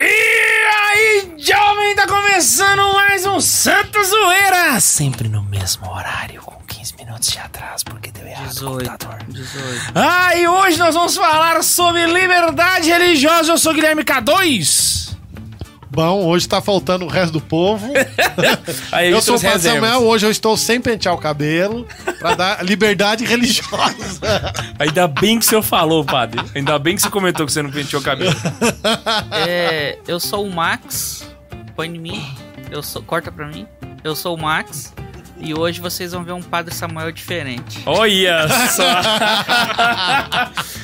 E aí, jovem, tá começando mais um Santa Zoeira! Sempre no mesmo horário, com 15 minutos de atraso, porque deu errado o 18. computador. 18. Ah, e hoje nós vamos falar sobre liberdade religiosa. Eu sou Guilherme K2. Bom, hoje tá faltando o resto do povo. Aí, eu sou o Padre Samuel, hoje eu estou sem pentear o cabelo pra dar liberdade religiosa. Ainda bem que o senhor falou, padre. Ainda bem que você comentou que você não penteou o cabelo. É, eu sou o Max. Põe em mim. Eu sou, corta pra mim. Eu sou o Max. E hoje vocês vão ver um Padre Samuel diferente. Olha só!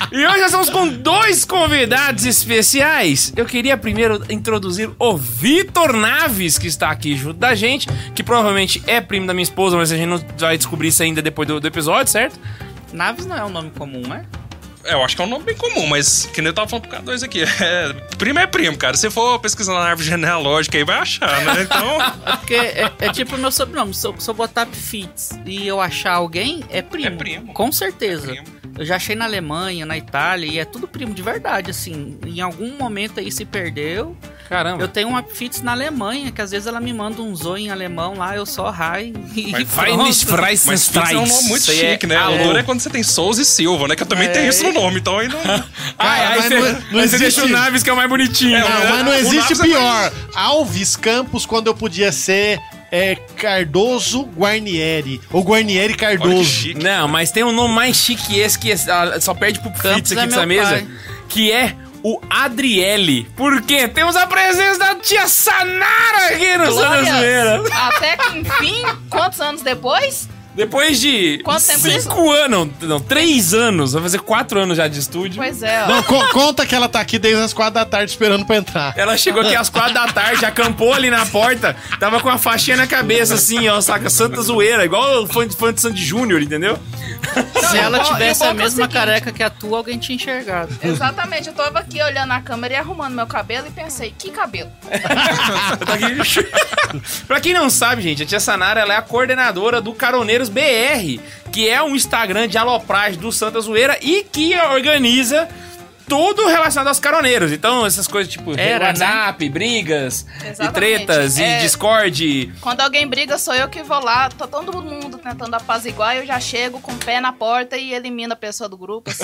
e hoje nós estamos com dois convidados especiais. Eu queria primeiro introduzir o Vitor Naves, que está aqui junto da gente, que provavelmente é primo da minha esposa, mas a gente não vai descobrir isso ainda depois do, do episódio, certo? Naves não é um nome comum, né? É, eu acho que é um nome bem comum, mas que nem eu tava falando pro cara dois aqui. É, primo é primo, cara. Se for pesquisar na árvore genealógica aí, vai achar, né? Então, É porque é, é tipo o meu sobrenome. Se eu, se eu botar Fitz e eu achar alguém, é primo. É primo. Com certeza. primo. Eu já achei na Alemanha, na Itália, e é tudo primo de verdade, assim. Em algum momento aí se perdeu. Caramba. Eu tenho uma Fitz na Alemanha, que às vezes ela me manda um zoe em alemão lá, eu só hi e Mas Vai pronto. nos Freisens mas Fitz é um Freis. nome muito Isso aí chique, né? alô. O duro é quando você tem Souza e Silva, né? Que eu também É. tenho isso no nome, então aí não. Cara, Ai, ai, mas cê- não- aí não você deixa existe- o Naves que é o mais bonitinho. É, Não, mas o- não o existe Naves é pior. Alves Campos, quando eu podia ser é, Cardoso Guarnieri. Ou Guarnieri Olha que Cardoso. chique. Não, mas tem um nome mais chique que esse que esse- ah, só perde pro Campos Fitz é aqui dessa meu mesa, pai. que é o Adriele. Por quê? Temos a presença da tia Sanara aqui no Santa Glórias. Zoeira. Até que enfim, quantos anos depois? Depois de Quanto tempo cinco anos, não, três anos, vai fazer quatro anos já de estúdio. Pois é, ó. Não, co- conta que ela tá aqui desde as quatro da tarde esperando pra entrar. Ela chegou aqui às quatro da tarde, acampou ali na porta, tava com a faixinha na cabeça, assim, ó, saca? Santa zoeira, igual o fã de, fã de Sandy Júnior, entendeu? Se Não, ela eu vou- tivesse eu a vou mesma conseguir. careca que é a tua, alguém tinha enxergado. Exatamente, eu tava aqui olhando a câmera e arrumando meu cabelo e pensei, que cabelo? Tá aqui. pra quem não sabe, gente, a Tia Sanara ela é a coordenadora do Caroneiros BR, que é um Instagram de alopragem do Santa Zoeira e que organiza tudo relacionado aos caroneiros. Então, essas coisas tipo Era, WhatsApp, brigas, e né? Exatamente. tretas, É. e Discord. Quando alguém briga, sou eu que vou lá, tô todo mundo tentando apaziguar e eu já chego com o pé na porta e elimino a pessoa do grupo, assim.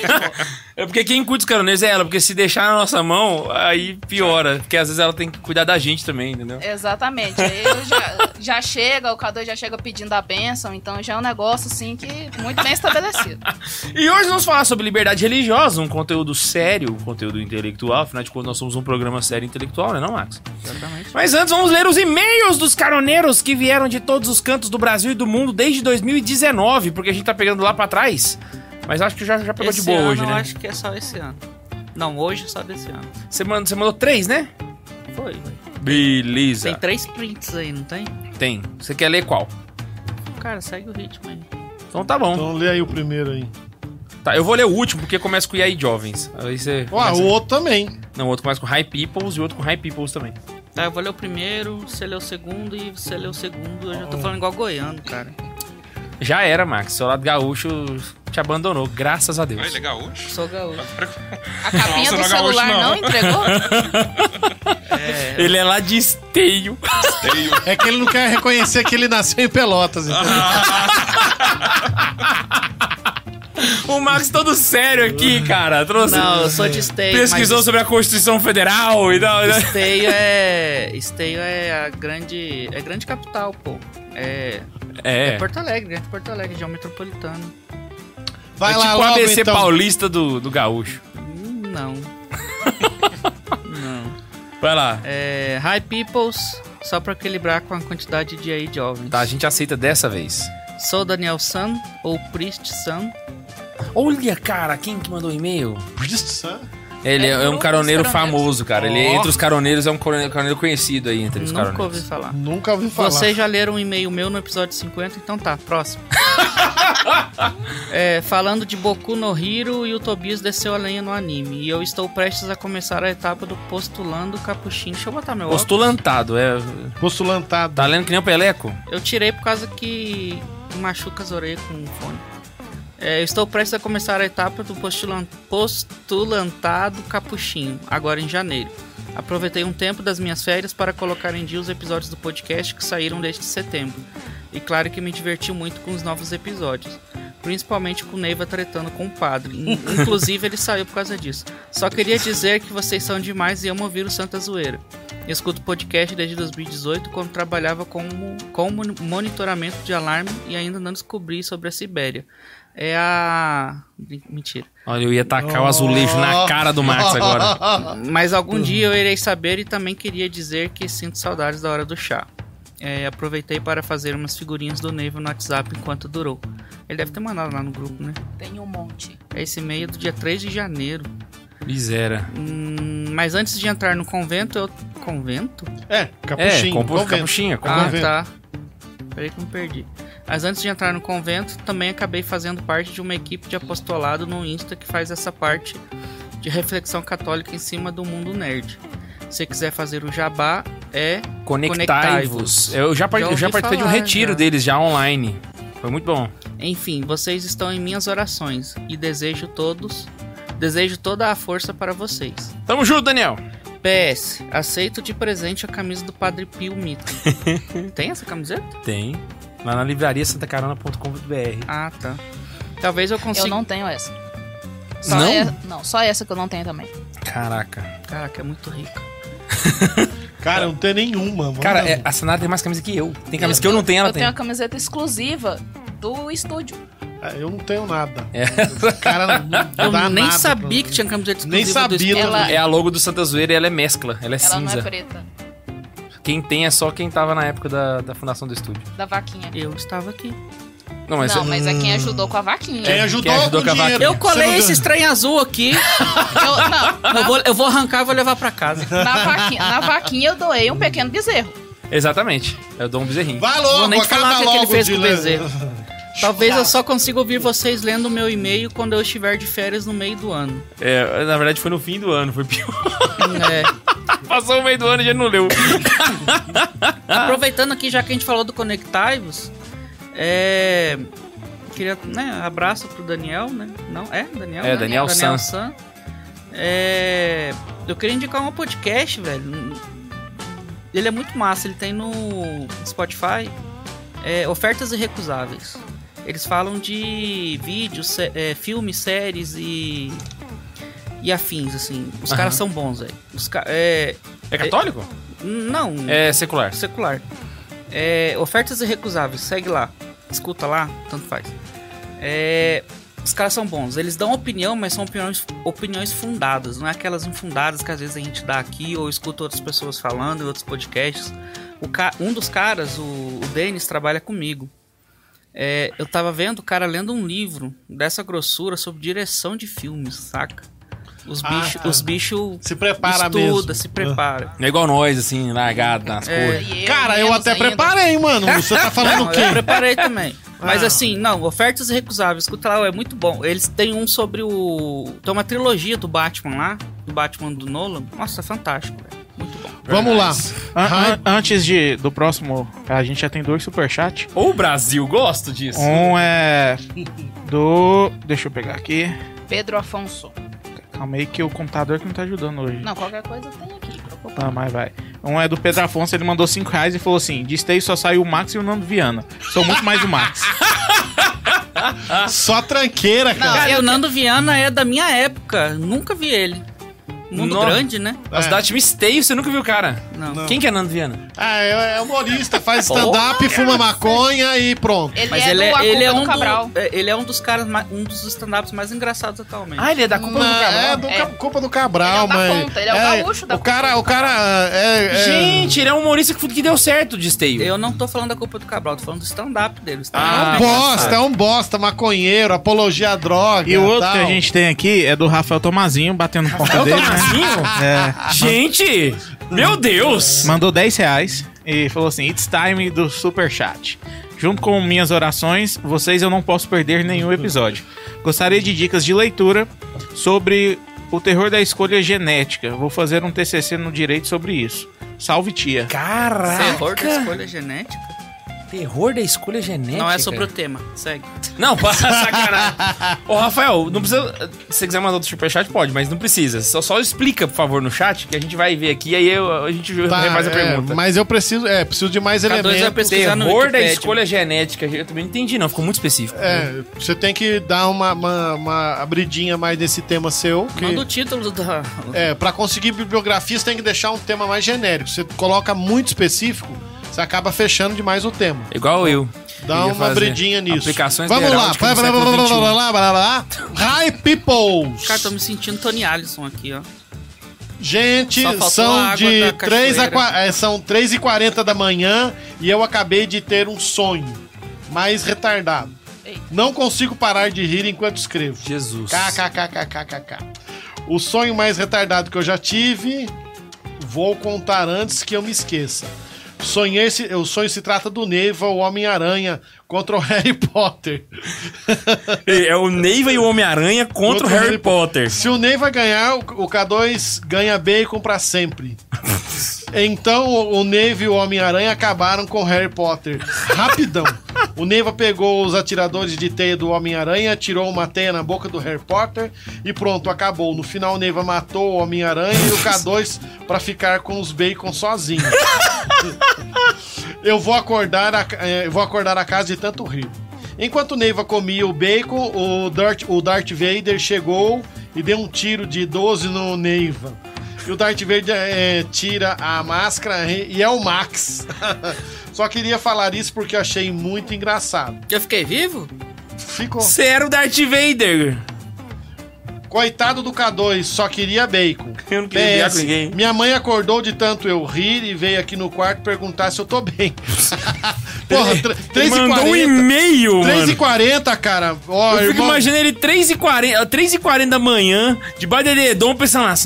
de boa. É porque quem cuida dos caroneiros é ela, porque se deixar na nossa mão, aí piora. Porque às vezes ela tem que cuidar da gente também, entendeu? Exatamente. aí Eu já, já chega, o K2 já chega pedindo a bênção, então já é um negócio, assim, que muito bem estabelecido. E hoje vamos falar sobre liberdade religiosa, um conteúdo sério, um conteúdo intelectual. Afinal de contas, nós somos um programa sério e intelectual, né, não, Max? Exatamente. Mas antes vamos ler os e-mails dos caroneiros que vieram de todos os cantos do Brasil e do mundo desde 2019, porque a gente tá pegando lá pra trás. Mas acho que já, já pegou Esse de boa ano hoje, eu né? acho que é só esse ano. Não, hoje é só desse ano. Você, mandou, você mandou três, né? Foi. Beleza. Tem três prints aí, não tem? Tem. Você quer ler qual? Cara, segue o ritmo aí. Então tá bom. Então lê aí o primeiro aí. Tá, eu vou ler o último, porque começa com Yai Jovens. Aí você. Ó, começa- o outro também. Não, o outro começa com High Peoples e o outro com High Peoples também. Tá, eu vou ler o primeiro, você lê o segundo e você lê o segundo. Eu já tô falando igual goiano, cara. Já era, Max. Seu lado gaúcho te abandonou, graças a Deus. Ai, é legal hoje. Sou gaúcho. A Nossa, capinha do não é gaúcho, celular não. não. entregou? É, Ele é lá de esteio. É que ele não quer reconhecer que ele nasceu em Pelotas. Então. o Max todo sério aqui, cara. Trouxe. não, eu sou de esteio. Pesquisou sobre a Constituição Federal e tal. Mas né? esteio é. Esteio é a grande. É grande capital, pô. É. É. Porto Alegre, grande Porto Alegre, região metropolitana. Vai é lá, tipo o logo, ABC então. paulista do, do gaúcho. Hum, Não. Não. Vai lá. É, hi peoples, só pra equilibrar com a quantidade de aí jovens. Tá, a gente aceita dessa vez. Sou Daniel San, ou Priest San. Olha, cara, quem que mandou e-mail? Justiça. Ele é, É é um um caroneiro dos caroneiros. famoso, cara. Ele Ó. entre os caroneiros é um corone- caroneiro conhecido aí entre os Nunca ouvi caroneiros. falar. Nunca ouvi falar. Vocês já leram um e-mail meu no episódio 50, então tá, próximo. É, falando de Boku no Hiro, e o Tobias desceu a lenha no anime. E eu estou prestes a começar a etapa do postulando capuchinho. Deixa eu botar meu óculos. Postulantado, é. Postulantado. Tá lendo que nem o Peleco? Eu tirei por causa que machuca as orelhas com o fone. É, eu estou prestes a começar a etapa do postulan- postulantado capuchinho, agora em janeiro. Aproveitei um tempo das minhas férias para colocar em dia os episódios do podcast que saíram desde setembro. E claro que me diverti muito com os novos episódios. Principalmente com o Neiva tretando com o padre. In- Inclusive, ele saiu por causa disso. Só queria dizer que vocês são demais e amo ouvir o Santa Zoeira. Escuto podcast desde 2018, quando trabalhava como, com mon- monitoramento de alarme e ainda não descobri sobre a Sibéria. É a. Brin- Mentira. Olha, eu ia tacar o azulejo na cara do Max agora. Mas algum dia eu irei saber e também queria dizer que sinto saudades da hora do chá. É, aproveitei para fazer umas figurinhas do Neiva no WhatsApp enquanto durou. Ele deve ter mandado lá no grupo, né? Tem um monte. É esse e-mail do dia 3 de janeiro. Misera. Hum, mas antes de entrar no convento, eu. Convento? É, É, capuchinho. compôs convento. capuchinha. Ah, convento. tá. Peraí que me perdi. Mas antes de entrar no convento, também acabei fazendo parte de uma equipe de apostolado no Insta que faz essa parte de reflexão católica em cima do mundo nerd. Se quiser fazer o jabá, é. Conectai-vos. Conectai-vos. Eu já, par- Já eu já ouvi participei de um falar, retiro já. deles já online. Foi muito bom. Enfim, vocês estão em minhas orações e desejo todos. Desejo toda a força para vocês. Tamo junto, Daniel. PS, aceito de presente a camisa do Padre Pio Mito. Tem essa camiseta? Tem. Lá na livraria santacarona.com.br. Ah, tá. Talvez eu Eu consiga. não tenho essa. Só Não? é- não, só essa que eu não tenho também. Caraca. Caraca, é muito rico. Cara, não tem nenhuma, mano. Cara, é, a Sanara tem mais camisa que eu. Tem camisa que eu não tenho, ela eu tem. tenho a camiseta exclusiva do estúdio. É, Eu não tenho nada. É. Cara, não, não Eu dá nem nada sabia pra- que tinha camiseta exclusiva Nem do sabia. Estúdio. Ela- É a logo do Santa Zoeira e ela é mescla, ela é Ela não é cinza. preta, quem tem é só quem tava na época da, da fundação do estúdio. da vaquinha. Eu estava aqui. Não, mas não, mas é quem ajudou com a vaquinha. Quem ajudou, Quem ajudou com com a dinheiro. vaquinha. é. Eu colei Você não- esse trem azul aqui. Eu- não, Eu vou, eu vou arrancar e vou levar pra casa. na vaquinha, na vaquinha eu doei um pequeno bezerro. Exatamente. É o Dom Bezerrinho. Vai Vou logo, nem te acaba falar o que que ele logo fez de com o ler. bezerro. Talvez Tá. eu só consiga ouvir vocês lendo o meu e-mail quando eu estiver de férias no meio do ano. É, na verdade foi no fim do ano, foi pior. É. Passou o meio do ano e já não leu. Aproveitando aqui, já que a gente falou do Conectaivos, é. Queria, né? Abraço pro Daniel, né? Não? É, Daniel? É, né? Daniel Daniel San. San. É. Eu queria indicar um podcast, velho. Ele é muito massa, ele tem no Spotify é, ofertas irrecusáveis. Eles falam de vídeos, sé- é, filmes, séries e. e afins, assim. Os Aham. caras são bons, velho. Os ca- é, É católico? não. É secular. Secular. É, ofertas irrecusáveis, segue lá. Escuta lá, tanto faz. É, os caras são bons. Eles dão opinião, mas são opiniões, opiniões fundadas. Não é aquelas infundadas que às vezes a gente dá aqui ou escuta outras pessoas falando em outros podcasts. O ca- um dos caras, o, o Denis, trabalha comigo. É, eu tava vendo o cara lendo um livro dessa grossura sobre direção de filmes, saca? Os Ah, bichos tá. os bicho Se prepara estuda, mesmo. Ah. se prepara. Não é igual nós, assim, largado nas coisas. E Cara, eu menos até ainda. preparei, mano. Você tá falando o Não, é eu quê? preparei também. Mas Ah. assim, não, ofertas irrecusáveis. Escuta lá, é muito bom. Eles têm um sobre o. Tem uma trilogia do Batman lá, do Batman do Nolan. Nossa, é fantástico, velho. Muito bom. Vamos lá. Ah, An- an- antes de, do próximo, a gente já tem dois superchats. Ou o Brasil, gosto disso. Um é do. Deixa eu pegar aqui. Pedro Afonso. Calma aí que o computador que não tá ajudando hoje. Não, qualquer coisa tem aqui. preocupa. Ah, mas vai. Um é do Pedro Afonso, ele mandou 5 reais e falou assim: Distei só saiu o Max e o Nando Viana. Sou muito mais o Max. ah. Só tranqueira, cara. Cara, e o Nando Viana é da minha época. Nunca vi ele. Mundo Nossa. grande, né? A cidade me esteio, você nunca viu o cara. Não. Quem que é Nando Viana? Ah, é, é humorista, faz stand-up, fuma maconha e pronto. Ele Mas é ele do A é, ele Culpa é do um Cabral. do- é, ele é um dos caras, ma- um dos stand-ups mais engraçados atualmente. Ah, ele é da Copa do Não, É Cabral. do É. Ca- culpa do Cabral, Ele é o da mas. conta, ele é o gaúcho da O cara, conta. o cara. É, é- Gente, ele é um humorista que- que deu certo de esteio. Eu não tô falando da culpa do Cabral, tô falando do stand-up dele. O Ah, stand-up é Bosta, é um bosta, maconheiro, apologia à droga. E o outro tal. que a gente tem aqui é do Rafael Tomazinho, batendo ponta É o dele, né? Tomazinho? É. Gente, meu Deus. Mandou 10 reais. e falou assim: It's time do Super Chat. Junto com minhas orações, vocês eu não posso perder nenhum episódio. Gostaria de dicas de leitura sobre o terror da escolha genética. Vou fazer um TCC no direito sobre isso. Salve tia. Tá Terror da Caraca! é escolha genética? Terror da escolha genética. Não é sobre o tema. Segue. Não, passa sacanagem. Ô, Rafael, não precisa. Se você quiser mandar outro superchat, pode, mas não precisa. Só, só explica, por favor, no chat, que a gente vai ver aqui, aí eu- a gente Tá, refaz a é, pergunta. mas eu preciso, é, preciso de mais K2 vai elementos. pesquisar Tá no Terror da Wikipedia. escolha genética. Eu também não entendi, não. Ficou muito específico. É, você tem que dar uma, uma, uma abridinha mais desse tema seu. Que, Manda o título da. É, pra conseguir bibliografia, você tem que deixar um tema mais genérico. Você coloca muito específico, você acaba fechando demais o tema. Igual eu. Dá Queria uma fazer abridinha nisso. Aplicações Vamos lá, neurálgicas vai, do vai, vai, século vai, vai, XXI. vai, vai, vai, vai. Hi, peoples! Cara, tô me sentindo Tony Allison aqui, ó. Gente, Só faltou a são água de da 3 a, cachoeira. qua- é, são 3 e 40 da manhã e eu acabei de ter um sonho mais retardado. Eita. Não consigo parar de rir enquanto escrevo. Jesus. KKKKKKK. O sonho mais retardado que eu já tive, vou contar antes que eu me esqueça. Sonhei se, o sonho se trata do Neva, o Homem-Aranha, contra o Harry Potter. É o Neiva e o Homem-Aranha contra o Harry Potter. Se o Ney vai ganhar, o o K2 ganha bacon pra sempre. Então o o Neve e o Homem-Aranha acabaram com o Harry Potter. Rapidão. O Neiva pegou os atiradores de teia do Homem-Aranha, atirou uma teia na boca do Harry Potter e pronto, acabou. No final, o Neiva matou o Homem-Aranha e o K2 pra ficar com os bacon sozinho. Eu vou acordar, a, eh, eu vou acordar a casa de tanto rir. Enquanto o Neiva comia o bacon, o Darth, o Darth Vader chegou e deu um tiro de 12 no Neiva. E o Darth Vader eh, tira a máscara e e é o Max. Só queria falar isso porque eu achei muito engraçado. Eu fiquei vivo? Ficou. Você era o Darth Vader. Coitado do K2, só queria bacon. Eu não queria brigar com PS, ninguém. Minha mãe acordou de tanto eu rir e veio aqui no quarto perguntar se eu tô bem. Porra, tr- Ele 3 e mandou um 40 e-mail, mano. 3h40, cara. Ó, Eu fico irmão, imaginando ele 3h40, 3h40 da manhã, debaixo de edredom, pensando "Ah, lá,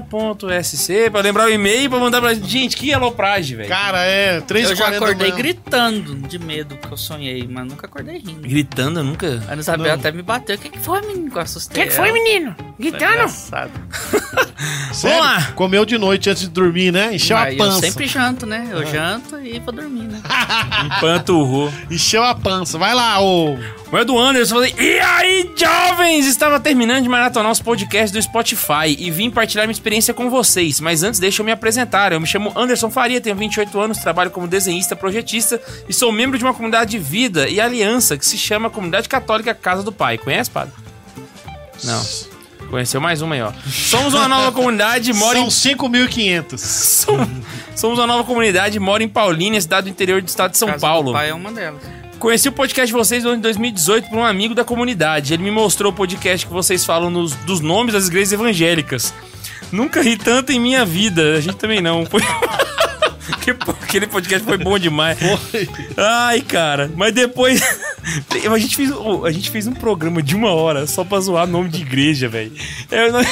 santazoeira.sc, pra lembrar o e-mail, pra mandar pra... Gente, que alopragem, velho. Cara, é, 3 Eu h já 40 acordei gritando de medo que eu sonhei, mas nunca acordei rindo. Gritando, eu nunca... A Ana Isabel Não. até me bateu. O que, que foi, menino? Que eu assustei. Quem que foi, ela. menino? Foi Gritando? engraçado. Sério? Vamos lá. Comeu de noite antes de dormir, né? Encheu Mas a eu pança. Ah. sempre janto, né? Eu janto e vou dormir, né? Empanturrou. Encheu a pança. Vai lá, ô. Mas do Anderson falei, e aí, jovens? Estava terminando de maratonar os podcasts do Spotify e vim partilhar minha experiência com vocês. Mas antes, deixa eu me apresentar. Eu me chamo Anderson Faria, tenho 28 anos, trabalho como desenhista, projetista e sou membro de uma comunidade de vida e aliança que se chama Comunidade Católica Casa do Pai. Conhece, padre? Não. Conheceu mais uma aí, ó. Somos uma nova comunidade, mora São em 5.500. Som- Somos uma nova comunidade, mora em Paulínia, cidade do interior do estado de São Casa do Paulo. Pai é uma delas. Conheci o podcast de vocês no ano de 2018 por um amigo da comunidade. Ele me mostrou o podcast que vocês falam nos- dos nomes das igrejas evangélicas. Nunca ri tanto em minha vida. A gente também não. Foi... Que po- Aquele podcast foi bom demais. Ai, cara. Mas depois. A gente, fez, oh, a gente fez um programa de uma hora só pra zoar nome de igreja, velho. Eu não-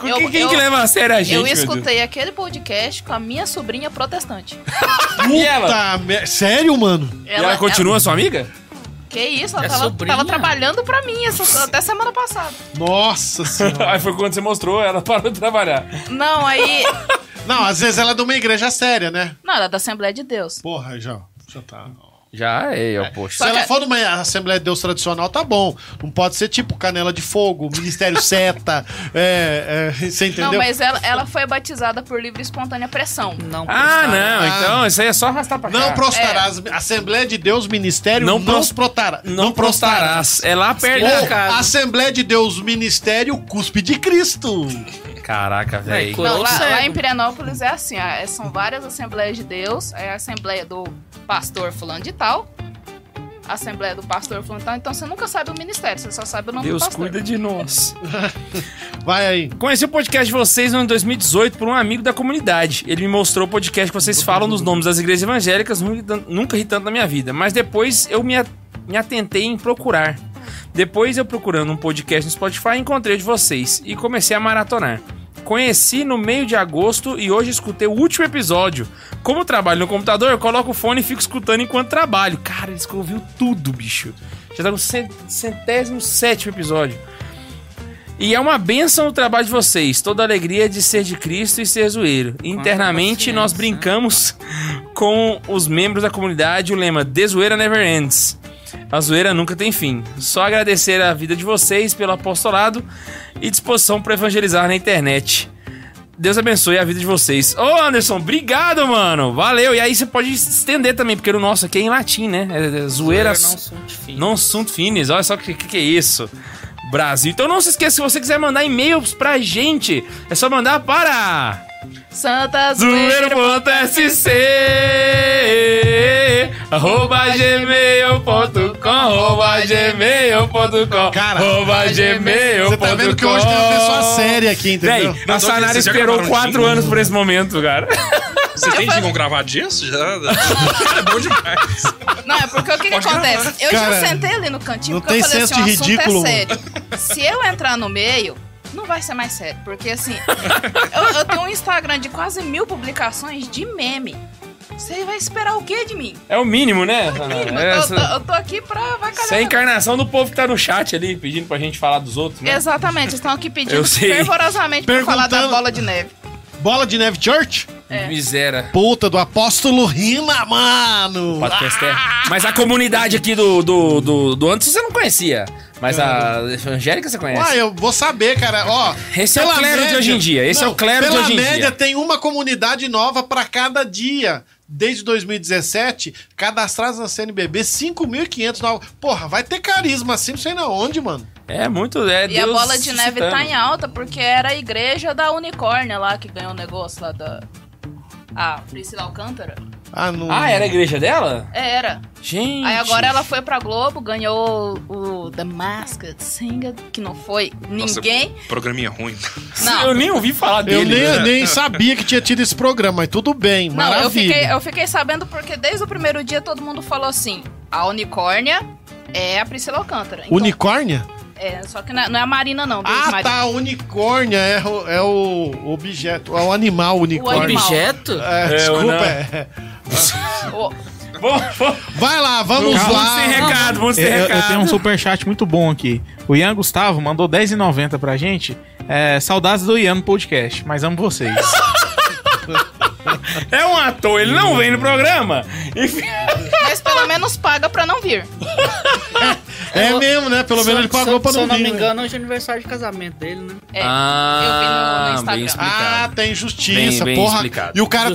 Quem, quem eu- que leva a sério a gente? eu meu Deus? escutei aquele podcast com a minha sobrinha protestante. E ela? Tá, me- sério, mano? E ela continua sua amiga? ela- que isso, ela É tava, sobrinha? tava trabalhando pra mim essa- até semana passada. Nossa senhora. Aí foi quando você mostrou, ela parou de trabalhar. Não, aí. Não, às vezes ela é de uma igreja séria, né? Não, ela é da Assembleia de Deus. Porra, já. Já tá. Já é, ó, poxa. Se ela que- for de uma Assembleia de Deus tradicional, tá bom. Não pode ser tipo Canela de Fogo, Ministério Seta. É, é, você entendeu? Não, mas ela, ela foi batizada por livre e espontânea pressão. Não Ah, não, Ah. então isso aí é só arrastar pra cá. Não prostarás. Assembleia de Deus, Ministério, Não não, pros- protará- Não, prostarás. É lá perto. Esquina. da Ou ca- Cara. Assembleia de Deus, Ministério, Cuspe de Cristo. Caraca, É, velho. cu- Por Não, onde lá, segue? lá em Pirenópolis é assim, ah, é- são várias Assembleias de Deus, é a Assembleia do Pastor fulano de tal, a Assembleia do Pastor fulano de tal, então você nunca sabe o ministério, você só sabe o nome Deus do pastor. cuida de nós. Vai aí. Conheci o podcast de vocês no ano de 2018 por um amigo da comunidade. Ele me mostrou o podcast que vocês falam dos nomes das igrejas evangélicas, nunca, nunca ri tanto na minha vida. Mas depois eu me, a- me atentei em procurar. Depois eu procurando um podcast no Spotify, encontrei o de vocês e comecei a maratonar. Conheci no meio de agosto e hoje escutei o último episódio. Como eu trabalho no computador, eu coloco o fone e fico escutando enquanto trabalho. Cara, eles ouviu tudo, bicho. Já tá no cen- centésimo sétimo episódio. E é uma benção o trabalho de vocês. Toda a alegria é de ser de Cristo e ser zoeiro. Internamente, paciência, nós né? brincamos com os membros da comunidade o lema The Zoeira Never Ends. A zoeira nunca tem fim. Só agradecer a vida de vocês pelo apostolado e disposição para evangelizar na internet. Deus abençoe a vida de vocês. Ô, Anderson, obrigado, mano. Valeu. E aí você pode estender também, porque o nosso aqui é em latim, né? É, é zoeira. Não sunt um fim. Não sunt finis, olha só o que, que que é isso. Brasil. Então não se esqueça, se você quiser mandar e-mails pra gente, é só mandar para Santa Zoeira. zoeiro.sc arroba gmail.com arroba gmail.com Cara, arroba gmail.com Você tá vendo que hoje tem uma pessoa séria aqui, entendeu? Véi, a Mandou Sanara dizer, já esperou acabaram quatro de- anos por esse momento, cara. Vocês têm Digam gravado disso? Já? é bom demais. Não, é porque o que, que Pode acontece? Eu Cara, já sentei ali no cantinho não porque tem eu falei assim, senso o de ridículo, assunto é sério. Se eu entrar no meio, não vai ser mais sério. Porque assim, eu, eu tenho um Instagram de quase mil publicações de meme. Você vai esperar o quê de mim? É o mínimo, né? Sanara? Mínimo, É, eu, tô, essa- eu tô aqui pra Isso é a vacalhar. encarnação do povo que tá no chat ali, pedindo pra gente falar dos outros, né? Exatamente, estão aqui pedindo Eu sei. fervorosamente pra falar da Perguntando- bola de neve. Bola de Neve Church? É. Misera. Puta do apóstolo Rina, mano! Podcast é. Mas a comunidade aqui do, do, do, do antes você não conhecia. Mas a evangélica você conhece. Ah, eu vou saber, cara. Ó, Esse é o pela clero de hoje em dia, esse é o clero de pela hoje em média, dia. tem uma comunidade nova pra cada dia. Desde 2017, cadastrados na CNBB, 5.500 novos. Porra, vai ter carisma assim, não sei na onde, mano. É muito. É E Deus a bola de neve tá suscitando. em alta porque era a igreja da unicórnia lá que ganhou o negócio lá da. Ah, Priscila Alcântara? Ah, não. Ah, era a igreja dela? É, era. Gente. Aí agora ela foi pra Globo, ganhou o The Masked Singer, que não foi Nossa, ninguém. Programinha ruim. Não. Eu nem ouvi falar Eu dele. né? nem, nem sabia que tinha tido esse programa, mas tudo bem, Não, eu maravilha. fiquei, eu fiquei sabendo porque desde o primeiro dia todo mundo falou assim: a unicórnia é a Priscila Alcântara. Então, Unicórnia? é, só que não é, não é a Marina, não. Deus, Ah, Marina. tá. Unicórnia é, o- é o objeto, é o animal unicórnio. animal. Objeto? É, É, desculpa. não. é. Ô, Vamos, vamos, Vai lá, vamos vamos lá. sem recado, vamos sem Eu, eu- eu recado. tenho um superchat muito bom aqui. O Ian Gustavo mandou R$10,90 pra gente. É, saudades do Ian no podcast, mas amo vocês. É um ator, ele não vem no programa. Enfim, mas pelo menos paga pra não vir. É mesmo, né? Pelo menos ele pagou pra se, não Se eu não vir. me né? engano, hoje é aniversário de casamento dele, né? É, Ah, eu vi no- no, bem Instagram. Ah, Explicado. tem Bem- justiça, bem porra. explicado. E o cara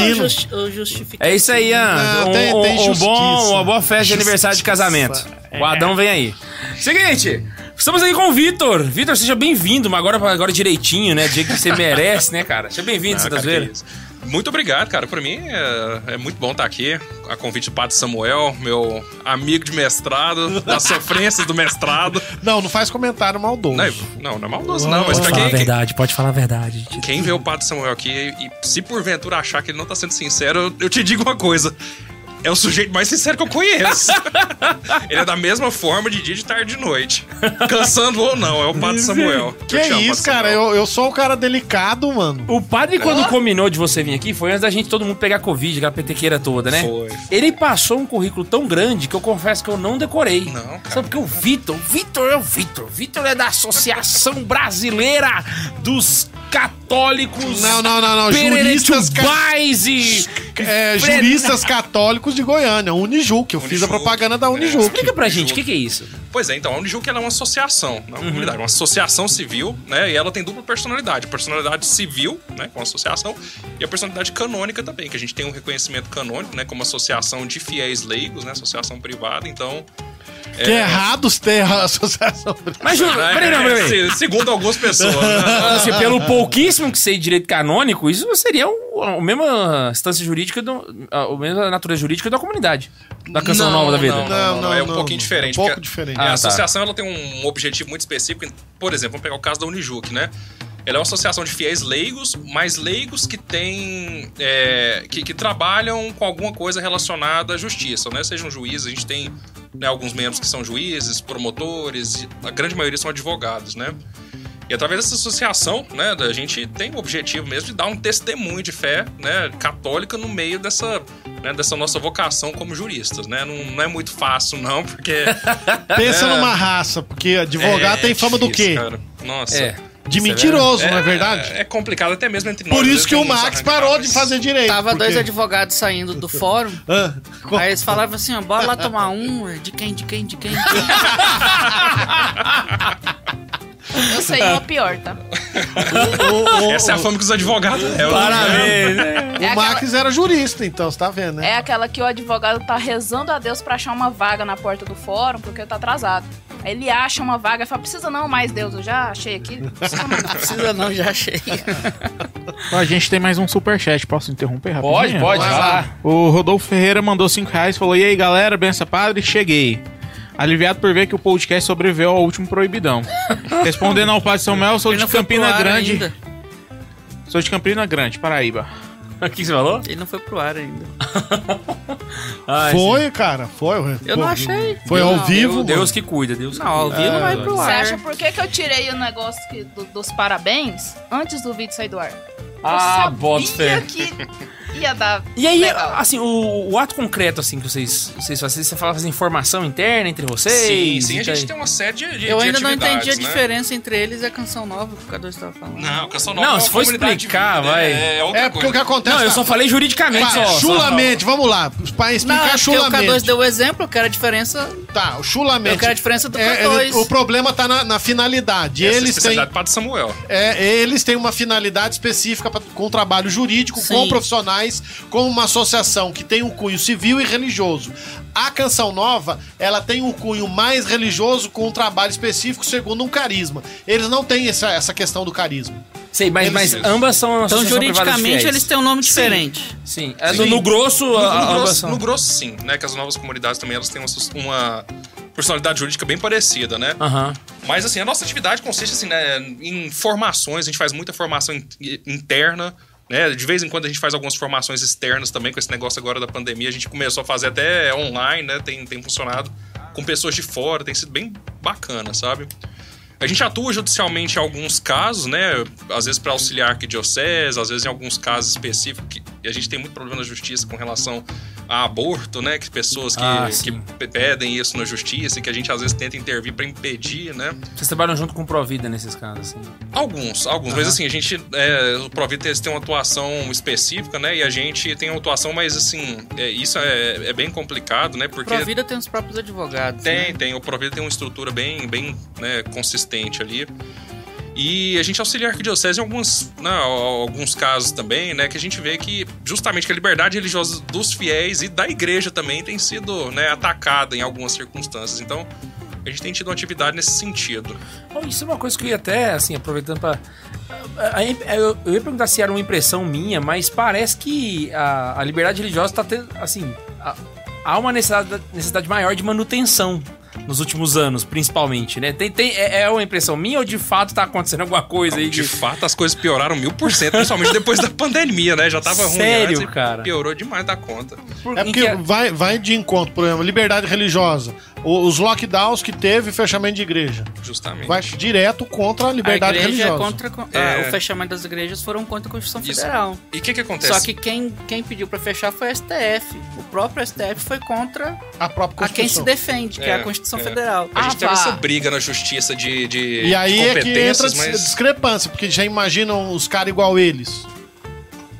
tá ou assistindo. justi- ou justificação? É isso aí, Ian. Não, um, tem- um- tem um justiça. bom, uma boa festa de aniversário de casamento. O Adão vem aí. Seguinte, estamos aqui com o Vitor. Vitor, seja bem-vindo, mas agora, agora direitinho, né? Do jeito que você merece, né, cara? Seja bem-vindo, Ah, Santa cara, que Zoeira. isso. Muito obrigado, cara. Pra mim é, é muito bom estar aqui. A convite do Padre Samuel, meu amigo de mestrado, das sofrências do mestrado. Não, não faz comentário maldoso. Não, não, não é maldoso, não, mas Fala pra a quem, quem, verdade, pode falar a verdade. quem vê o Padre Samuel aqui e se porventura achar que ele não tá sendo sincero, eu, eu te digo uma coisa. É o sujeito mais sincero que eu conheço. ele é da mesma forma de dia, de tarde e de noite. Cansando ou não, é o Padre Samuel. Eu que te amo, isso, Padre cara? Samuel. Eu, eu sou um cara delicado, mano. O padre, quando combinou de você vir aqui, foi antes da gente todo mundo pegar Covid, aquela petequeira toda, né? Foi. Ele passou um currículo tão grande que eu confesso que eu não decorei. Não, cara. Sabe porque o Vitor, o Vitor é o Vitor. O Vitor é da Associação Brasileira dos Católicos. Não, não, não, não. um Juristas, ca- Pereretubais e... é, juristas católicos de Goiânia, Unijuc. Eu fiz a Unijuc, propaganda da é. Unijuc. Explica pra gente, o que, que é isso? Pois é, então, a Unijuc ela é uma associação, Uhum. não é uma comunidade, é uma associação civil, né? E ela tem dupla personalidade. A personalidade civil, né, com associação, e a personalidade canônica também, que a gente tem um reconhecimento canônico, né, como associação de fiéis leigos, né, associação privada, então... Que é errados ter a associação. Mas, Ju, né, peraí, não, é, peraí. se- segundo algumas pessoas, né? Assim, pelo pouquíssimo que sei de direito canônico, isso seria o, a mesma instância jurídica, do, a, a mesma natureza jurídica da comunidade. Da canção Não, nova da vida. não, é um pouquinho diferente, Um pouco porque- diferente. Ah, Né? a tá. associação ela tem um objetivo muito específico. Por exemplo, vamos pegar o caso da Unijuc, né? Ela é uma associação de fiéis leigos, mas leigos que têm. é, que, que trabalham com alguma coisa relacionada à justiça, né? Sejam juízes, a gente tem né, alguns membros que são juízes, promotores, e a grande maioria são advogados, né? E através dessa associação, né, a gente tem o objetivo mesmo de dar um testemunho de fé, né, católica no meio dessa, né, dessa nossa vocação como juristas, né? Não, não é muito fácil não, porque Pensa numa raça, porque advogado é tem fama do difícil, quê? cara. Nossa. É. De mentiroso, não é verdade? É, é complicado até mesmo entre nós. Por às isso vezes que tem o uns Max arranjos, parou de mas- fazer direito. Tava dois porque- advogados saindo do fórum. Ah, co- Aí eles falavam assim, ó, bora lá tomar um, ué, de quem, de quem, de quem. de quem. Eu sei uma pior, tá? o, o- Essa é a fome que os advogados levam. Parabéns, né? o É Max era jurista, então, você tá vendo, né? É aquela que o advogado tá rezando a Deus pra achar uma vaga na porta do fórum, porque tá atrasado. Aí Ele acha uma vaga e fala: precisa não mais, Deus, eu já achei aqui. Precisa não. Não precisa não, já achei. A gente tem mais um superchat, posso interromper rapidinho? Pode, pode, vai lá. O Rodolfo Ferreira mandou 5 reais e falou: E aí, galera, benção padre, cheguei. Aliviado por ver que o podcast sobreviveu ao último proibidão. Respondendo ao padre Samuel, sou Ele de não foi pro Campina ar Grande. ainda. Sou de Campina Grande, Paraíba. O que você falou? Ele não foi pro ar ainda. Ai, Foi, cara, foi. ué. Eu não Pô, achei. Foi Eu ao não, vivo? É. Ah, Deus que cuida, Deus que Ah, Não, ao cuida. vivo vai pro Você ar. acha por que, que eu tirei o negócio que- do- dos parabéns antes do vídeo sair do ar? Ah, eu bota fé. sabia que ia dar. E aí, legal. assim, o, o ato concreto, assim, que vocês, vocês fazem, você fala fazem informação interna entre vocês? Sim, sim, a então- gente tem uma série de, de Eu de ainda não atividades, entendi a né? diferença entre eles e a canção nova que o Cadu estava falando. Não, canção Não, se for explicar, vai. É, outra É, porque o que coisa. acontece... Não, eu tá- só falei juridicamente. Pá, só, só- chulamente, vamos lá. Pra Não, explicar é porque o K2 chulamente. deu o exemplo, eu quero a diferença. Tá, o chulamente. Eu quero a diferença do É, K2. ele- o problema tá na, na finalidade. Essa eles, têm, especialidade do Padre Samuel. é, eles têm uma finalidade específica pra- com trabalho jurídico, Sim. com profissionais, com uma associação que tem um cunho civil e religioso. A Canção Nova, ela tem um cunho mais religioso com um trabalho específico segundo um carisma. Eles não têm essa, essa questão do carisma. Sei, mas, mas Eles- ambas são Então, associação privada de é juridicamente, fiéis. eles têm um nome diferente. Sim, é, Sim. No, no grosso, No, a- no a- ambas grosso, são. no grosso, sim, né? Que as novas comunidades também elas têm uma, uma personalidade jurídica bem parecida, né? Aham. Mas assim, a nossa atividade consiste assim, né, em formações, a gente faz muita formação in- interna, né? De vez em quando a gente faz algumas formações externas também, com esse negócio agora da pandemia. A gente começou a fazer até online, né? Tem, tem funcionado com pessoas de fora, tem sido bem bacana, sabe? A gente atua judicialmente em alguns casos, né? Às vezes para auxiliar arquidiocese, às vezes em alguns casos específicos. Que e a gente tem muito problema na justiça com relação a aborto, né? Que pessoas que, Ah, que sim. pe- pedem isso na justiça e que a gente às vezes tenta intervir para impedir, né? Vocês trabalham junto com o Provida nesses casos, assim. Alguns, alguns. Mas assim, a gente. É, o Provitas tem uma atuação específica, né? E a gente tem uma atuação, mas assim, é, isso é, é bem complicado, né? Porque. Provida tem os próprios advogados. né? Tem, tem. O Provida tem uma estrutura bem, bem né, consistente ali. E a gente auxilia a arquidiocese em alguns, né, alguns casos também, né? Que a gente vê que justamente que a liberdade religiosa dos fiéis e da igreja também tem sido né, atacada em algumas circunstâncias. Então, a gente tem tido uma atividade nesse sentido. Bom, isso é uma coisa que eu ia até, assim, aproveitando pra. a- a- Eu eu ia perguntar se era uma impressão minha, mas parece que a, a liberdade religiosa tá tendo. Assim, a- há uma necessidade, necessidade maior de manutenção nos últimos anos, principalmente, né? Tem, tem, é, é uma impressão minha ou de fato tá acontecendo alguma coisa aí? De que- fato, as coisas pioraram mil por cento, principalmente depois da pandemia, né? Já tava ruim Sério, antes e cara? piorou demais da conta. por- É em porque que- vai, vai de encontro, por exemplo, liberdade religiosa. O- os lockdowns que teve fechamento de igreja. Justamente. Vai direto contra a a liberdade igreja é religiosa. contra. ah, É. o fechamento das igrejas foram contra a Constituição Isso. Federal. E o que que acontece? Só que quem, quem pediu pra fechar foi o STF. O próprio STF foi contra A própria a quem se Constituição. defende, que é, É, a Constituição é. Federal. A gente Ah, teve vá. essa briga na justiça de, de E aí é que entra a competências, dis- mas... discrepância, porque já imaginam os caras igual eles.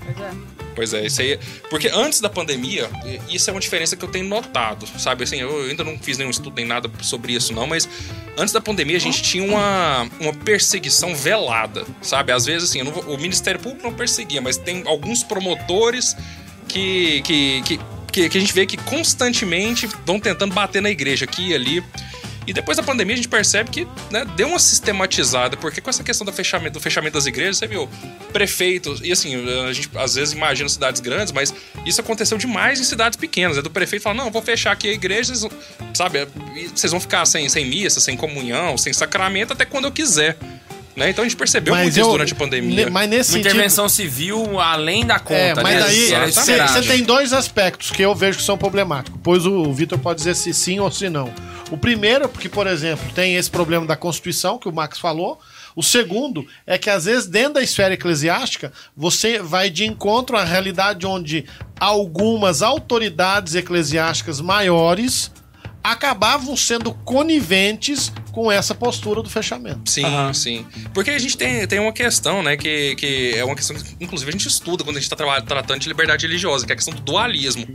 Pois é. Pois é, isso aí. Porque antes da pandemia, e- isso é uma diferença que eu tenho notado, sabe? Assim, eu ainda não fiz nenhum estudo nem nada sobre isso, não, mas antes da pandemia a gente tinha uma, uma perseguição velada, sabe? Às vezes, assim, eu não vou- o Ministério Público não perseguia, mas tem alguns promotores que. que, que que, que a gente vê que constantemente vão tentando bater na igreja aqui e ali. E depois da pandemia a gente percebe que né, deu uma sistematizada, porque com essa questão do fechamento, do fechamento das igrejas, você viu prefeitos, e assim, a gente às vezes imagina cidades grandes, mas isso aconteceu demais em cidades pequenas. É do prefeito falar, não, vou fechar aqui a igreja, vocês vão- sabe, e vocês vão ficar sem, sem missa, sem comunhão, sem sacramento até quando eu quiser. Né? Então a gente percebeu muito isso durante a pandemia. ne- Mas nesse Uma sentido. intervenção civil além da conta, É, mas né? aí Era esperado. você tem dois aspectos que eu vejo que são problemáticos, pois o Vitor pode dizer se é sim ou se não. O primeiro, porque, por exemplo, tem esse problema da Constituição que o Max falou. O segundo é que, às vezes, dentro da esfera eclesiástica, você vai de encontro à realidade onde algumas autoridades eclesiásticas maiores acabavam sendo coniventes com essa postura do fechamento. Sim, sim. Porque a gente tem, tem uma questão, né? Que, que é uma questão que, inclusive, a gente estuda quando a gente está tratando de liberdade religiosa, que é a questão do dualismo.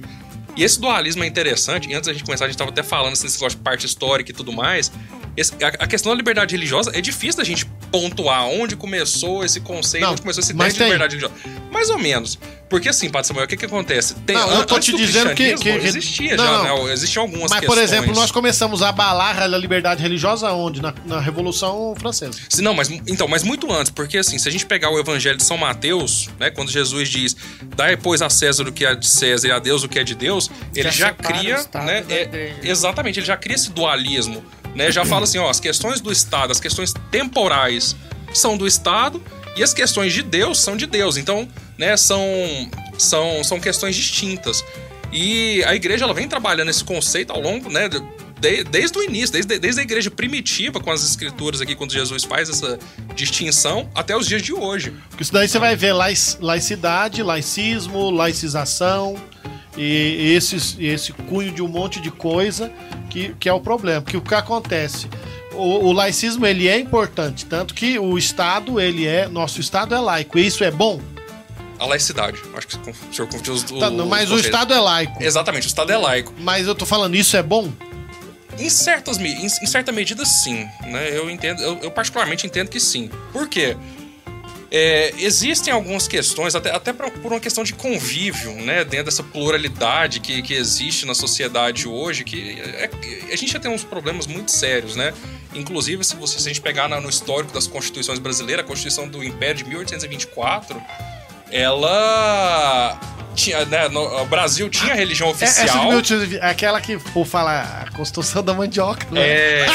E esse dualismo é interessante, e antes da gente começar, a gente estava até falando assim, esse negócio de parte histórica e tudo mais. Esse- a, a questão da liberdade religiosa é difícil da gente pontuar onde começou esse conceito, Não, onde começou esse mas teste de tem. liberdade religiosa. Mais ou menos. Porque assim, Padre Samuel, o que, que acontece? Tem, Não, eu an- tô antes te do dizendo que- cristianismo que- existia Não, já, não. né? Existiam algumas Mas, por questões. exemplo, nós começamos a abalar a liberdade religiosa onde? Na, na Revolução Francesa. Se- Não, mas então, mas muito antes, porque assim, se a gente pegar o Evangelho de São Mateus, né, quando Jesus diz, dai pois a César o que é de César e a Deus o que é de Deus, ele já, separa o cria, Estado né, da é- igreja. exatamente, ele já cria esse dualismo, né, já fala assim, ó, as questões do Estado, as questões temporais são do Estado e as questões de Deus são de Deus, então, né, são são são questões distintas. E a igreja ela vem trabalhando esse conceito ao longo, né, de- desde o início, desde, desde a igreja primitiva com as escrituras aqui, quando Jesus faz essa distinção, até os dias de hoje. Porque isso daí você vai ver laic- laicidade, laicismo, laicização e esses, e esse cunho de um monte de coisa que, que é o problema. Porque o que acontece? O, o laicismo ele é importante, tanto que o Estado, ele é. Nosso Estado é laico. E isso é bom? A laicidade. é Acho que o senhor confundiu os. Tá, não, mas o conceitos. Estado é laico. Exatamente, o Estado é laico. Mas eu tô falando, isso é bom? Em, certas, me- em, em certa medida, sim. Né? Eu entendo, eu, eu particularmente entendo que sim. Por quê? É, existem algumas questões, até, até pra- por uma questão de convívio, né? Dentro dessa pluralidade que, que existe na sociedade hoje, que é- é- a gente já tem uns problemas muito sérios, né? Inclusive, se, você, se a gente pegar na- no histórico das constituições brasileiras, a Constituição do Império de 1824, ela... Tinha, né, no- o Brasil tinha religião É, essa de oficial. 1820, é aquela que, por falar, a Constituição da Mandioca. né? É,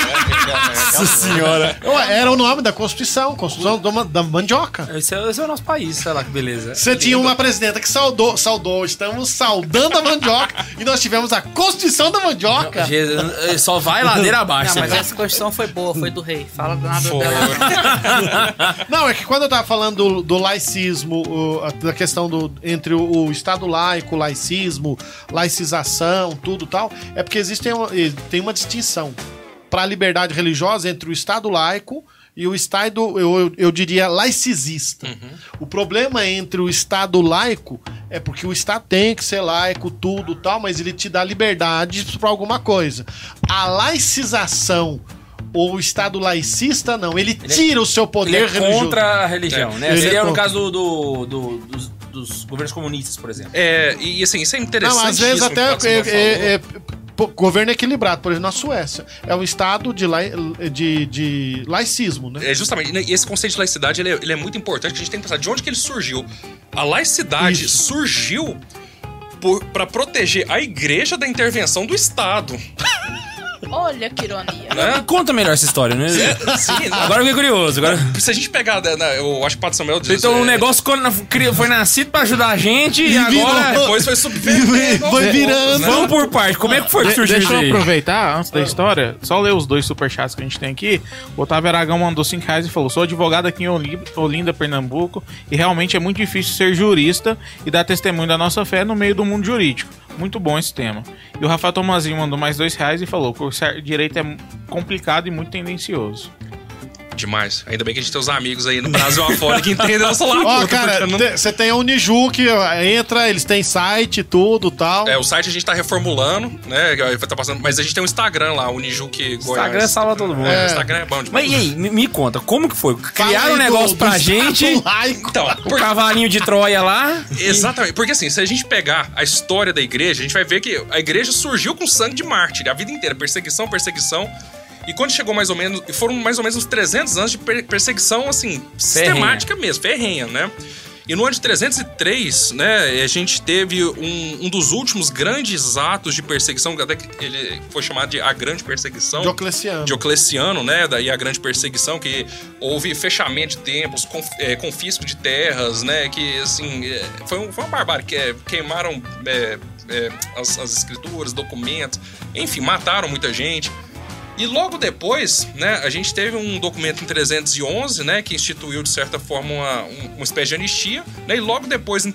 Nossa senhora. Ué, Era o nome da Constituição, Constituição do ma- da Mandioca. Esse é, esse é o nosso país, sei lá que beleza. Você tinha um uma presidenta que saudou, saudou, estamos saudando a mandioca e nós tivemos a Constituição da Mandioca. Jesus, eh, Só vai ladeira abaixo. Não, mas né? essa construção foi boa, foi do rei. Fala nada Foi. dela. Não, é que quando eu tava falando do, do laicismo, o- a- da questão do, entre o, o Estado laico, laicismo, laicização, tudo tal, é porque existe uma, e- tem uma distinção para a liberdade religiosa entre o Estado laico e o Estado, eu, eu, eu diria, laicizista. O problema entre o Estado laico é porque o Estado tem que ser laico, tudo tal, mas ele te dá liberdade para alguma coisa. A laicização ou o Estado laicista, não. Ele, tira o seu Ele poder é religioso. contra a religião, né? Ele é Seria no contra. caso do, do- do- dos, dos governos comunistas, por exemplo. É, e assim, isso é assim, interessante. Não, às vezes até é- é- é- pô, governo equilibrado, por exemplo, na Suécia. É um estado de, lai- de, de laicismo, né? É justamente, né, e esse conceito de laicidade ele é, ele é muito importante, que a gente tem que pensar de onde que ele surgiu. A laicidade Isso. surgiu por- pra proteger a igreja da intervenção do Estado. Olha que ironia. Né? Conta melhor essa história, né? É. Sim, né? Agora eu fiquei curioso. Agora... se a gente pegar, né, né, eu acho que o Padre Samuel diz, Então o é, negócio quando cri- foi nascido pra ajudar a gente e, E virou- agora... depois foi subvertendo. Foi aos virando. poucos, né? Vamos por parte. Como é que foi que De- surgiu Deixa isso eu aí? aproveitar, antes da história, só ler os dois superchats que a gente tem aqui. O Otávio Aragão mandou 5 reais e falou: sou advogado aqui em Oli- Olinda, Pernambuco, e realmente é muito difícil ser jurista e dar testemunho da nossa fé no meio do mundo jurídico. Muito bom esse tema. E o Rafa Tomazinho mandou mais dois reais e falou: cursar direito é complicado e muito tendencioso. Demais. Ainda bem que a gente tem os amigos aí no Brasil afora que entendem a nossa Ó, loucura. cara, porque não- te- você tem a Uniju que ó, entra, eles têm site, tudo tal. É, o site a gente tá reformulando, né? Tá passando, mas a gente tem um Instagram lá, Unijuque Goiás. Instagram salva todo mundo. É, o Instagram é bom demais. Mas e aí, me, me conta, como que foi? Fala Criaram um aí do- negócio do pra estado gente, laico. Então, o por- cavalinho de Troia lá. exatamente. Porque assim, se a gente pegar a história da igreja, a gente vai ver que a igreja surgiu com sangue de mártir, a vida inteira, perseguição, perseguição. E quando chegou mais ou menos, e foram mais ou menos uns 300 anos de per- perseguição, assim, sistemática mesmo, ferrenha, né? E no ano de 303, né, a gente teve um, um dos últimos grandes atos de perseguição, que até que ele foi chamado de a Grande Perseguição. Diocleciano. Diocleciano, né? Daí a grande perseguição, que houve fechamento de templos, conf- eh, confisco de terras, né? Que, assim, eh, foi, um- foi uma barbárie. Que, eh, queimaram é, eh, eh, as, as escrituras, documentos, enfim, mataram muita gente. E logo depois, né, a gente teve um documento em 311, né, que instituiu de certa forma uma, um- uma espécie de anistia, né, e logo depois em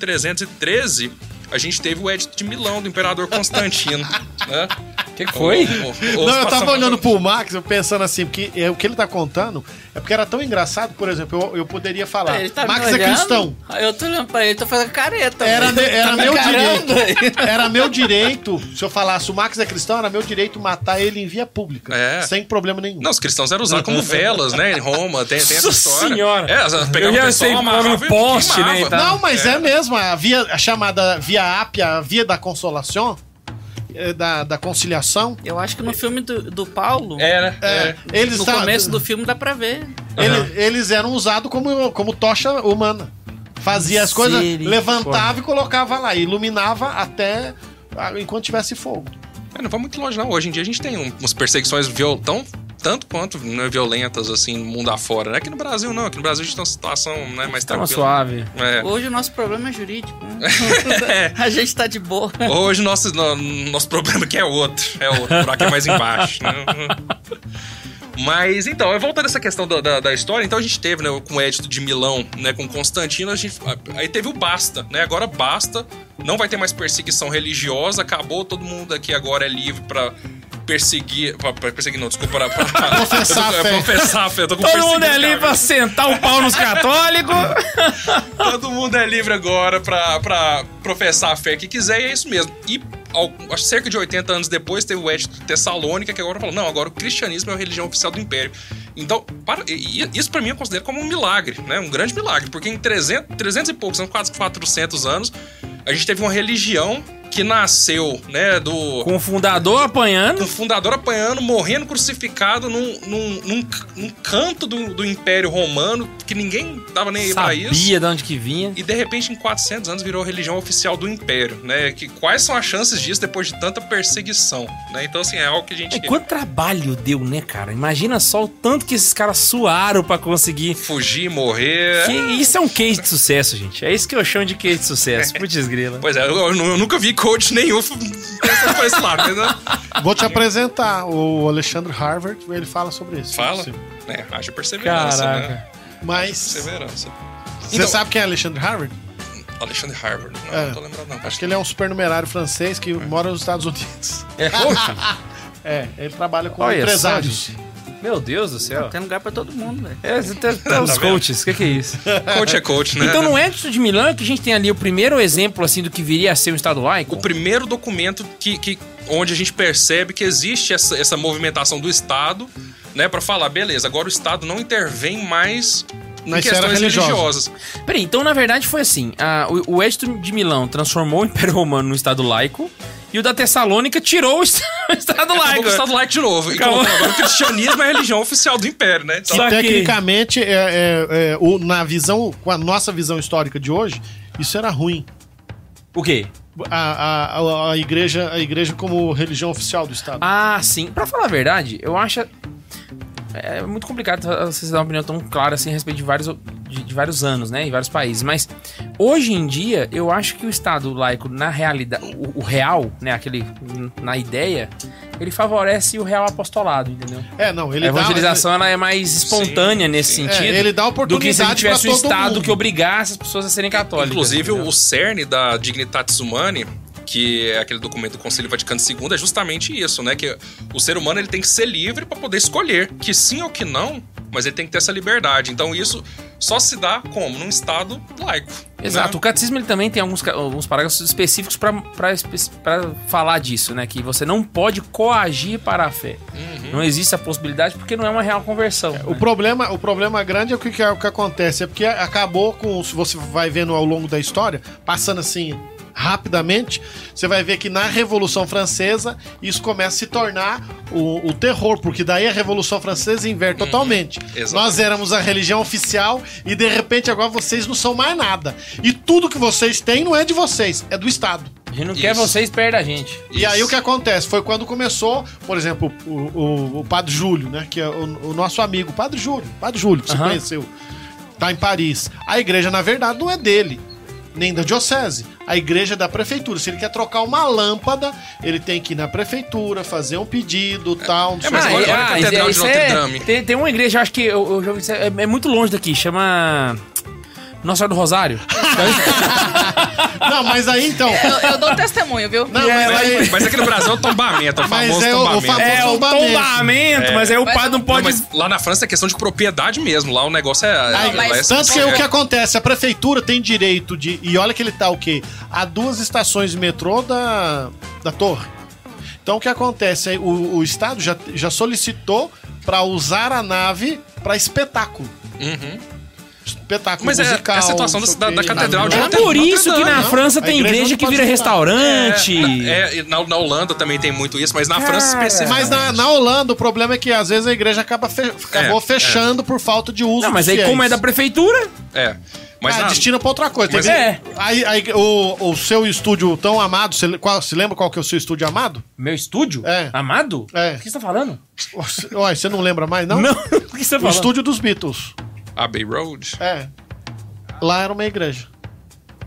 313 a gente teve o edito de Milão do imperador Constantino, né? O que, que foi? O- o- o- Não, eu tava passava- olhando pro Max, eu pensando assim, porque é, o que ele tá contando é porque era tão engraçado, por exemplo, eu, eu poderia falar, Ele tá me Max é olhando? cristão. Eu tô olhando pra ele, tô fazendo careta. Era, velho. me- era Tá me meu encarando aí. direito. Era meu direito. Se eu falasse o Max é cristão, era meu direito matar ele em via pública. É. Sem problema nenhum. Não, os cristãos eram usados como velas, né? Em Roma, tem, tem essa Nossa história. senhora. É, elas Eu pegavam ia o pessoal, ser pôr amarravam no e poste, né, queimava. e tal. Não, mas é, mesmo. A, via, a chamada Via Ápia, a Via da Consolação, é, da, da Conciliação. Eu acho que no filme do, do Paulo, É, né? É, eles, no tá- começo do filme, dá pra ver. ele- eles eram usados como, como tocha humana. Fazia as coisas, levantava e colocava lá, iluminava até ah, enquanto tivesse fogo. É, não vai muito longe, não. Hoje em dia a gente tem um- umas perseguições viol- tão, tanto quanto né, violentas, assim, no mundo afora. né? Aqui no Brasil, não. Aqui no Brasil a gente tem uma situação né, mais Tava tranquila. suave. É. Hoje o nosso problema é jurídico, né? A gente tá de boa. Hoje o nosso, no- nosso problema aqui é outro. É outro. O buraco é mais embaixo. né? Mas então, voltando a essa questão da, da- da história, então a gente teve, né, com o Edito de Milão, né, com Constantino, a gente, aí teve o basta, né? Agora basta, não vai ter mais perseguição religiosa, acabou, todo mundo aqui agora é livre pra perseguir, pra, pra perseguir não, desculpa, pra, pra- Confessar eu tô- a fé. é, Confessar a fé, eu tô com Todo mundo perseguição, é livre pra cara. sentar o pau nos católicos. Todo mundo é livre agora pra, pra professar a fé que quiser e é isso mesmo. E ao- acho que cerca de 80 anos depois teve o Edito de Tessalônica, que agora falou, não, agora o cristianismo é a religião oficial do império. Então, para- e- e isso pra mim eu considero como um milagre, né? Um grande milagre, porque em 300, 300 e poucos anos, quase 400 anos, a gente teve uma religião que nasceu, né, do... Com o fundador apanhando. Um fundador apanhando, morrendo crucificado num, num, num, num canto do, do Império Romano, que ninguém tava nem aí pra isso. Sabia de onde que vinha. E de repente, em 400 anos, virou a religião oficial do império, né? Que, quais são as chances disso depois de tanta perseguição, né? Então, assim, é algo que a gente E quanto trabalho deu, né, cara? Imagina só o tanto que esses caras suaram pra conseguir. fugir, morrer. Que isso é um case de sucesso, gente. É isso que eu chamo de case de sucesso. Putz grila. Pois é, eu, eu nu- eu nunca vi coach nenhum f- pensando pra esse lado, né? Vou te apresentar o Alexandre Harvard, ele fala sobre isso. Fala, Sim. né? Haja perseverança, né? Caraca. Mas Perseverança. você Então- sabe quem é Alexandre Harvard? Alexandre Harvard. Não, É. não tô lembrado, não. Acho que ele é um supernumerário francês que mora nos Estados Unidos. É coach? É, ele trabalha com Olha só, empresários. Meu Deus do céu. Tem lugar pra todo mundo, velho. É, até, até os Tá vendo? coaches, o que, que é isso? Coach é coach, né? Então no Edson de Milão é que a gente tem ali o primeiro exemplo assim do que viria a ser um estado laico. o primeiro documento que, que- onde a gente percebe que existe essa, essa movimentação do Estado, né, Pra falar, beleza, agora o Estado não intervém mais Na em esfera questões religiosa. religiosas. Peraí, então na verdade foi assim, a- o, o Edson de Milão transformou o Império Romano num estado laico e o da Tessalônica tirou o est- o estado Acabou com laico. o Estado laico de novo. E Acabou. colocou agora o cristianismo é a religião oficial do império, né? Então, Só que- Tecnicamente, é- é- é, o- na visão, com a nossa visão histórica de hoje, isso era ruim. O quê? A, a- a- a igreja, a igreja como religião oficial do Estado. Ah, sim. Pra falar a verdade, eu acho. É muito complicado você dar uma opinião tão clara assim a respeito de vários, de, de vários anos, né? Em vários países. Mas hoje em dia, eu acho que o Estado laico, na realidade, o, o real, né? Aquele. na ideia, ele favorece o real apostolado, entendeu? É, não, ele a dá- evangelização ela é mais espontânea Sim, nesse sim. é, sentido. ele dá do que se a gente oportunidade para tivesse um todo Estado mundo. que obrigasse as pessoas a serem católicas. Inclusive, entendeu? o cerne da Dignitatis Humani, que é aquele documento do Conselho Vaticano II, é justamente isso, né? Que o ser humano ele tem que ser livre para poder escolher que sim ou que não, mas ele tem que ter essa liberdade. Então isso só se dá como? Num Estado laico. Exato, né? o catecismo ele também tem alguns, ca- alguns parágrafos específicos pra- pra espe- pra falar disso, né? Que você não pode coagir para a fé. Não existe a possibilidade porque não Uhum. é uma real conversão. O né? problema, o problema grande é o que, que, é- o que acontece. É porque acabou com. Se você vai vendo ao longo da história, passando assim rapidamente, você vai ver que na Revolução Francesa isso começa a se tornar o, o terror, porque daí a Revolução Francesa inverte totalmente. exatamente. Nós éramos a religião oficial e de repente agora vocês não são mais nada. E tudo que vocês têm não é de vocês, é do Estado. A gente não quer Isso. vocês perto da gente. E aí o que acontece? Foi quando começou, por exemplo, o, o- o Padre Júlio, né? Que é o, o nosso amigo, o Padre Júlio, Padre Júlio, que você Aham. conheceu, tá em Paris. A igreja, na verdade, não é dele. nem da diocese. A igreja é da prefeitura. Se ele quer trocar uma lâmpada, ele tem que ir na prefeitura, fazer um pedido, tal, não sei É, mas o Ah, quê. olha- olha a ah, Catedral isso de é- Notre Dame. Tem, tem uma igreja, acho que eu, eu já ouvi dizer, é, é muito longe daqui, chama. Nossa Senhora do Rosário. Não, mas aí então. Eu, eu dou testemunho, viu? Não, mas aí- Mas aqui no Brasil é o tombamento, é o Mas famoso é o- o tombamento. famoso- É, o tombamento. tombamento, É. mas aí o Mas- padre não Não, pode. mas lá na França é questão de propriedade mesmo. Lá o negócio é. Aí, lá é- tanto que é- o que acontece, a prefeitura tem direito de. E olha que ele tá o quê? A duas estações de metrô da, da torre. Então o que acontece? é, O, o Estado já, já solicitou para usar a nave para espetáculo. Uhum. Espetáculo Mas é- musical. é a situação não sei da- o quê. da catedral de É Notre- por isso que Notre na Dame, França não. tem A igreja igreja não que pode vira estar. restaurante. É, e na, na Holanda também tem muito isso, mas na França Cara. Mas especificamente. na, na Holanda o problema é que às vezes a igreja acaba fe- acabou é. fechando por falta de uso Não, mas dos aí, fiéis. como é da prefeitura, É. Mas ah, na- destina pra outra coisa. Mas entendeu? é. Aí, aí, o, o seu estúdio tão amado, você, qual, se lembra qual que é o seu estúdio amado? meu estúdio? É. Amado? É. O que você tá falando? Ué, você não lembra mais, não? o que você tá O falando? estúdio dos Beatles. Abbey Road. É. Lá era uma igreja.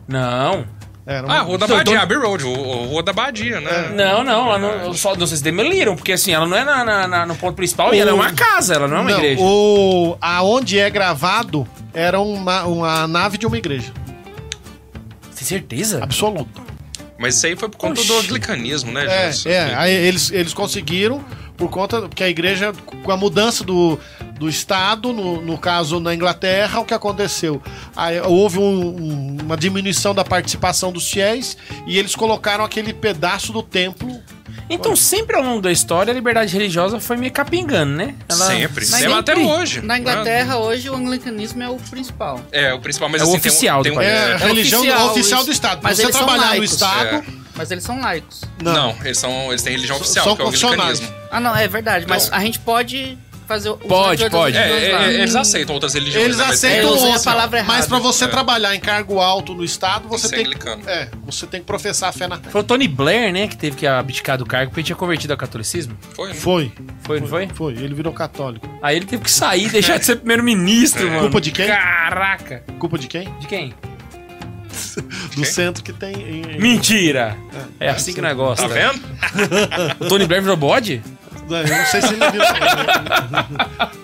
Não. Era uma... Ah, Rua da Então, Badia, então- Abbey Road, o- o Rua da Badia, né? Não, não, lá não, só, não sei se demoliram, porque assim, ela não é na, na- na- no ponto principal e ela é uma casa, ela não é uma não, igreja. o aonde é gravado era uma, uma nave de uma igreja. Tem certeza? Absoluto. Mas isso aí foi por conta Oxi. do anglicanismo, né, É, gente? é. Aí eles, eles conseguiram por conta porque a igreja com a mudança do, do estado, no, no caso na Inglaterra, o que aconteceu? Aí houve um- um- uma diminuição da participação dos fiéis e eles colocaram aquele pedaço do templo Então, sempre ao longo da história, a liberdade religiosa foi meio capingando, né? Ela- Sempre. Mas Sempre. Até hoje. né? Na Inglaterra, hoje, o anglicanismo é o principal. É, o principal, mas É o assim, oficial tem um... do Tem um É, é, a religião oficial oficial, oficial isso. do Estado. Pra Mas você eles são trabalhar no laicos. Estado. Mas eles são laicos. não. Não. eles são. Eles têm religião oficial, são que é o confissionais. anglicanismo. Ah, não, é verdade. Mas Não. a gente pode fazer o Pode, pode. É, é, é, eles aceitam. aceitam outras religiões. Eles né, mas tem- aceitam eu usei a outra, palavra errada. mas pra você É. trabalhar em cargo alto no Estado, você ser tem, anglicano. que, é, você tem que professar a fé na Foi o Tony Blair, né, que teve que abdicar do cargo porque ele tinha convertido ao catolicismo. Foi, né? Foi, Foi, não foi? foi. Ele virou católico. Aí ele teve que sair e deixar de ser É. primeiro-ministro, mano. Culpa de quem? Caraca. Culpa de quem? De quem? Do centro que tem. em- Mentira! É assim que o negócio. Tá né? vendo? O Tony Blair virou bode? É, Eu não sei se ele virou.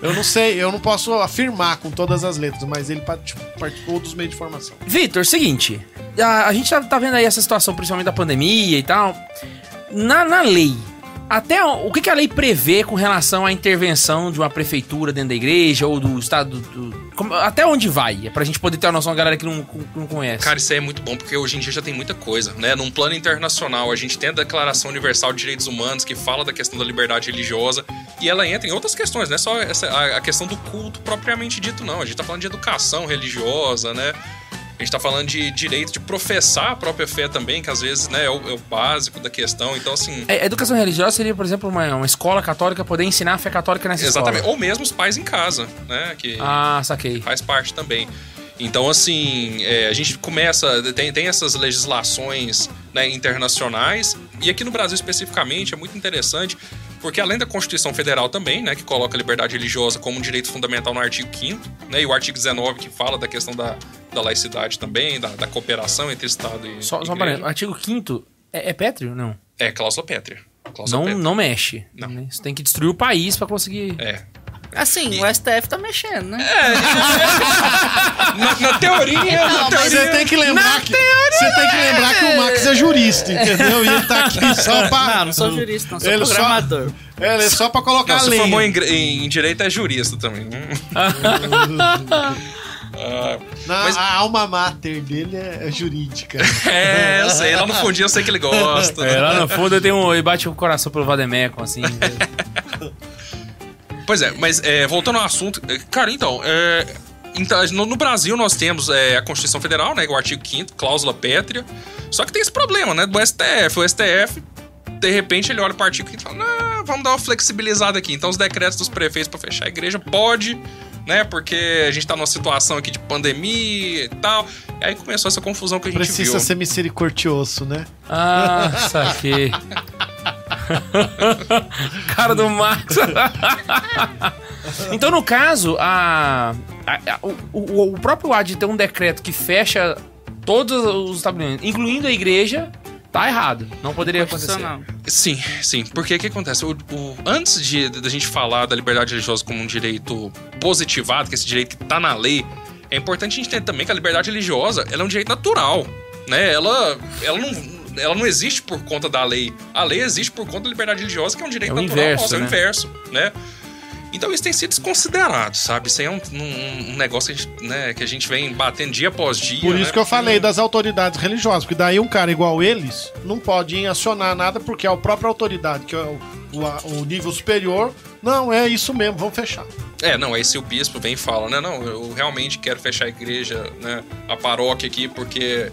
eu não sei, eu não posso afirmar com todas as letras, mas ele parti- participou dos meios de formação. Vitor, seguinte. A, a gente tá, tá vendo aí essa situação, principalmente da pandemia e tal. Na, na lei, até o, o que, que a lei prevê com relação à intervenção de uma prefeitura dentro da igreja ou do estado do. do- como- até onde vai? É pra gente poder ter a noção da galera que não, que não conhece. Cara, isso aí é muito bom, porque hoje em dia já tem muita coisa, né? Num plano internacional, a gente tem a Declaração Universal de Direitos Humanos, que fala da questão da liberdade religiosa, e ela entra em outras questões, né? Só essa, a, a questão do culto propriamente dito, não. A gente tá falando de educação religiosa, né? A gente tá falando de direito de professar a própria fé também, que às vezes, né, é o, é o básico da questão. Então, assim... É, educação religiosa seria, por exemplo, uma, uma escola católica poder ensinar a fé católica nessa Exatamente. escola. Ou mesmo os pais em casa, né? Que... Ah, saquei. faz parte também. Então, assim, é, a gente começa, tem, tem essas legislações né, internacionais, e aqui no Brasil especificamente é muito interessante, porque além da Constituição Federal também, né, que coloca a liberdade religiosa como um direito fundamental no artigo 5 né, e o artigo 19 que fala da questão da, da laicidade também, da, da cooperação entre Estado e Só, só um igreja. parênteses. Artigo 5 é, é pétreo? Não. É, cláusula pétrea. Cláusula Não, pétrea. não mexe. Não. né? Você tem que destruir o país pra conseguir. É. Assim, o STF tá mexendo, né? Na, na teoria, na Você teoria... tem que lembrar que. Você tem que lembrar que o Max é jurista, entendeu? E ele tá aqui só pra. Não, não sou jurista, não sou Ele só- programador. Ele é só pra colocar Não, a se lei. formou em, gre- em direito é jurista também. Ah, Na- Mas- A alma mater dele é é jurídica. É, eu sei. Lá no fundinho eu sei que ele gosta. né? É, lá no fundo tem um. Ele bate o coração pelo Vademeco, assim. Pois é, mas é, voltando ao assunto. é, Cara, então. é, então, no, no Brasil nós temos é, a Constituição Federal, né? O artigo 5, cláusula pétrea. Só que tem esse problema, né? Do STF. O STF, de repente, ele olha para o artigo 5 e fala: não, vamos dar uma flexibilizada aqui. Então, os decretos dos prefeitos para fechar a igreja pode. Né, porque a gente tá numa situação aqui de pandemia e tal. E aí começou essa confusão que a gente Precisa viu. ser misericordioso, né? Ah, saquei. Cara do Max. então, no caso, a, a- a- o, o- o próprio AD tem um decreto que fecha todos os estabelecimentos, incluindo a igreja, tá errado. Não poderia acontecer. Constitucional. Sim, sim. Porque o que acontece? O, o- antes de da gente falar da liberdade religiosa como um direito positivado, que é esse direito que tá na lei, é importante a gente entender também que a liberdade religiosa ela é um direito natural. Né? Ela, ela, não, ela não existe por conta da lei. A lei existe por conta da liberdade religiosa, que é um direito É o natural inverso, nosso, é o né? inverso, né? Então isso tem sido desconsiderado, sabe? Isso aí é um, um- um negócio que a, gente, né, que a gente vem batendo dia após dia. Por é, né? isso que eu falei das autoridades religiosas, porque daí um cara igual eles não pode ir acionar nada porque é a própria autoridade, que é o, o, a- o nível superior. Não, é isso mesmo, vamos fechar. Então, É, não, aí se o bispo vem e fala, né, não, eu realmente quero fechar a igreja, né, a paróquia aqui, porque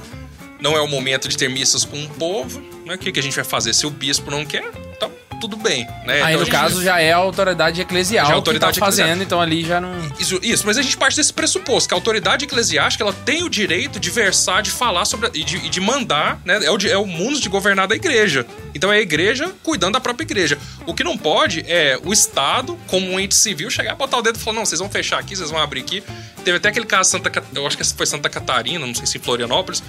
não é o momento de ter missas com o povo, né, o que, que a gente vai fazer? Se o bispo não quer, tá tudo bem, Aí, né? Então, a no gente- caso, já é a autoridade eclesial Já é a autoridade que tá fazendo, eclesial. então ali já não... Isso, isso, mas a gente parte desse pressuposto, que a autoridade eclesiástica, ela tem o direito de versar, de falar sobre, a- e de, e de mandar, né, é o, de- é o mundo de governar da igreja. Então é a igreja cuidando da própria igreja. O que não pode é o Estado, como um ente civil, chegar, botar o dedo e falar, não, vocês vão fechar aqui, vocês vão abrir aqui. Teve até aquele caso, Santa, Ca- eu acho que foi Santa Catarina, não sei se em Florianópolis,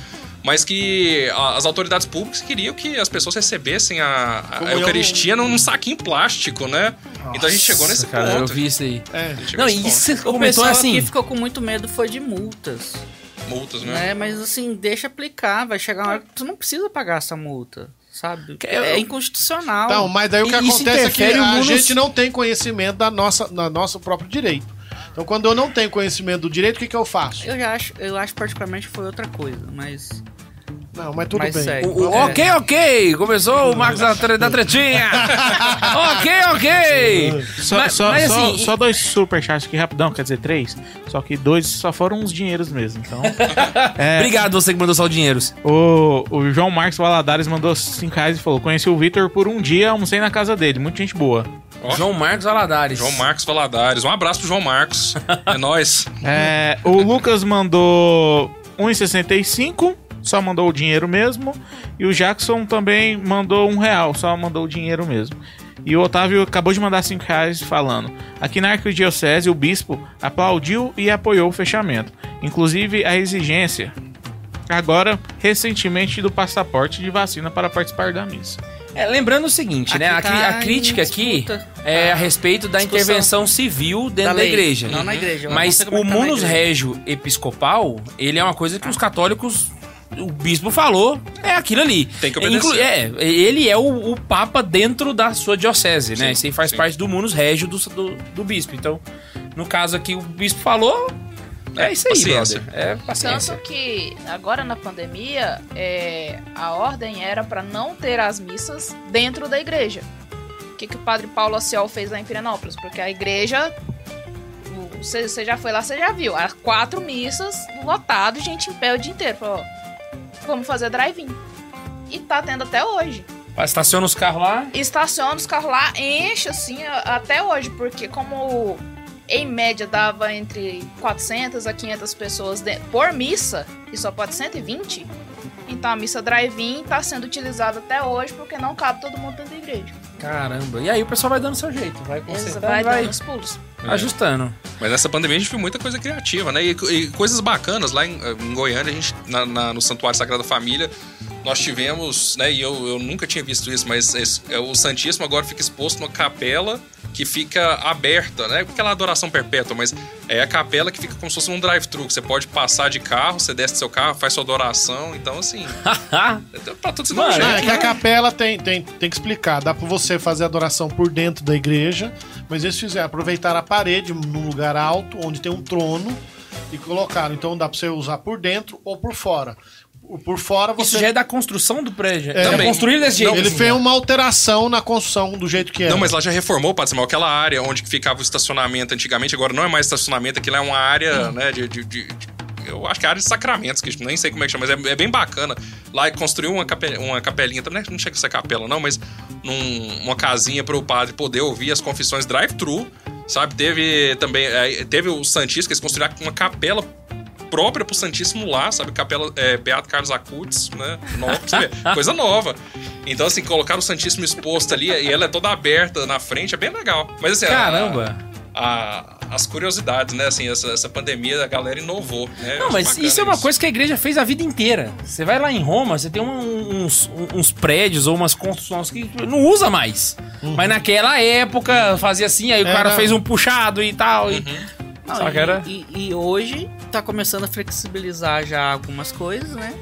mas que a- as autoridades públicas queriam que as pessoas recebessem a, a Comunhão. Eucaristia num, num saquinho plástico, né? então a gente chegou nesse Cara, eu ponto. vi isso aí. É. A gente chegou Não, nesse e ponto. isso O comentou pessoal assim... aqui ficou com muito medo foi de multas, multas, né? né? Mas assim, deixa aplicar, vai chegar uma hora que tu não precisa pagar essa multa, sabe? Que- Tá, É inconstitucional. Então, mas daí o que E isso acontece é que interfere o a mundo- gente não tem conhecimento da nossa, da nosso próprio direito. Então, quando eu não tenho conhecimento do direito, o que, que eu faço? Eu já acho, eu acho particularmente que foi outra coisa, mas Não, mas tudo Mas bem. segue. O- o- É. Ok, ok. Começou o Marcos da, tre- da Tretinha. ok, ok. Só, Mas- só, mas só, assim, só dois superchats aqui rapidão, quer dizer, três. Só que dois só foram uns dinheiros mesmo. Então. é, Obrigado você que mandou só o dinheiros. o, o João Marcos Valadares mandou 5 reais e falou: Conheci o Vitor por um dia, almocei na casa dele. Muita gente boa. Ó. João Marcos Aladares. João Marcos Valadares. Um abraço pro João Marcos. É nóis. É, o Lucas mandou 1,65, só mandou o dinheiro mesmo. E o Jackson também mandou um real, só mandou o dinheiro mesmo. E o Otávio acabou de mandar 5 reais falando. Aqui na Arquidiocese, o bispo aplaudiu e apoiou o fechamento. Inclusive a exigência, agora recentemente, do passaporte de vacina para participar da missa. É, lembrando o seguinte, né? A, Aqui cri- tá a crítica em aqui disputa. Ah, é a respeito da Discussão. intervenção civil dentro da, lei, igreja. Não na igreja. eu não Mas sei como é o que tá na munus igreja. Ah. regio episcopal, ele é uma coisa que os católicos, o bispo falou, é aquilo ali. Tem que obedecer. é, ele é o, o papa dentro da sua diocese, né? Sim, Isso aí faz sim. parte do munus regio do, do, do bispo. Então, no caso aqui, o bispo falou, é, É, isso aí, paciência. brother. É paciência. Tanto que agora na pandemia, é, a ordem era para não ter as missas dentro da igreja. O que, que o padre Paulo Aciol fez lá em Pirenópolis? Porque a igreja. o- Você você já foi lá, você já viu. Há quatro missas lotado, gente em pé o dia inteiro. Falou, "Ó, vamos fazer drive-in. E tá tendo até hoje. Estaciona os carros lá. Estaciona os carros lá, enche assim a- até hoje, porque como em média dava entre 400 a 500 pessoas de- por missa, e só pode 120, então a missa drive-in tá sendo utilizada até hoje porque não cabe todo mundo dentro da igreja. Caramba. E aí o pessoal vai dando seu jeito, vai consertando, vai vai, dando os pulos. É. ajustando. Mas nessa pandemia a gente viu muita coisa criativa, né? E, e coisas bacanas. Lá em, em Goiânia, a gente, na- na- no Santuário Sagrada Família, nós tivemos, né? E eu, eu nunca tinha visto isso, mas es- é, o Santíssimo agora fica exposto numa capela que fica aberta, né? Aquela adoração perpétua, mas é a capela que fica como se fosse um drive-thru. que Você pode passar de carro, você desce do seu carro, faz sua adoração. Então, assim, é pra tudo se dar um Mano, jeito. Não, é que a capela tem, tem, tem que explicar. Dá pra você fazer adoração por dentro da igreja, mas eles fizeram, aproveitaram a parede num lugar alto, onde tem um trono, e colocaram. Então dá pra você usar por dentro ou por fora. O- Por fora você. Isso já é da construção do prédio. É. É, Também. construído desse jeito. Não, Ele assim. fez um uma alteração na construção do jeito que é? era. Não, mas lá já reformou, Padre Samuel, aquela área onde que ficava o estacionamento antigamente, agora não é mais estacionamento, aquilo é uma área, né, de... de- de- de- eu acho que é área de sacramentos, que nem sei como é que chama, mas é, é bem bacana. Lá construiu uma, cape- uma capelinha, também não chega a ser capela não, mas num- uma casinha para o padre poder ouvir as confissões drive-thru, sabe? Teve também, é, teve o Santíssimo, que eles construíram uma capela própria pro Santíssimo lá, sabe? Capela é, Beato Carlos Acutis, né? Nova, pra você ver. coisa nova. Então, assim, colocar o Santíssimo exposto ali e ela é toda aberta na frente, é bem legal. Mas assim, a- Caramba. A, as curiosidades, né? Assim, essa, essa pandemia, a galera inovou. Né? Eu Não, acho mas bacana isso é uma coisa que a igreja fez a vida inteira. Você vai lá em Roma, você tem uma- uns, uns prédios ou umas construções que não usa mais. Uhum. Mas naquela época fazia assim, aí o Era- cara fez um puxado e tal. e- Não, Só e, que era- e- e hoje tá começando a flexibilizar já algumas coisas, né?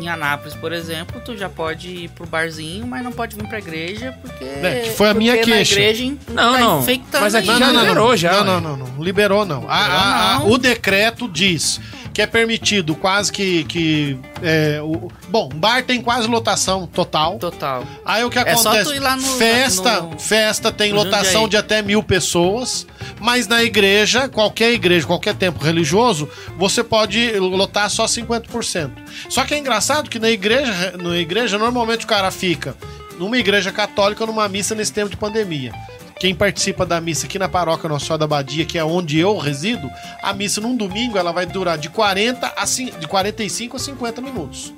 Em Anápolis, por exemplo, tu já pode ir pro barzinho, mas não pode vir pra igreja porque. É, que foi a minha porque na queixa. igreja Não, tá não. infectando Mas aqui aí. já liberou, já, Não, ué. não, não, não. Liberou, não. A- a- a- não. o decreto diz que é permitido quase que. que é, o, bom, bar tem quase lotação total. Total. Aí o que É só acontece? tu ir lá no- festa, no- festa tem no lotação Jundiaí. de até mil pessoas, mas na igreja, qualquer igreja, qualquer templo religioso, você pode lotar só 50%. Só que é engraçado que na igreja, na igreja normalmente o cara fica numa igreja católica numa missa nesse tempo de pandemia. Quem participa da missa aqui na paróquia Nossa Senhora da Abadia, que é onde eu resido, a missa num domingo ela vai durar de 40 a cin- de 45 a 50 minutos.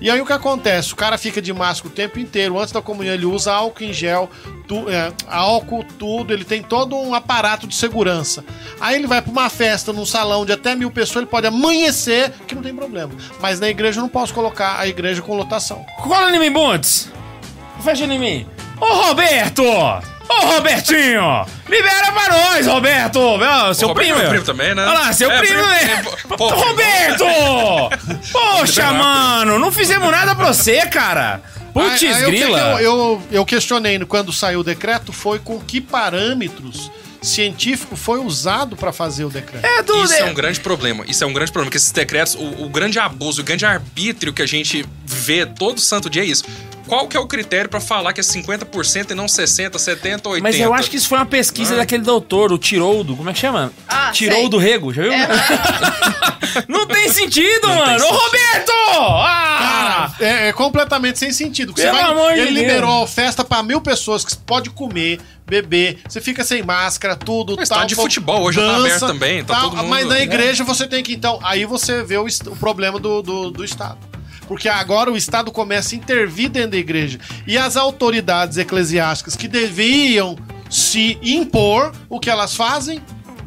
E aí o que acontece? O cara fica de máscara o tempo inteiro. Antes da comunhão, ele usa álcool em gel, tu- é, álcool, tudo. Ele tem todo um aparato de segurança. Aí ele vai pra uma festa num salão de até mil pessoas, ele pode amanhecer, que não tem problema. Mas na igreja eu não posso colocar a igreja com lotação. Cola em mim, Bundes. Fecha em mim. Ô, Roberto! Ô, Robertinho! Libera pra nós, Roberto! Ó, isso. O seu Roberto é primo. meu primo também, né? Olha lá, seu É, primo, né? primo, Ô, pô, Roberto! Poxa, Liberar. mano, não fizemos nada pra você, cara. Putz, Aí- aí o que grila. que Eu, eu, eu questionei no- quando saiu o decreto, foi com que parâmetros científico foi usado pra fazer o decreto. É do... Isso é um grande problema. Isso é um grande problema. Porque esses decretos, o, o grande abuso, o grande arbítrio que a gente vê todo santo dia é isso. Qual que é o critério pra falar que é 50% e não 60, 70, 80? Mas eu acho que isso foi uma pesquisa daquele doutor, o Tiroldo. Como é que chama? Ah, Tiroldo Rego, já viu? não tem sentido, mano. Ô, Roberto! Ah! É, é completamente sem sentido. Você Pelo vai- amor de ele Deus. liberou festa pra mil pessoas que pode comer, beber, você fica sem máscara, tudo. Mas tá de futebol, hoje tá aberto também, tá todo mundo- Mas na né? igreja você tem que, então. Aí você vê o, est- o problema do, do, do Estado. Porque agora o Estado começa a intervir dentro da igreja. E as autoridades eclesiásticas que deviam se impor, o que elas fazem?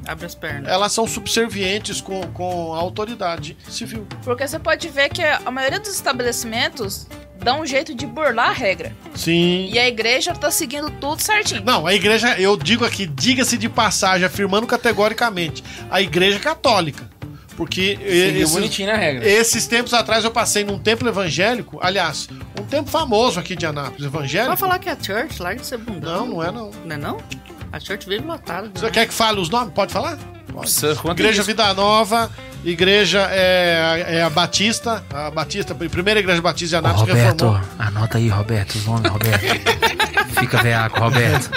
Abre as pernas. Elas são subservientes com, com a autoridade civil. Porque você pode ver que a maioria dos estabelecimentos dá um jeito de burlar a regra. Sim. E a igreja tá seguindo tudo certinho. Não, a igreja, eu digo aqui, diga-se de passagem, afirmando categoricamente, a igreja católica. Porque Seguiu esses, bonitinho né, na regra. esses tempos atrás eu passei num templo evangélico, aliás, um templo famoso aqui de Anápolis, evangélico. Vai falar que é a church, larga de ser bundão. Não, não é não. Não é não? A church né? veio lotada. Você quer que fale os nomes? Pode falar? Pode. Nossa, quanto Igreja isso. Vida Nova, igreja é, é a Batista, a Batista, a primeira igreja batista de Anápolis reformou. anota aí, Roberto, os nomes, Roberto. Fica veaco, Roberto.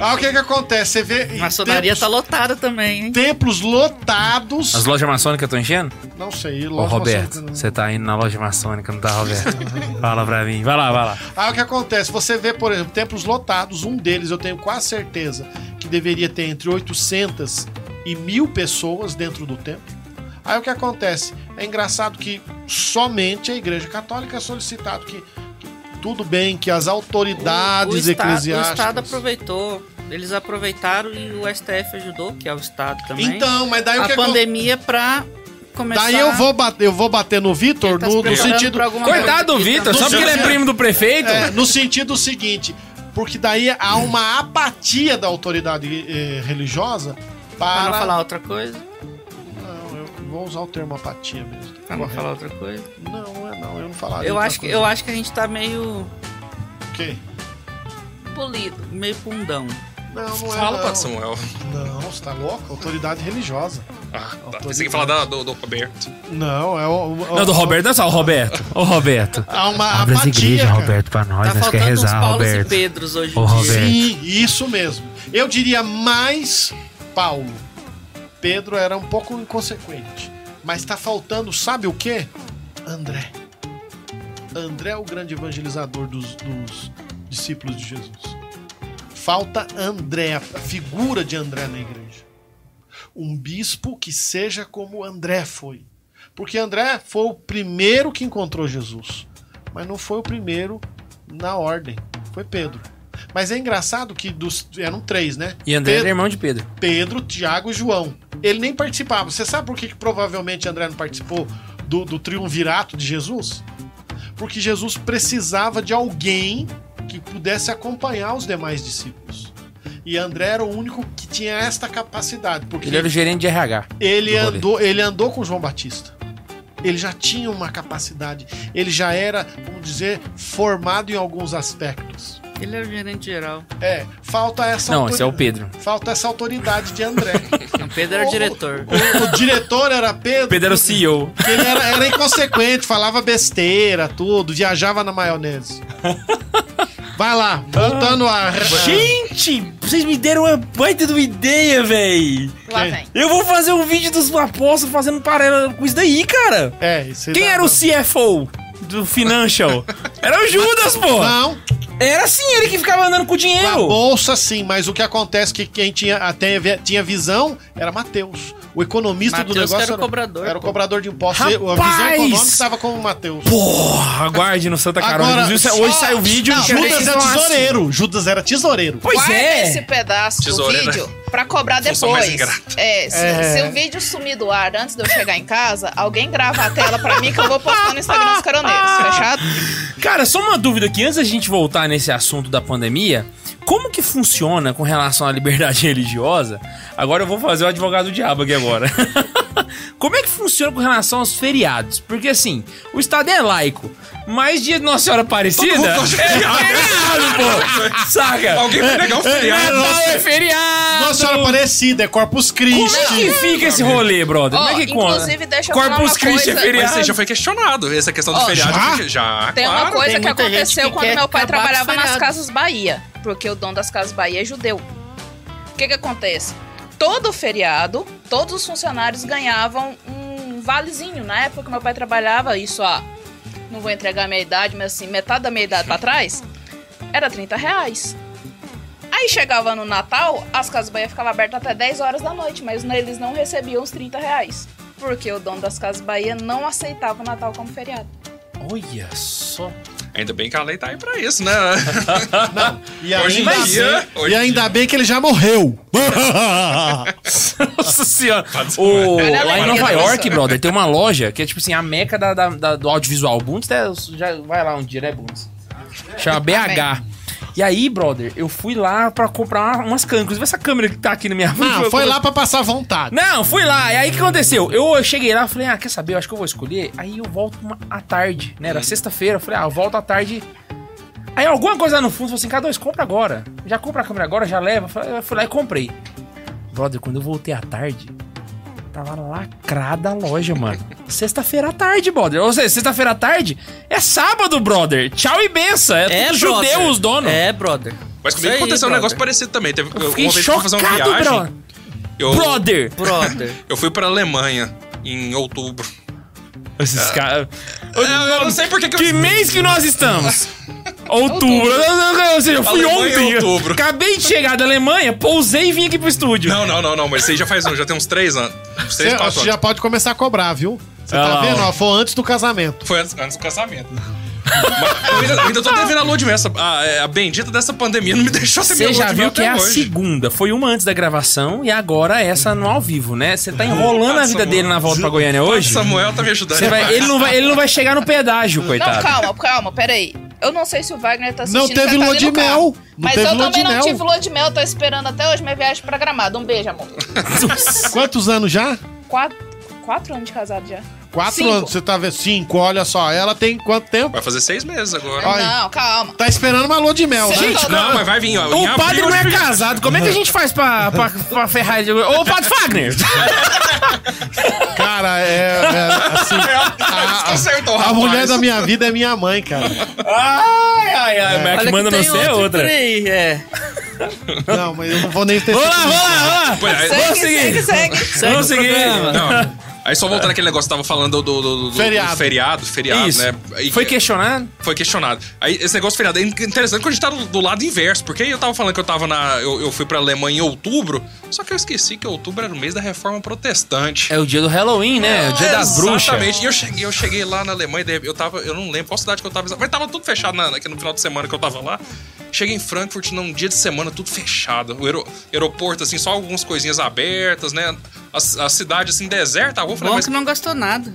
Ah, o que que acontece? Você vê A maçonaria templos, tá lotada também, hein? templos lotados. As lojas maçônicas estão enchendo? Não sei, Ô, loja Roberto, maçônica, não. você tá indo na loja maçônica, não tá, Roberto? Fala pra mim. Vai lá, vai lá. Aí o que acontece? Você vê, por exemplo, templos lotados, um deles eu tenho quase certeza que deveria ter entre 800 e mil pessoas dentro do templo. Aí o que acontece? É engraçado que somente a Igreja Católica é solicitado que, que tudo bem, que as autoridades Estado- eclesiásticas. O Estado aproveitou. Eles aproveitaram e o STF ajudou, que é o Estado também. Então, mas daí o que a acontece? pandemia pra começar... Daí eu vou bater, eu vou bater no Vitor Ele tá se no, no preparando sentido pra alguma Coitado do coisa que Vitor, tá- só porque ele é sentido- primo do prefeito. É, no sentido seguinte, porque daí há uma apatia da autoridade eh, religiosa Pra para não falar outra coisa. Não, eu vou usar o termo apatia mesmo. Pra Ah, não falar outra coisa. Não, não é não, eu não falaria. Eu outra acho, que, coisa. eu acho que a gente tá meio... O quê? Polido. Meio pundão. Não, não é Fala, não. Padre Samuel. Não, você tá louco? Autoridade religiosa. Ah, tá. Autoridade. Pensei que ia falar da- do, do Roberto. Não, é o... o- Não, do Roberto, não é só o Roberto. Ô, Roberto. Há uma Abre as apatia, igrejas, cara. Roberto, pra nós. tá nós é quer faltando uns rezar, Paulos e Roberto. Pedros hoje Ô, em dia. Roberto. Sim, isso mesmo. Eu diria mais Paulo. Pedro era um pouco inconsequente. Mas tá faltando, sabe o quê? André. André é o grande evangelizador dos, dos discípulos de Jesus. Falta André, a figura de André na igreja. Um bispo que seja como André foi. Porque André foi o primeiro que encontrou Jesus. Mas não foi o primeiro na ordem. Foi Pedro. Mas é engraçado que dos, eram três, né? E André Pedro- era irmão de Pedro. Pedro, Tiago e João. Ele nem participava. Você sabe por que, que provavelmente André não participou do, do triunvirato de Jesus? Porque Jesus precisava de alguém que pudesse acompanhar os demais discípulos. E André era o único que tinha esta capacidade, porque Ele era o gerente de RH. ele do rolê. andou, ele andou com João Batista. Ele já tinha uma capacidade, ele já era, vamos dizer, formado em alguns aspectos. Ele era o gerente geral. É, falta essa Não, autori- esse é o Pedro. falta essa autoridade de André. Não, Pedro era O- diretor. O, o diretor era Pedro. Pedro era o CEO. Porque ele era, era inconsequente, falava besteira, tudo, viajava na maionese. Vai lá, voltando a. Gente, vocês me deram uma baita de uma ideia, véi. Lá Quem? vem. Eu vou fazer um vídeo dos apóstolos fazendo paralelo com isso daí, cara. É, isso aí Quem dá- era o CFO do Financial? Era o Judas, pô. Não, Era assim, ele que ficava andando com o na dinheiro. bolsa sim, mas o que acontece é que quem tinha, até vi- tinha visão era Mateus. O economista Mateus do que negócio era o cobrador, Era o pô. cobrador de impostos. A visão Rapaz! econômica estava com o Mateus. Porra, aguarde no Santa Carona. Inclusive, só- é- hoje sai o vídeo. Não, que eles Judas era falam assim. tesoureiro. Judas era tesoureiro. Pois Guarda é. esse pedaço Tesoureira. do vídeo pra cobrar Função depois. né? mais ingrata. É, se, É. se o vídeo sumir do ar antes de eu chegar em casa, alguém grava a tela pra mim que eu vou postar no Instagram dos caroneiros, fechado? Cara, só uma dúvida aqui, antes da gente voltar nesse assunto da pandemia, como que funciona com relação à liberdade religiosa? Agora eu vou fazer o advogado do diabo aqui agora. como é que funciona com relação aos feriados? Porque assim, o Estado é laico, mas dia de Nossa Senhora Aparecida Todo mundo gosta de é feriado. feriado, pô! Saca? É. Alguém vai negar Tá o feriado. Natal é feriado! Nossa Senhora Aparecida, é Corpus Christi. Como é que fica esse rolê, brother? Ó, Como é que conta? inclusive, deixa eu falar Corpus uma Christi é coisa. feriado. Mas isso aí já foi questionado, essa questão do Ó, feriado. já? porque- já Tem claro. uma coisa Ah, tem que muita gente aconteceu que quando quer meu pai acabar com trabalhava nas feriado. Casas Bahia, porque o dono das Casas Bahia é judeu. O que que acontece? Todo feriado, todos os funcionários ganhavam um valezinho. Na época que meu pai trabalhava, isso há, não vou entregar a minha idade, mas assim, metade da minha idade pra trás, era 30 reais. Aí chegava no Natal, as Casas Bahia ficavam abertas até 10 horas da noite, mas né, eles não recebiam os 30 reais. Porque o dono das Casas Bahia não aceitava o Natal como feriado. Olha só. Ainda bem que a lei tá aí pra isso, né? E ainda, em dia- é. bem, hoje e em ainda bem que ele já morreu. Nossa senhora. O, Olha a lá em alegria Nova da York, pessoa. brother, tem uma loja que é tipo assim, a meca da, da- da- do audiovisual. O Bundes tá- já vai lá um dia, né, Bundes? Tá Chama BH. E aí, brother, eu fui lá pra comprar umas câmeras. Inclusive, essa câmera que tá aqui na minha Não, Eu- foi lá pra passar vontade. Não, fui lá. E aí, o que aconteceu? Eu cheguei lá, falei, ah, quer saber? Eu acho que eu vou escolher. Aí eu volto uma, à tarde, né? Hum. Era sexta-feira. Eu falei, ah, eu volto à tarde. Aí alguma coisa lá no fundo, falou assim, cada dois, compra agora. Já compra a câmera agora, já leva. Eu falei- Eu fui lá e comprei. Brother, quando eu voltei à tarde, tava lacrada a loja, mano. sexta-feira à tarde, brother. Ou seja, sexta-feira à tarde é sábado, brother. Tchau e benção. É, tudo judeu os donos. É, brother. Mas comigo Isso aí, aconteceu um brother. negócio parecido também. Teve Eu uma fiquei vez que eu fui fazer uma chocado, viagem. bro. Eu, brother. Brother. eu fui pra Alemanha em outubro. Esses caras... Eu, É. eu não sei por que que eu- Que mês que nós estamos? Outubro. Ou seja, eu fui Alemanha, é ontem. outubro. Acabei de chegar da Alemanha, pousei e vim aqui pro estúdio. Não, não, não, não, mas isso aí já faz um, já tem uns três anos. Uns Você três, quatro você anos. já pode começar a cobrar, viu? Você Ah, tá lá, vendo? ó. Ó, foi antes do casamento. Foi antes, antes do casamento. Mas eu ainda, eu ainda tô devendo a lua de mel. essa- A, é, a bendita dessa pandemia não me deixou ter minha Você lua já de mel viu que é até a hoje. segunda. Foi uma antes da gravação e agora essa no ao vivo, né? Você tá enrolando a vida Samuel. dele na volta pra Goiânia hoje? Samuel tá me ajudando. Você vai- demais. ele, não vai, ele não vai chegar no pedágio, Não, coitado. calma, calma, peraí. Eu não sei se o Wagner tá assistindo. Não teve porque tá lua ali de no carro. mel. Não Mas teve eu lua também de não mel. tive lua de mel, tô esperando até hoje minha viagem pra Gramado. Um beijo, amor. Quantos anos já? Quatro, quatro anos de casado já. Quatro Cinco. anos, você tá vendo? Cinco, olha só. Ela tem quanto tempo? Vai fazer seis meses agora. Ai. Não, calma. Tá esperando uma lua de mel, né? Gente, Não, mas vai vir. Ó, em O abril padre não eu é já- casado. Como é que a gente faz pra, pra, pra ferrar ele? Ô, padre Wagner! Cara, é. é, assim, a, Acertou, a tá rapaz. mulher da minha vida é minha mãe, cara. Ai, ai, ai. Mas a que manda tem você é outro outra. por aí, é. Não, mas eu não vou nem ter. Vamos lá, vamos lá, vamos lá. Pô, aí- Vamos Segue, seguir. segue, segue. Vamos seguir. Não. é um Aí só voltando aquele negócio que tava falando do, do- do- do- Feriado. do feriado, feriado, É. Isso. né? E- Foi questionando? Foi questionado. Aí, esse negócio feriado é interessante quando a gente tá do, do lado inverso, porque eu tava falando que eu tava na. Eu, eu fui pra Alemanha em outubro, só que eu esqueci que outubro era o mês da reforma protestante. É o dia do Halloween, né? O dia das bruxas. É, Exatamente. E eu cheguei, eu cheguei lá na Alemanha, daí eu tava. Eu não lembro qual cidade que eu tava. Mas tava tudo fechado na, naquele- no final de semana que eu tava lá. Cheguei em Frankfurt num dia de semana, tudo fechado. O aero- aeroporto, assim, só algumas coisinhas abertas, né? A, a cidade, assim, deserta. A rua, eu falei, Bom mas que não gastou nada.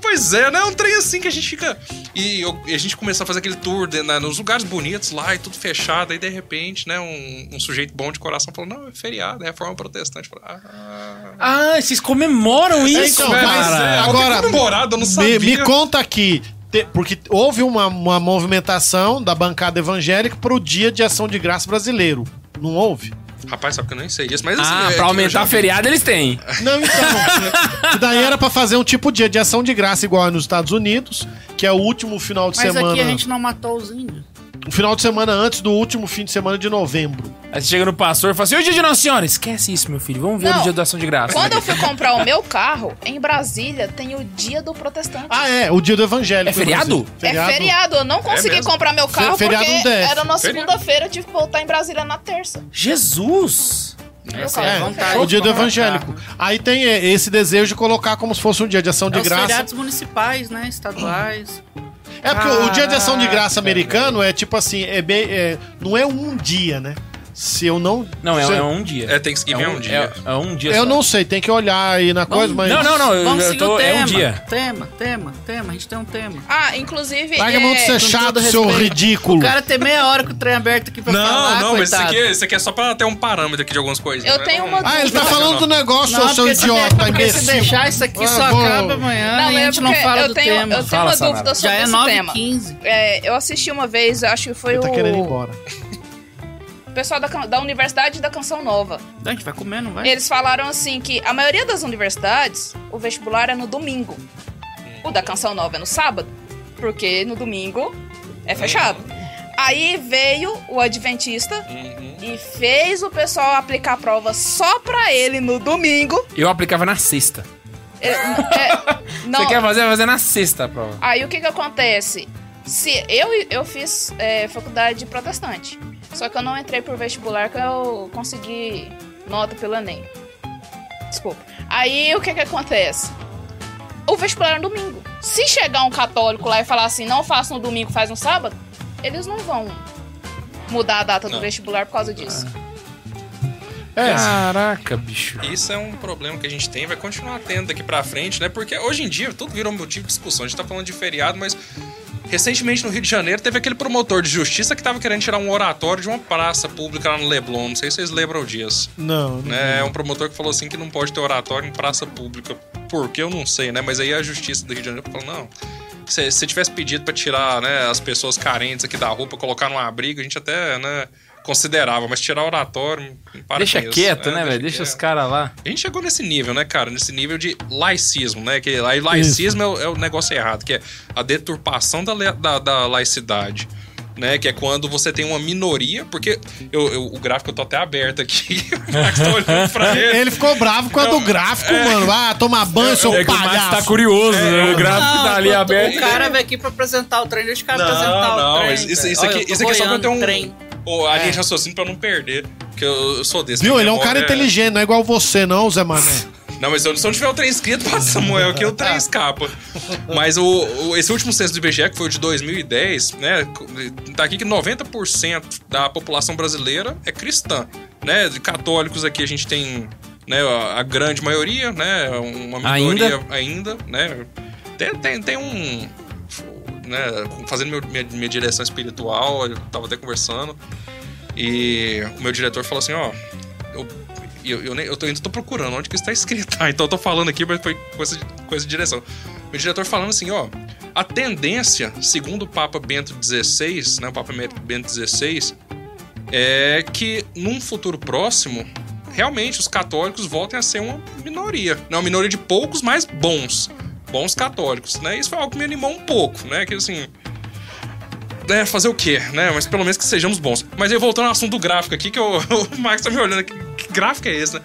Pois é, né? É um trem assim que a gente fica. E, eu- e a gente começou a fazer aquele tour de- na- nos lugares bonitos lá e tudo fechado. Aí de repente, né? Um, um sujeito bom de coração falou: Não, é feriado, é reforma protestante. Eu falei, ah, Ah, vocês comemoram É, isso, então, cara. mas, é, agora, comemorado, eu não Me, sabia. me conta aqui. te- Porque houve uma, uma movimentação da bancada evangélica pro dia de ação de graça brasileiro. Não houve? Rapaz, sabe que eu nem sei isso, mas assim. Ah, é que pra eu aumentar já- feriado eles têm. Não, então. que daí era pra fazer um tipo de dia de ação de graça igual é nos Estados Unidos, que é o último final de Mas semana. aqui a gente não matou os índios. O final de semana antes do último fim de semana de novembro. Aí você chega no pastor e fala assim: e o dia de Nossa Senhora? Esquece isso, meu filho. Vamos ver Não. o dia da ação de graça. Quando eu fui comprar o meu carro, em Brasília tem o dia do protestante. Ah, é, o dia do evangélico. É feriado? inclusive. É feriado, eu não consegui mesmo. comprar meu carro feriado no porque DF. era na Feriado. segunda-feira, eu tive que voltar em Brasília na terça. Jesus! Meu é carro. vontade. É, o dia do Vamos evangélico. Aí tem é, esse desejo de colocar como se fosse um dia de ação de É os graça. feriados municipais, né? Estaduais. Ah, É porque o dia de ação de graça americano é tipo assim, é bem, é- não é um dia, né? Se eu não. Não, é, se, é um dia. É, Thanksgiving é um dia. É, é um dia. Eu só. não sei, tem que olhar aí na coisa, mas. Não, não, não. eu- Vamos eu seguir tô- o tema. é um dia. Tema, tema, tema. A gente tem um tema. Ah, inclusive. Larga a é, mão de ser com chato, todo seu respeito. ridículo. O cara tem meia hora com o trem aberto aqui pra Hum. Não, falar, não, mas isso coitado. aqui, isso aqui é só pra ter um parâmetro aqui de algumas coisas. Eu né? tenho Não- uma Ah, ele tá falando do negócio, Não, ô seu porque se der- idiota, porque se imbecil. deixar isso aqui só Ah, bom. acaba amanhã Não, e a é gente não porque fala eu do tenho, tema. eu tenho Fala, uma Samara. dúvida Já sobre é esse tema. 9h15. É, eu assisti uma vez, acho que foi Ele tá querendo ir o embora. pessoal da, can- da Universidade da Canção Nova. A gente vai comer, não vai? Eles falaram assim que a maioria das universidades, o vestibular é no domingo. Hum. O da Canção Nova é no sábado, porque no domingo é Hum. fechado. Aí veio o adventista Hum. Uhum. e fez o pessoal aplicar a prova só pra ele no domingo. Eu aplicava na sexta. Ele- é, não, Você quer fazer? Vai fazer na sexta a prova. Aí o que que acontece? Se eu, eu fiz é, faculdade protestante, só que eu não entrei por vestibular que eu consegui nota pelo Enem. Desculpa. Aí o que que acontece? O vestibular é no domingo. Se chegar um católico lá e falar assim, não faça no domingo, faz no sábado, eles não vão mudar a data do Não. vestibular por causa disso. É. Caraca, bicho. Isso é um problema que a gente tem, vai continuar tendo daqui pra frente, né? Porque hoje em dia tudo virou motivo de discussão. A gente tá falando de feriado, mas recentemente no Rio de Janeiro teve aquele promotor de justiça que tava querendo tirar um oratório de uma praça pública lá no Leblon. Não sei se vocês lembram disso. Não, não. né? É um promotor que falou assim que não pode ter oratório em praça pública. Por que eu não sei, né? Mas aí a justiça do Rio de Janeiro falou: não. Se você tivesse pedido pra tirar né, as pessoas carentes aqui da roupa, colocar num abrigo, a gente até né, considerava, mas tirar oratório. para Deixa com isso, É, quieto, né, velho? Deixa quieto. os caras lá. A gente chegou nesse nível, né, cara? Nesse nível de laicismo, né? Que aí laicismo é o, é o negócio errado, que é a deturpação da, le- da, da laicidade. Né, que é quando você tem uma minoria, porque eu, eu- o gráfico eu tô até aberto aqui. o Max tá olhando pra ele. Ele ficou bravo com a do gráfico, mano. Ah, tomar banho, seu É que o Max tá palhaço. É. curioso, né? O gráfico Não, tá ali enquanto aberto. O cara veio aqui pra apresentar o trem, deixa o cara Não, apresentar o não, trem. mas isso- isso velho. aqui- Olha, eu tô isso aqui é só pra boiando ter um- trem. Ou a linha de raciocínio pra eu não perder. Porque eu, eu sou desse. Viu? minha Ele é um cara memória- inteligente, não é igual você, não, Zé Mané. Não, mas se eu não tiver o trem escrito pra Samuel aqui, o trem escapa. Mas o, o- esse último censo do IBGE, que foi o de 2010, né? Tá aqui que 90% da população brasileira é cristã. Né? De católicos aqui a gente tem né, a, a grande maioria, né? Uma minoria ainda, né? Tem, tem, tem um. Né, fazendo meu- minha, minha direção espiritual, eu tava até conversando. E o meu diretor falou assim, ó. Eu, eu, eu, nem- eu tô, ainda tô procurando onde que isso tá escrito. tá? então eu tô falando aqui, mas foi coisa de, coisa de direção. Meu diretor falando assim, ó. A tendência, segundo o Papa Bento XVI, né? O Papa Me- Bento XVI, é que num futuro próximo, realmente os católicos voltem a ser uma minoria. Não, uma minoria de poucos, mas bons. Bons católicos, né? Isso foi algo que me animou um pouco, né? Que assim né, fazer o quê, né? Mas pelo menos que sejamos bons. Mas aí voltando ao assunto do gráfico aqui, que eu- o Max tá me olhando aqui. Que gráfico é esse, né?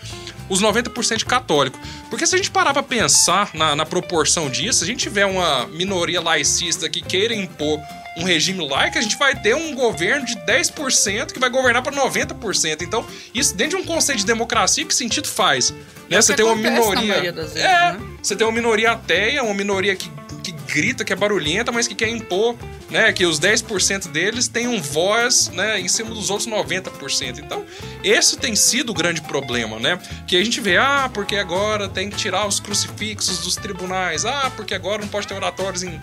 os 90% de católico. Porque se a gente parar pra pensar na, na proporção disso, se a gente tiver uma minoria laicista que queira impor um regime laico, a gente vai ter um governo de 10% que vai governar pra 90%. Então, isso dentro de um conceito de democracia, que sentido faz? Né? É o Você que tem uma acontece na minoria. maioria das vezes, É, né? você tem uma minoria ateia, uma minoria que, que grita, que é barulhenta, mas que quer impor, né? Que os 10% deles tenham voz, né? Em cima dos outros 90%. Então, esse tem sido o grande problema, né? Que a gente vê, ah, porque agora tem que tirar os crucifixos dos tribunais. Ah, porque agora não pode ter oratórios em-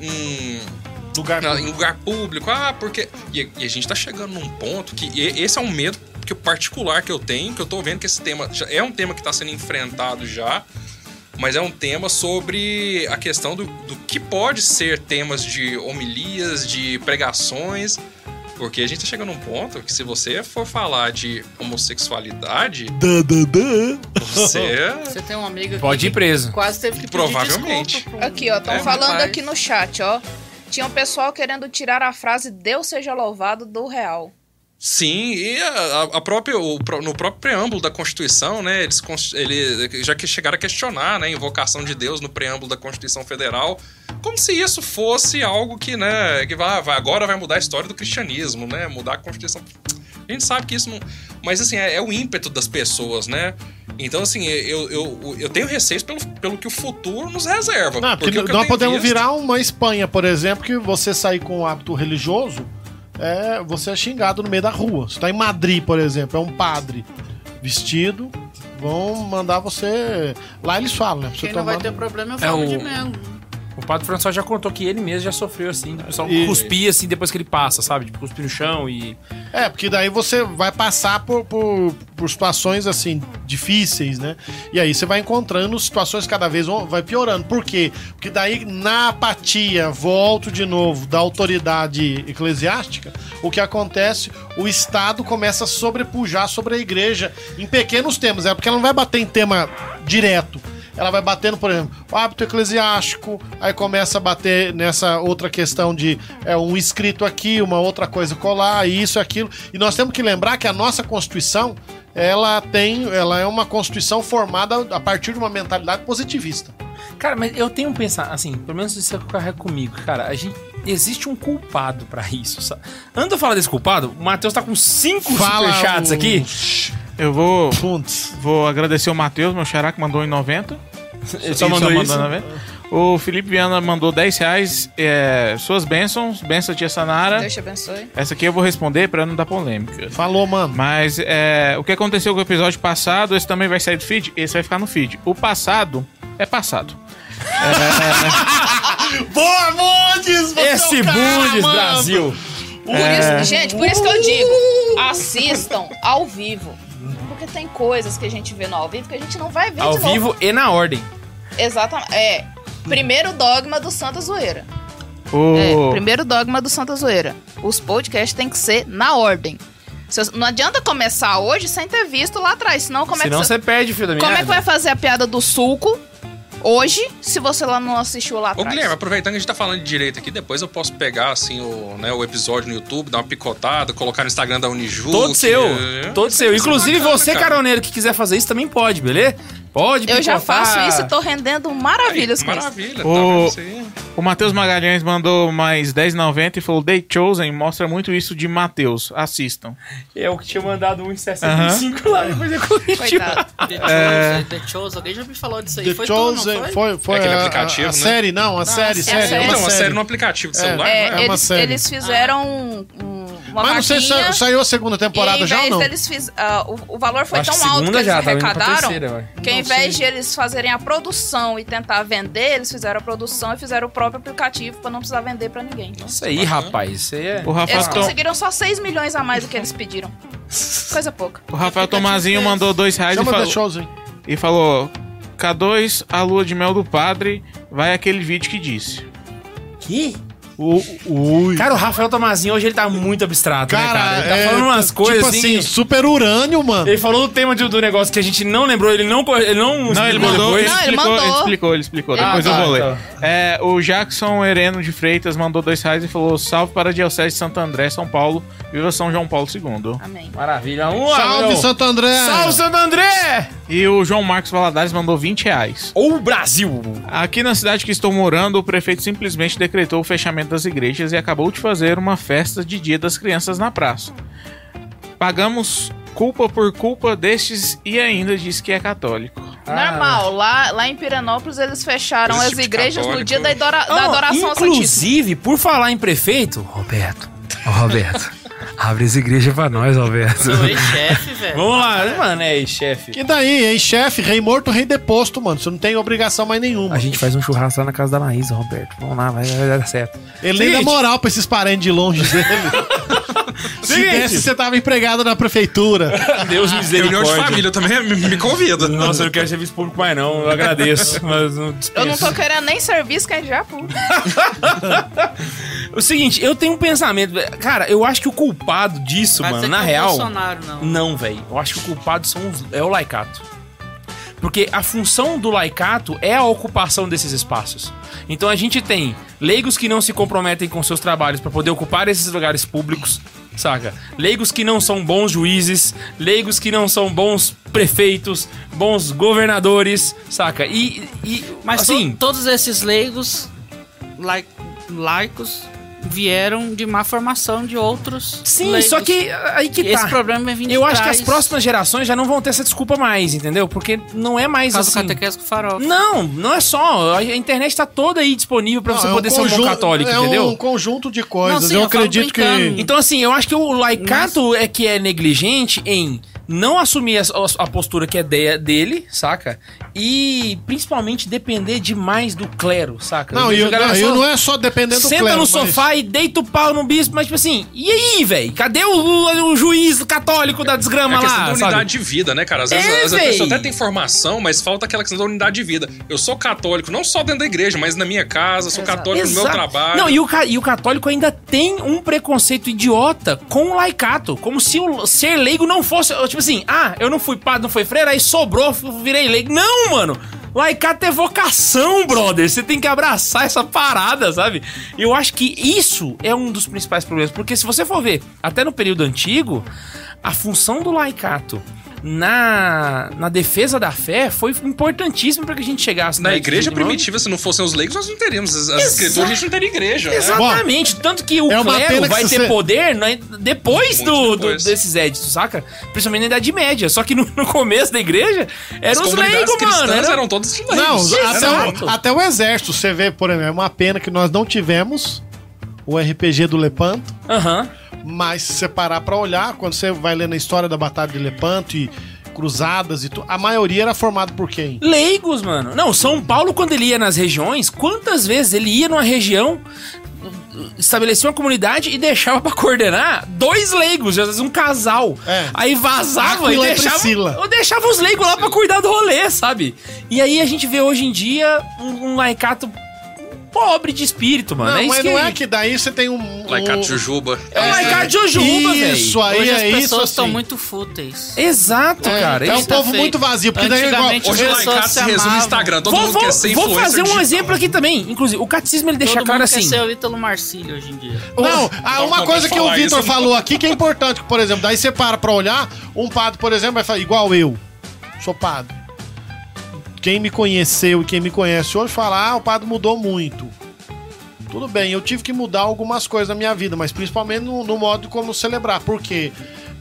em Lugar na- em lugar público. Ah, porque. E, e a gente tá chegando num ponto que e- esse é um medo que, particular que eu tenho, que eu tô vendo que esse tema já- é um tema que tá sendo enfrentado já, mas é um tema sobre a questão do, do que pode ser temas de homilias, de pregações. Porque a gente tá chegando num ponto que se você for falar de homossexualidade, você Você tem uma amiga Pode que ir preso. quase teve que pedir Provavelmente. desculpa pro- Aqui, ó, estão É, falando rapaz. aqui no chat, ó. Tinha um pessoal querendo tirar a frase Deus seja louvado do real. Sim, e a, a própria, o pró- no próprio preâmbulo da Constituição, né, eles, cons- ele, já que chegaram a questionar né, a invocação de Deus no preâmbulo da Constituição Federal, como se isso fosse algo que, né, que vai, vai- agora vai mudar a história do cristianismo, né, mudar a Constituição. A gente sabe que isso não... Mas, assim, é, é o ímpeto das pessoas, né? Então, assim, eu, eu, eu tenho receios pelo, pelo que o futuro nos reserva. Não, porque, o que eu nós tenho podemos visto- virar uma Espanha, por exemplo, que você sair com um hábito religioso, é, você é xingado no meio da rua. Você tá em Madrid, por exemplo, é um padre vestido, vão mandar você. Lá eles falam, né? pra Você Quem não vai tomar... ter problema é o Fábio o- de Mello. O Padre François já contou que ele mesmo já sofreu assim, o pessoal Isso. cuspia assim depois que ele passa, sabe? Tipo, cuspir no chão e. É, porque daí você vai passar por, por, por situações assim difíceis, né? E aí você vai encontrando situações que cada vez vão- vai piorando. Por quê? Porque daí na apatia, volto de novo da autoridade eclesiástica, o que acontece? O Estado começa a sobrepujar sobre a igreja em pequenos temas. É porque ela não vai bater em tema direto ela vai batendo, por exemplo, o hábito eclesiástico, aí começa a bater nessa outra questão de é, um escrito aqui, uma outra coisa colar, isso, aquilo. E nós temos que lembrar que a nossa Constituição, ela tem, ela é uma Constituição formada a partir de uma mentalidade positivista. Cara, mas eu tenho um pensar, assim, pelo menos isso é o que eu carrego comigo, cara. A gente. Existe um culpado pra isso, sabe? Antes de eu falar desse culpado, o Matheus tá com cinco superchats o- aqui. Eu vou, Putz. vou agradecer o Matheus, meu xará, que mandou em 90. Ele só mandou tá isso. 90. O Felipe Viana mandou 10 reais. é, suas bênçãos, bênção tia É. Sanara. Deus te abençoe. Essa aqui eu vou responder pra não dar polêmica. Falou, mano. Mas é, o que aconteceu com o episódio passado, esse também vai sair do feed? Esse vai ficar no feed. O passado é passado. Boa, Bundes! você é o Esse cara, Bundes, mano. Brasil! Por isso, gente, por isso que eu digo, assistam ao vivo. Porque tem coisas que a gente vê no ao vivo que a gente não vai ver Ao de novo. vivo e na ordem. Exatamente. É. Primeiro dogma do Santa Zoeira. É, O... primeiro dogma do Santa Zoeira. Os podcasts têm que ser na ordem. Se eu- não adianta começar hoje sem ter visto lá atrás, senão como é Senão que você perde o fio da minha Como é que vai fazer a piada do sulco hoje, se você lá não assistiu lá Ô, atrás? Guilherme, aproveitando que a gente tá falando de direito aqui, depois eu posso pegar, assim, o, né, o episódio no YouTube, dar uma picotada, colocar no Instagram da Uniju. Todo que- é, seu. Todo seu. Inclusive bacana, é, você, cara. caroneiro, que quiser fazer isso também pode, beleza? Pode Eu já picotar. faço isso e tô rendendo maravilhas Aí, com isso. Maravilha, tá Ô, vendo isso aí? O Matheus Magalhães mandou mais 10,90 e falou: Day Chosen mostra muito isso de Matheus. Assistam. Eu que tinha mandado é 1,65 1,65 lá, depois eu corrigi. Coitado. The É. Chosen, The Chosen, alguém já me falou disso aí. The foi tu, Chosen não foi? foi, foi É aquele a- a- aplicativo, a, né? série, não, a série, série, a série. é uma Então, uma série série. no aplicativo de celular, É, não é? uma eles, série. eles fizeram um- um- uma Mas não sei se vaquinha, sa- saiu a segunda temporada e em já ou vez não? deles fiz, ah, o, o valor foi Acho que tão alto que segunda eles já, tá indo pra arrecadaram terceira, vai. que ao invés de eles fazerem a produção e tentar vender, eles fizeram a produção e fizeram o próprio aplicativo pra não precisar vender pra ninguém. Isso aí, rapaz. Isso aí é. O Rafael, Ah. Eles Tom- conseguiram só 6 milhões a mais do que eles pediram. Coisa pouca. o Rafael Tomazinho mandou 2 reais e Chama The falou, Chosen. e falou: K2, a lua de mel do padre, vai aquele vídeo que disse. Que? O- Ui. Cara, o Rafael Tomazinho hoje ele tá muito abstrato, né, cara? Ele tá é, falando umas coisas tipo assim. assim, super urânio, mano. Ele falou do tema de- do negócio que a gente não lembrou, ele não. cor- Ele não, Não, ele explicou mandou, ele depois. Não, ele explicou, mandou. ele tá, explicou, ele explicou. Ele Depois eu mandou. vou ler. Ah, É, o Jackson Hereno de Freitas mandou dois reais e falou: Salve para a Diocese de Santo André, São Paulo, viva São João Paulo II. Amém. Maravilha. Um, Salve, Santo Santo André! Salve, Santo André! E o João Marcos Valadares mandou 20 reais. Ou o Brasil! Aqui na cidade que estou morando, o prefeito simplesmente decretou o fechamento das igrejas e acabou de fazer uma festa de Dia das Crianças na praça. Pagamos culpa por culpa destes e ainda diz que é católico. Ah. Normal, lá, lá em Piranópolis eles fecharam Esse as tipo de igrejas no católico. dia da, idora- da Ah, Oh, adoração ao Santíssimo. inclusive, por falar em prefeito, Roberto. Ô, Roberto. Abre as igrejas pra nós, Roberto. Sou ex-chefe, velho. vamos lá, mano, é aí, chefe. E daí, hein, chefe? Rei morto, rei deposto, mano. Você não tem obrigação mais nenhuma. A gente faz um churrasco lá na casa da Maísa, Roberto. Vamos lá, vai, vai dar certo. Ele nem dá Seguinte. moral pra esses parentes de longe dele. Se Seguinte. desse, você tava empregado na prefeitura. Deus Reunião de família também é, me, me convida. É Nossa, eu não quero serviço público mais não, eu agradeço, mas não dispenso. Eu não tô querendo nem serviço que é de Japu. O seguinte, eu tenho um pensamento, velho. cara, eu acho que o culpado disso, Vai mano, dizer na que é o real... Bolsonaro, não. Não, velho. Eu acho que o culpado são os- é o laicato. Porque a função do laicato é a ocupação desses espaços. Então a gente tem leigos que não se comprometem com seus trabalhos para poder ocupar esses lugares públicos, saca? Leigos que não são bons juízes, leigos que não são bons prefeitos, bons governadores, saca? E, e Mas assim, to- todos esses leigos, lai- laicos, vieram de má formação de outros sim, leigos. só que aí que Esse tá. problema é vindo Eu de acho que trás. as próximas gerações já não vão ter essa desculpa mais, entendeu? Porque não é mais Por causa do assim. catequese com farol. Não, não é só. A internet tá toda aí disponível pra você Não, é um poder ser um bom conjunto- católico, é entendeu? um conjunto de coisas. Não, sim, eu, eu falo acredito que. brincando. Então, assim, eu acho que o laicato é que é negligente em não assumir a, a postura que é de- dele, saca? E principalmente depender demais do clero, saca? Não, vejo e Então, a galera eu, não, só eu não é só dependendo do Senta clero, no mas- sofá e deita o pau no bispo, mas tipo assim, e aí, velho? Cadê o, o- o juiz católico da É desgrama a questão lá? da unidade sabe? de vida, né, cara? Às vezes, É, às vezes a pessoa véi. até tem formação, mas falta aquela questão da unidade de vida. Eu sou católico, não só dentro da igreja, mas na minha casa, sou Exato. católico no meu Exato. trabalho. Não, e o, ca- e o católico ainda tem um preconceito idiota com o laicato. Como se o ser leigo não fosse. Tipo assim, ah, eu não fui padre, não fui freira, aí sobrou, f- virei leigo. Não, mano! Laicato é vocação, brother. Você tem que abraçar essa parada, sabe? Eu acho que isso é um dos principais problemas. Porque se você for ver, até no período antigo, a função do laicato. Na, na defesa da fé foi importantíssima para que a gente chegasse Na né, igreja de- de- primitiva, se não fossem os leigos, nós não teríamos as, as Exato. escrituras, a gente não teria igreja. né? Exatamente. Tanto que o é uma clero pena que vai se ter você- poder né, depois, Muito do, do- depois. desses éditos, saca? Principalmente na Idade Média. Só que no, no começo da igreja As eram os comunidades leigos, cristãs mano. Era... eram todos leigos. Não, até Exato. o, até o exército, você vê, por exemplo, é uma pena que nós não tivemos o RPG do Lepanto, Aham. mas se você parar pra olhar, quando você vai lendo a história da Batalha de Lepanto e cruzadas e tudo, a maioria era formada por quem? Leigos, mano. Não, São Paulo, quando ele ia nas regiões, quantas vezes ele ia numa região, estabelecia uma comunidade e deixava pra coordenar dois leigos, às vezes um casal. É. Aí vazava e Aquila e deixava, Priscila. eu deixava os leigos lá pra cuidar do rolê, sabe? E aí a gente vê hoje em dia um, um laicato pobre de espírito, mano. não, é isso mas que... não é que daí você tem um. Laicato um- Jujuba. É um laicato Jujuba, velho. Isso aí, Hoje as é isso. pessoas estão assim. muito fúteis. Exato, É, cara. é um Isso- povo feio. muito vazio, porque daí é igual. Antigamente, Hoje o Pessoas laicato se se resume no amavam. Instagram. Todo Vou, mundo vou- quer ser vou influencer fazer um digital. exemplo aqui também. Inclusive, o catecismo ele deixa Todo claro mundo assim. quer ser o Ítalo Marcílio hoje em dia. Não, ah, não uma vou coisa que o falar Vitor isso. falou aqui que é importante, que, por exemplo, daí você para pra olhar, um padre, por exemplo, vai falar, igual eu, sou padre. Quem me conheceu e quem me conhece hoje fala, ah, o padre mudou muito. Tudo bem, eu tive que mudar algumas coisas na minha vida, mas principalmente no, no modo como celebrar, porque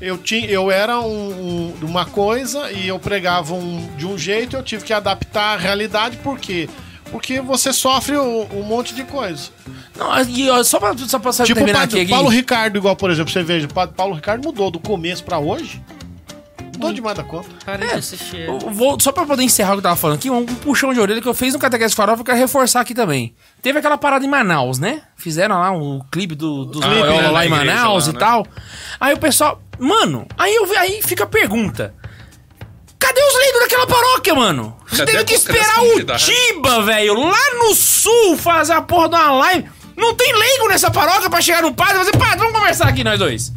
eu, tinha, eu era um- um- uma coisa e eu pregava um- de um jeito, eu tive que adaptar a realidade, por quê? Porque você sofre um- um monte de coisa. Não, e, ó, só pra, só pra só Tipo o terminar padre aqui, aqui. Paulo Ricardo, igual, por exemplo, você veja, o padre Paulo Ricardo mudou do começo pra hoje. Mudou demais da conta. Parem É. de assistir. Eu vou- só pra poder encerrar o que eu tava falando aqui, um puxão de orelha que eu fiz no Catequese Farofa, eu quero reforçar aqui também. Teve aquela parada em Manaus, né? Fizeram lá um clipe do, do Ah, Loyola clipe, né, lá na em igreja Manaus lá, e né? tal. Aí o pessoal... Mano, aí, eu, vi- aí fica a pergunta. Cadê os leigos daquela paróquia, mano? Você Cadê teve a que busca esperar dessa o comunidade? Tiba, velho, lá no sul, fazer a porra de uma live. Não tem leigo nessa paróquia pra chegar no padre e fazer, padre, vamos conversar aqui nós dois.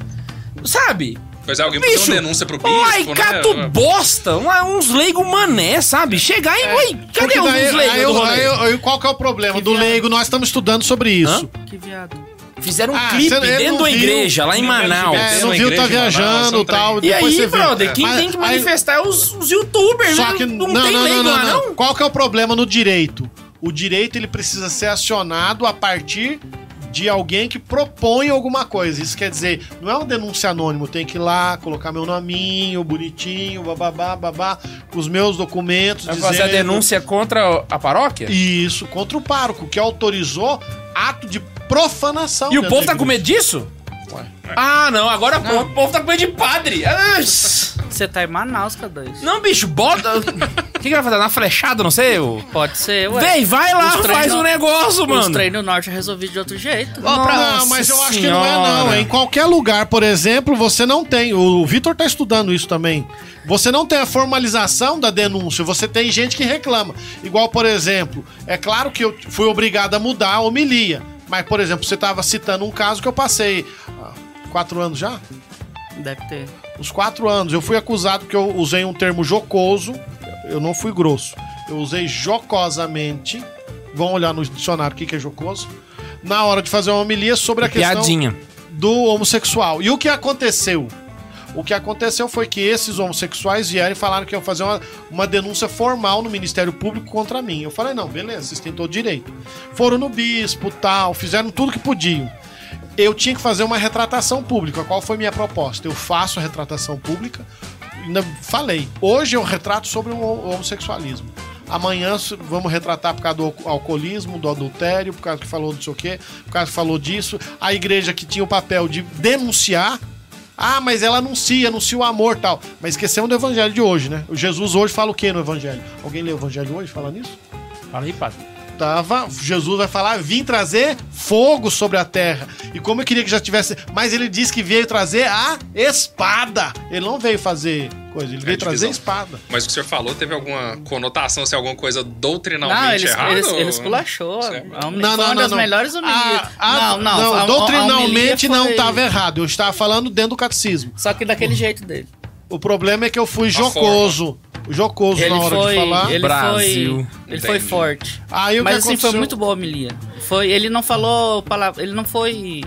Sabe? Mas é alguém precisa Bicho, uma denúncia pro bispo, um laicato né? bosta, um- uns leigo mané, sabe? Chegar e, oi, cadê Porque os daí- leigos aí do eu- rolê? aí eu- aí qual que é o problema? Que do viagem. leigo, nós estamos estudando sobre isso. Que viado. Fizeram um Ah, clipe você- ele dentro não da viu. igreja, lá em Manaus. É, Tem no uma Rio igreja tá em Manaus, viajando um e tal. E depois você aí, vê. brother, quem Mas- tem que aí- manifestar é os, os youtubers. né? Só que não, tem lei lá, não? Qual que é o problema no direito? O direito ele precisa ser acionado a partir de alguém que propõe alguma coisa. Isso quer dizer, não é um denúncia anônimo, tem que ir lá colocar meu nominho, bonitinho, bababá, babá, com os meus documentos, Vai fazer a dizendo- denúncia contra a paróquia? Isso, contra o pároco que autorizou ato de profanação. E o dentro povo da tá com medo disso? Ah, não, agora pô, o povo tá com medo de padre. Ah, s- Você tá em Manaus, K2. Não, bicho, bota. O que, que vai fazer? Na flechada, não sei? Eu... Pode ser, ué. Véi, vai lá, Os três faz não- um negócio, Os mano. treinos no norte eu resolvi de outro jeito. Não, Nossa mas eu acho que não é não. Senhora. Em qualquer lugar, por exemplo, você não tem. O Vitor tá estudando isso também. Você não tem a formalização da denúncia, você tem gente que reclama. Igual, por exemplo, é claro que eu fui obrigado a mudar a homilia. Mas, por exemplo, você tava citando um caso que eu passei ah, quatro anos já? Deve ter. Uns quatro anos. Eu fui acusado porque eu usei um termo jocoso. Eu não fui grosso. Eu usei jocosamente. Vão olhar no dicionário o que que é jocoso. Na hora de fazer uma homilia sobre a questão Piadinha. do homossexual. E o que aconteceu? O que aconteceu foi que esses homossexuais vieram e falaram que iam fazer uma, uma denúncia formal no Ministério Público contra mim. Eu falei, não, beleza, vocês têm todo direito. Foram no bispo, tal, fizeram tudo que podiam. Eu tinha que fazer uma retratação pública. Qual foi minha proposta? Eu faço a retratação pública. Ainda Falei, hoje eu retrato sobre o homossexualismo. Amanhã su- vamos retratar por causa do alco- alcoolismo, do adultério, por causa que falou não sei o quê, por causa que falou disso. A igreja que tinha o papel de denunciar. Ah, mas ela anuncia, anuncia o amor e tal. Mas esquecemos do evangelho de hoje, né? O Jesus hoje fala o quê no evangelho? Alguém leu o evangelho hoje falando isso? Fala aí, padre. tava, Jesus vai falar, vim trazer fogo sobre a terra. E como eu queria que já tivesse. Mas ele disse que veio trazer a espada. Ele não veio fazer coisa, É ele veio trazer divisão. espada. Mas o que o senhor falou teve alguma conotação, se assim, alguma coisa doutrinalmente Não, eles, errada? eles, ou- eles culachou. É um- Sei. Não, Não, não, não, uma não, das não. melhores homilias. Ah, ah, não, não. a- a- a doutrinalmente homilia não tá foi- estava errado. Eu estava falando dentro do catecismo. Só que daquele jeito dele. O problema é que eu fui Tá jocoso. Jocoso Ele na hora foi. de falar. Ele Brasil. foi. Ele foi Entendi. forte. Aí o Mas que assim, aconteceu? foi muito boa a homilia. Foi, ele não falou palavra. Ele não foi.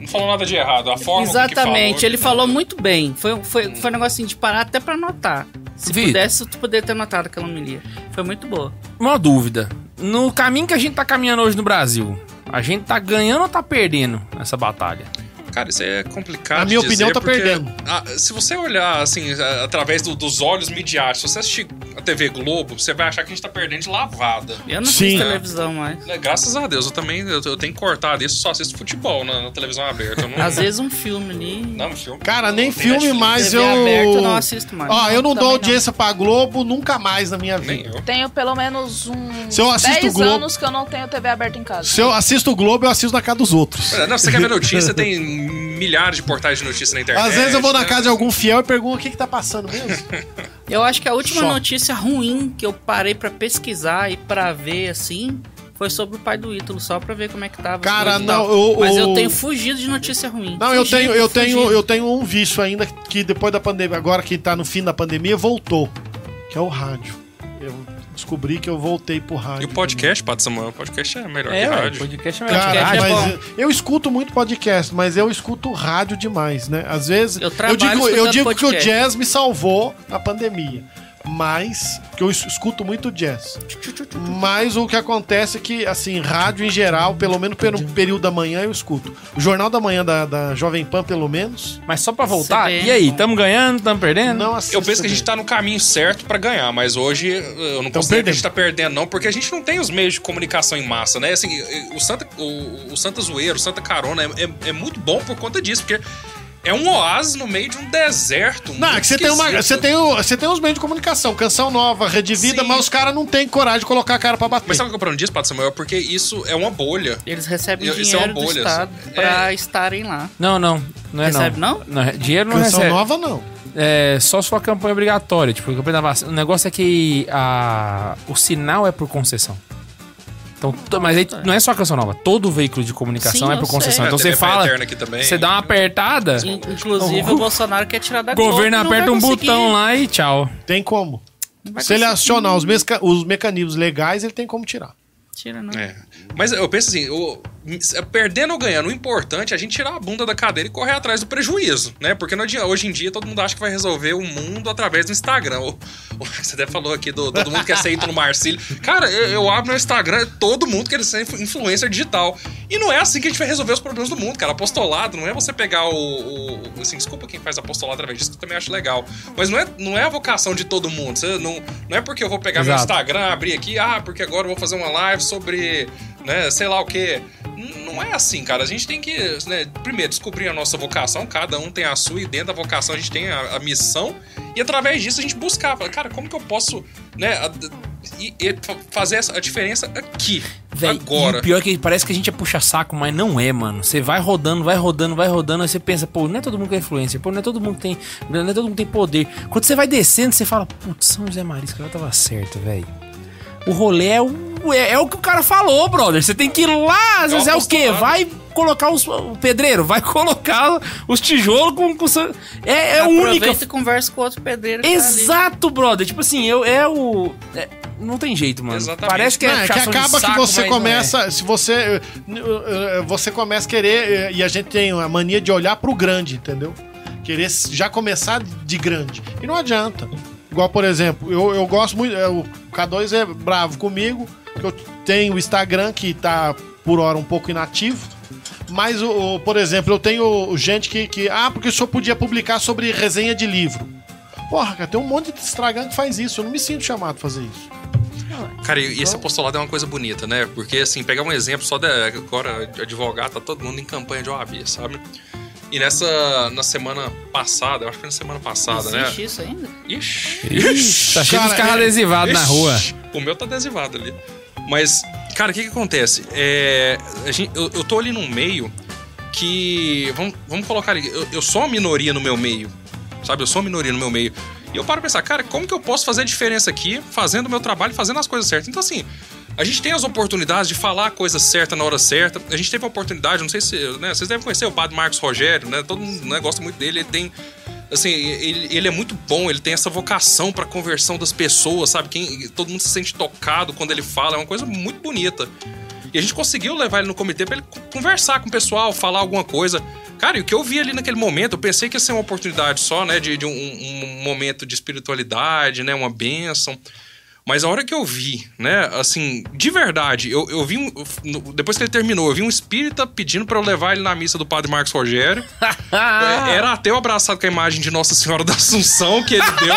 Não falou né? nada de errado. A forma Exatamente, que ele falou muito bem. Foi, foi, foi um negócio assim de parar até pra anotar. Se Vitor. pudesse, tu poderia ter anotado aquela homilia. Foi muito boa. Uma dúvida. No caminho que a gente tá caminhando hoje no Brasil, a gente tá ganhando ou tá perdendo essa batalha? Cara, isso é complicado. Na minha de dizer, opinião, tá porque, perdendo. ah, se você olhar, assim, a- através do- dos olhos midiáticos, se você assistir a TV Globo, você vai achar que a gente tá perdendo de lavada. Eu não Sim. fiz televisão mais. É, Graças a Deus, eu também eu, eu tenho cortado isso, só assisto futebol na, na televisão aberta. Eu não, Às vezes um filme ali. Não, filme. Cara, nem Tem filme Netflix. mais TV eu. aberta, eu não assisto mais. Ó, eu não dou Também não. audiência pra Globo nunca mais na minha Nem vida. eu. Tenho pelo menos um. Se eu assisto 10 Globo- anos que eu não tenho TV aberta em casa. Se eu assisto o Globo, eu assisto na casa dos outros. É, Não, você quer ver notícia? Tem milhares de portais de notícia na internet. Às vezes eu vou na né? casa de algum fiel e pergunto o que que tá passando mesmo. Eu acho que a última Só. notícia ruim que eu parei pra pesquisar e pra ver assim foi sobre o pai do Ítalo, só pra ver como é que tava. as Cara, coisas e tal. não, eu- Mas eu eu- tenho fugido de notícia ruim. Não, eu Fugido, tenho, eu fugido. tenho, eu tenho um vício ainda que depois da pandemia, agora que tá no fim da pandemia, voltou, que é o rádio. Eu descobri que eu voltei pro rádio. E o podcast, Pato Samuel? O podcast é melhor que ué, rádio. podcast é melhor. Cara, Podcast é mas bom. eu, eu escuto muito podcast, mas eu escuto rádio demais, né? Às vezes Eu trabalho digo, eu escutando digo que o podcast. jazz me salvou na pandemia, mas que eu es- escuto muito jazz. Mas o que acontece é que, assim, rádio em geral, pelo menos pelo período da manhã, eu escuto. O Jornal da Manhã da, da Jovem Pan, pelo menos, Mas só pra voltar, Você vê, e aí, então. tamo ganhando, tamo perdendo? não assisto. Eu penso que a gente dele. tá no caminho certo pra ganhar, mas hoje eh, eu não Tão considero que a perdendo. gente tá perdendo, não, porque a gente não tem os meios de comunicação em massa, né? Assim, o Santa, o, o Santa Zoeiro, o Santa Carona é, é- é muito bom por conta disso, porque é um oásis no meio de um deserto. Não, muito é que você tem, uma, esquisito. você, tem o- você tem os meios de comunicação, canção nova, rede vida, Sim. mas os caras não têm coragem de colocar a cara pra bater. Mas sabe o que é o problema disso, Pato Samuel? Porque isso é uma Ah, bolha. Eles recebem Eu- isso é dinheiro uma do bolha, Estado assim. pra estarem lá. Não, não. Não é Recebe, não. não? é- dinheiro não canção recebe. nova, não. É, só se for a campanha obrigatória. Tipo, a campanha da vacina. O negócio é que a, o sinal é por concessão. Então, to- mas aí não é só a canção nova. Todo veículo de comunicação Sim, é eu por concessão. sei. Então É, você TV fala, Eterna aqui também. você dá uma apertada, In- Inclusive, o Bolsonaro quer tirar da o governo Globo, não aperta vai um conseguir. botão lá e tchau. Tem como. Não vai Se ele conseguir. acionar os, mesca- os mecanismos legais, ele tem como tirar. Tira, não. É. Mas eu penso assim, o- Perdendo ou ganhando, o importante é a gente tirar a bunda da cadeira e correr atrás do prejuízo, né? Porque não adianta- hoje em dia todo mundo acha que vai resolver o mundo através do Instagram. O- o- você até falou aqui do todo mundo quer ser Ítalo Marcílio. Cara, eu, eu abro meu Instagram, é todo mundo quer ser influ- influencer digital. E não é assim que a gente vai resolver os problemas do mundo, cara. Apostolado não é você pegar o. o- o- assim, desculpa quem faz apostolado através disso, que eu também acho legal. Mas não é, não é a vocação de todo mundo. Você não, não é porque eu vou pegar meu Exato. Instagram, abrir aqui, ah, porque agora eu vou fazer uma live sobre, né, sei lá o quê. N- Não é assim, cara. A gente tem que, né, primeiro, descobrir a nossa vocação. Cada um tem a sua e dentro da vocação a gente tem a, a missão. E através disso a gente buscar. Falar, cara, como que eu posso, né, a- e- e fa- fazer essa- a diferença aqui, Véi, E agora. o pior é que parece que a gente é puxa-saco, mas não é, mano. Você vai rodando, vai rodando, vai rodando, aí você pensa, pô, não é todo mundo que é influencer, pô, não é todo mundo que tem. Não é todo mundo que tem poder. Quando você vai descendo, você fala, putz, São José Marisco, eu tava certo, velho. O rolê é o, é, é o que o cara falou, brother. Você tem que ir lá, às É o vezes é o quê? apostolado. Vai colocar os. O pedreiro, vai colocar os tijolos com. com sa- é é a única Aproveita e conversa com outro pedreiro. que tá ali. Exato, brother. Tipo assim, eu é o. é, não tem jeito, mano. Exatamente. Parece que é, Não, é que puxação de acaba saco, que você mas não é. começa, se você eh, n- eh, você começa a querer eh, e a gente tem a mania de olhar pro grande, entendeu? Querer s- já começar de grande. E não adianta. Igual, por exemplo, eu, eu gosto muito, eh, o K2 é bravo comigo, que eu tenho o Instagram que tá por hora um pouco inativo. Mas, o, o- por exemplo, eu tenho gente que, que. Ah, porque só podia publicar sobre resenha de livro. Porra, cara, tem um monte de Instagram que faz isso. Eu não me sinto chamado a fazer isso. Cara, e e esse apostolado é uma coisa bonita, né? Porque, assim, pegar um exemplo só da. Agora, de advogado, tá todo mundo em campanha de OAB, sabe? E nessa. Na semana passada, eu acho que foi na semana passada, Existe né? isso ainda? Ixi. Ixi, tá cheio dos Cara, carros é- adesivados na Ixi, rua. O meu tá adesivado ali. Mas, cara, o que que acontece? É, a gente- eu, eu tô ali num meio que. Vamos, vamos colocar ali. Eu, eu sou uma minoria no meu meio. Sabe? Eu sou uma minoria no meu meio. E eu paro pra pensar, cara, como que eu posso fazer a diferença aqui, fazendo o meu trabalho, fazendo as coisas certas? Então, assim. A gente tem as oportunidades de falar a coisa certa na hora certa. A gente teve a oportunidade, não sei se. né, vocês devem conhecer o padre Marcos Rogério, né? Todo mundo né, gosta muito dele. Ele tem assim, ele, ele é muito bom, ele tem essa vocação pra conversão das pessoas, sabe? Quem, todo mundo se sente tocado quando ele fala, é uma coisa muito bonita. E a gente conseguiu levar ele no comitê pra ele co- conversar com o pessoal, falar alguma coisa. Cara, e o que eu vi ali naquele momento, eu pensei que ia ser uma oportunidade só, né? De, de um, um momento de espiritualidade, né? Uma bênção. Mas a hora que eu vi, né? Assim, de verdade, eu, eu vi um. no- Depois que ele terminou, eu vi um espírita pedindo pra eu levar ele na missa do padre Marcos Rogério. Ah, Ah. É, Era ateu abraçado com a imagem de Nossa Senhora da Assunção que ele deu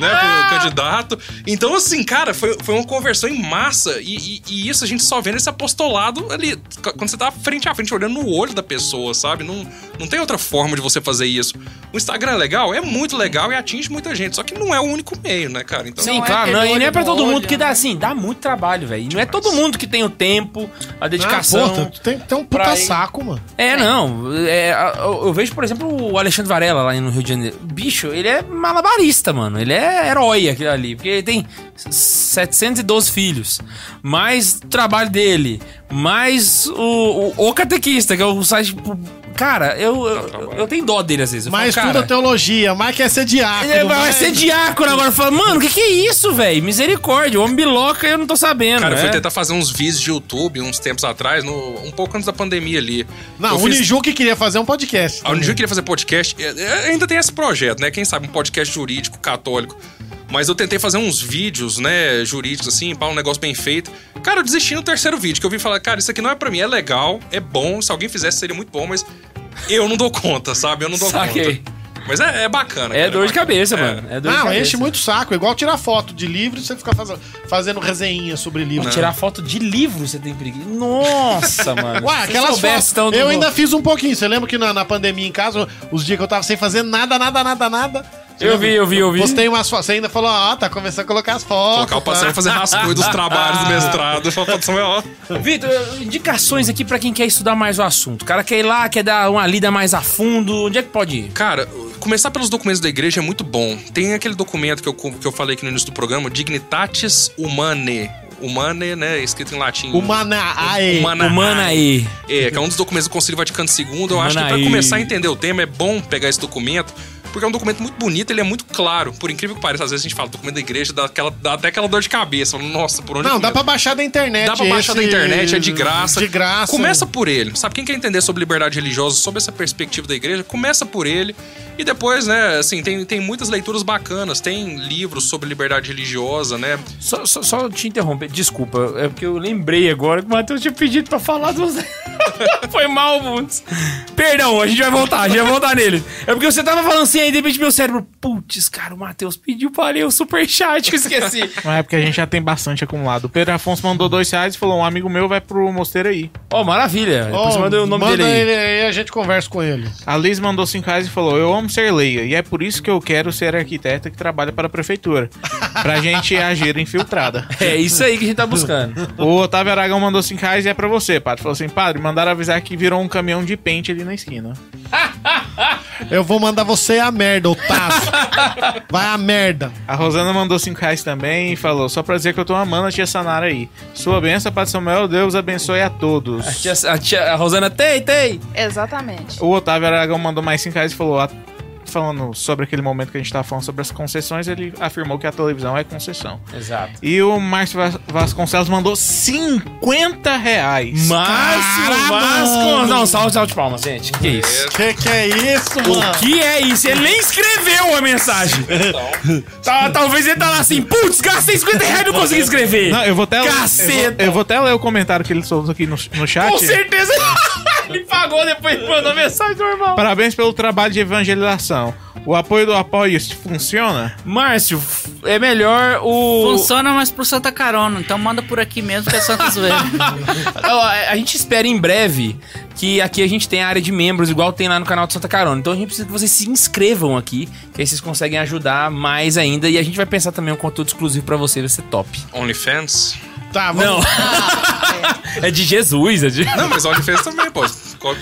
né, pro candidato. Então, assim, cara, foi, foi uma conversão em massa. E, e- e isso a gente só vê nesse apostolado ali. c- Quando você tá frente a frente, olhando no olho da pessoa, sabe? Não, não tem outra forma de você fazer isso. O Instagram é legal? É muito legal e atinge muita gente. Só que não é o único meio, né, cara? Então, Sim, Não é claro, aquele não, e olho não é pra no todo olho, mundo que dá né? assim, dá muito trabalho, velho. E Não é todo mundo que tem o tempo, a Ah, dedicação. porra, tu tem que ter um puta pra ir. saco, mano. é, não. é, a- eu eu vejo, por exemplo, o Alexandre Varela lá no Rio de Janeiro. Bicho, ele é malabarista, mano. Ele é herói aquele ali. Porque ele tem 712 filhos. Mais o trabalho dele. Mais o, o, o catequista, que é o site. Cara, eu, eu, eu tenho dó dele às vezes. Eu Mas falo, tudo cara, é teologia, mas quer ser diácono. Ele vai mas- ser diácono agora. Fala, mano, o que, que é isso, velho? Misericórdia, o homem biloca eu não tô sabendo. Cara, eu né? fui tentar fazer uns vídeos de YouTube uns tempos atrás, no- um pouco antes da pandemia ali. Não, Eu o fiz- Uniju que queria fazer um podcast. Ah, A Uniju queria fazer podcast. é, é, Ainda tem esse projeto, né? Quem sabe um podcast jurídico católico. Mas eu tentei fazer uns vídeos, né, jurídicos, assim, para um negócio bem feito. Cara, eu desisti no terceiro vídeo, que eu vi falar, cara, isso aqui não é pra mim, é legal, é bom, se alguém fizesse seria muito bom, mas eu não dou conta, sabe? Eu não dou Saquei. conta. Mas é, é bacana. É cara, dor de bacana. cabeça, É. mano. É dor de Não, cabeça. enche muito o saco. É igual tirar foto de livro e você ficar faz- fazendo resenha sobre livro. Tirar foto de livro você tem preguiça. Nossa, mano. Ué, Se aquelas soubesse, fotos. então, Eu do- ainda fiz um pouquinho. Você lembra que na, na pandemia em casa, os dias que eu tava sem fazer nada, nada, nada, nada. Você Eu lembra? vi, eu vi, eu vi. Postei umas fotos. Você ainda falou, ó, tá começando a colocar as fotos. tá? Colocar o passeio e fazer rascunho dos trabalhos do mestrado. Só pode ser ó. Vitor, indicações aqui pra quem quer estudar mais o assunto. O cara quer ir lá, quer dar uma lida mais a fundo. Onde é que pode ir? Cara, começar pelos documentos da igreja é muito bom. Tem aquele documento que eu, que eu falei aqui no início do programa, Dignitatis Humanae. Humanae, né? Escrito em latim. Humanae. Humanae. Humana aí. É, que é um dos documentos do Concílio Vaticano II. Eu acho que pra Humanae. começar a entender o tema é bom pegar esse documento. porque é um documento muito bonito, ele é muito claro. Por incrível que pareça, às vezes a gente fala documento da igreja, dá, aquela, dá até aquela dor de cabeça. Fala, Nossa, por onde Não, dá começa? pra baixar da internet. Dá pra baixar da esse- internet, é de graça. De graça. Começa por ele. Sabe quem quer entender sobre liberdade religiosa, sobre essa perspectiva da igreja? Começa por ele. E depois, né, assim, tem, tem muitas leituras bacanas. Tem livros sobre liberdade religiosa, né? Só, só, só te interromper, desculpa, é porque eu lembrei agora que o Matheus tinha pedido pra falar dos. Foi mal, Bundes. Perdão, a gente vai voltar, a gente vai voltar nele. É porque você tava falando assim aí, de repente meu cérebro, putz, cara, o Matheus pediu pra ler o superchat que eu esqueci. Mas é porque a gente já tem bastante acumulado. O Pedro Afonso mandou dois reais e falou: um amigo meu vai pro mosteiro aí. Ó, maravilha, depois Ó, você mandou o nome manda dele aí. ele aí, a gente conversa com ele. A Liz mandou cinco reais e falou: Eu amo ser leiga, e é por isso que eu quero ser arquiteta que trabalha para a prefeitura. Pra gente agir infiltrada. É isso aí que a gente tá buscando. O Otávio Aragão mandou 5 reais e é pra você, padre. Falou assim, padre, mandaram avisar que virou um caminhão de pente ali na esquina. Eu vou mandar você a merda, Otácio. Vai a merda. A Rosana mandou 5 reais também e falou, só pra dizer que eu tô amando a tia Sanara aí. Sua benção, padre Samuel, Deus abençoe a todos. A tia, a tia- a Rosana, tem, tem. Exatamente. O Otávio Aragão mandou mais 5 reais e falou, "A- falando sobre aquele momento que a gente tava falando sobre as concessões, ele afirmou que a televisão é concessão. Exato. E o Márcio Vas- Vasconcelos mandou 50 reais. Márcio Vasconcelos. Não, salve, salve de palmas, gente. Que isso? Que que é isso, O mano? que é isso? Ele nem escreveu a mensagem. Então. Tá- talvez ele tá lá assim, putz, gastei 50 reais e não consegui escrever. Não, eu vou até, eu vou, Caceta! eu vou até ler o comentário que ele soltou aqui no, no chat. Com certeza ele pagou depois e mandou mensagem normal. Parabéns pelo trabalho de evangelização. O apoio do apoio funciona? Márcio, f- é melhor o. Funciona, mas pro Santa Carona, então manda por aqui mesmo que é Santa Zoeira. Ó, A gente espera em breve que aqui a gente tem a área de membros, igual tem lá no canal do Santa Carona. Então a gente precisa que vocês se inscrevam aqui, que aí vocês conseguem ajudar mais ainda. E a gente vai pensar também um conteúdo exclusivo pra você, vai ser top. OnlyFans. Tá, vamos. É de Jesus, é de. Não, mas OnlyFans também, pô.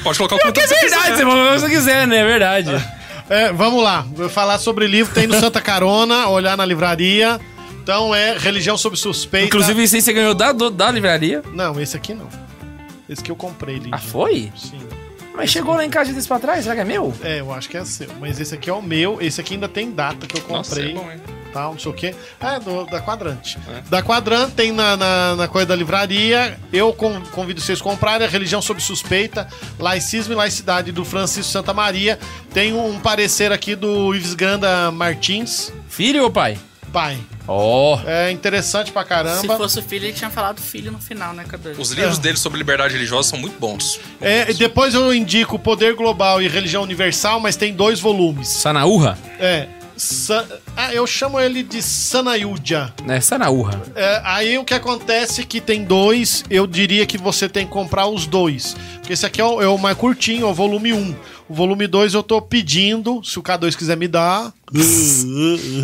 Pode colocar o Que é conteúdo que você verdade, quiser. você fala o que você quiser, né? É verdade. É, vamos lá. Vou falar sobre livro. Tem no Santa Carona, olhar na livraria. Então é Religião sob Suspeita. Inclusive, isso aí você ganhou da, do- da livraria. Não, esse aqui não. Esse que eu comprei, livro. Ah, foi? Sim. Mas chegou lá em casa desse pra trás? Será que é meu? É, eu acho que é seu. Mas esse aqui é o meu. Esse aqui ainda tem data que eu Nossa, é comprei. bom, hein? tal, não sei o quê. Ah, do, da Quadrante. É. Da Quadrante tem na, na, na coisa da livraria. Eu con- convido vocês a comprarem a Religião Sob Suspeita, Laicismo e Laicidade, do Francisco Santa Maria. Tem um parecer aqui do Ives Granda Martins. Filho ou pai? Pai, Ó. é interessante pra Se caramba. fosse o filho, ele tinha falado filho no final, né, Cadu? Os livros dele sobre liberdade religiosa são muito bons. É, e depois eu indico Poder Global e Religião Universal, mas tem dois volumes. Sanaúra? É. Sa- ah, eu chamo ele de Sanayudja. É, Sanaúra. É, aí o que acontece é que tem dois, eu diria que você tem que comprar os dois. Porque esse aqui é o, é o mais curtinho, é o volume 1. O volume 2 eu tô pedindo, se o K2 quiser me dar.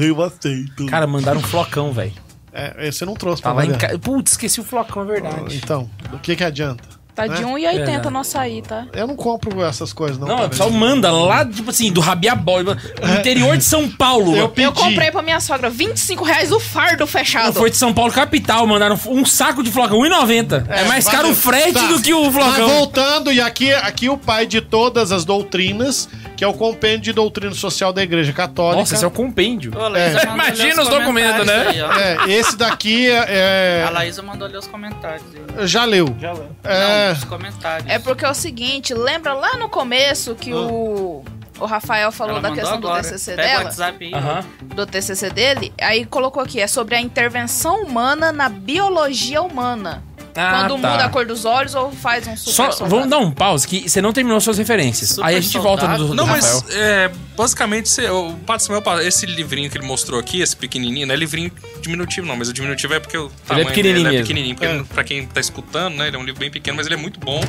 eu aceito. Cara, mandaram um flocão, velho. É, é, você não trouxe Tá pra lá em variar. casa. Putz, esqueci o flocão, é verdade. Então, o que que adianta? Tá de É? 1,80 nosso aí, tá? Eu não compro essas coisas, não. é Não, o cara. pessoal manda lá, tipo assim, do Rabiabó, do interior de São Paulo. Eu pedi. Eu comprei pra minha sogra 25 reais o fardo Não, fechado. Foi de São Paulo capital, mandaram um saco de flocão, 1,90. É, mais caro o frete Tá. do que o Mas flocão. voltando, e aqui, aqui o pai de todas as doutrinas, que é o compêndio de doutrina social da Igreja Católica. Nossa, esse é o compêndio. Ô, Laísa, É. manda olhar Imagina os comentários documentos, né? aí, ó. É, esse daqui é. A Laísa mandou ler os comentários. aí. né? é, Já leu. Já leu. É. Não, os comentários. É porque é o seguinte, lembra lá no começo Ah. que o, o Rafael falou Ela da mandou questão agora. do TCC Pega o dela? WhatsApp aí. Aham. do TCC dele, aí colocou aqui, é sobre a intervenção humana na biologia humana. Ah, quando tá. muda a cor dos olhos ou faz um super Só, soldado. vamos dar um pause, que você não terminou suas referências. Super Aí a gente soldado. volta no do Não, Rafael. mas é, basicamente cê- o Padre Samuel, esse livrinho que ele mostrou aqui, esse pequenininho, não é livrinho diminutivo não, mas o diminutivo é porque o tamanho pequenininho dele é mesmo. pequenininho, porque É. ele- pra quem tá escutando, né, ele é um livro bem pequeno, mas ele é muito bom.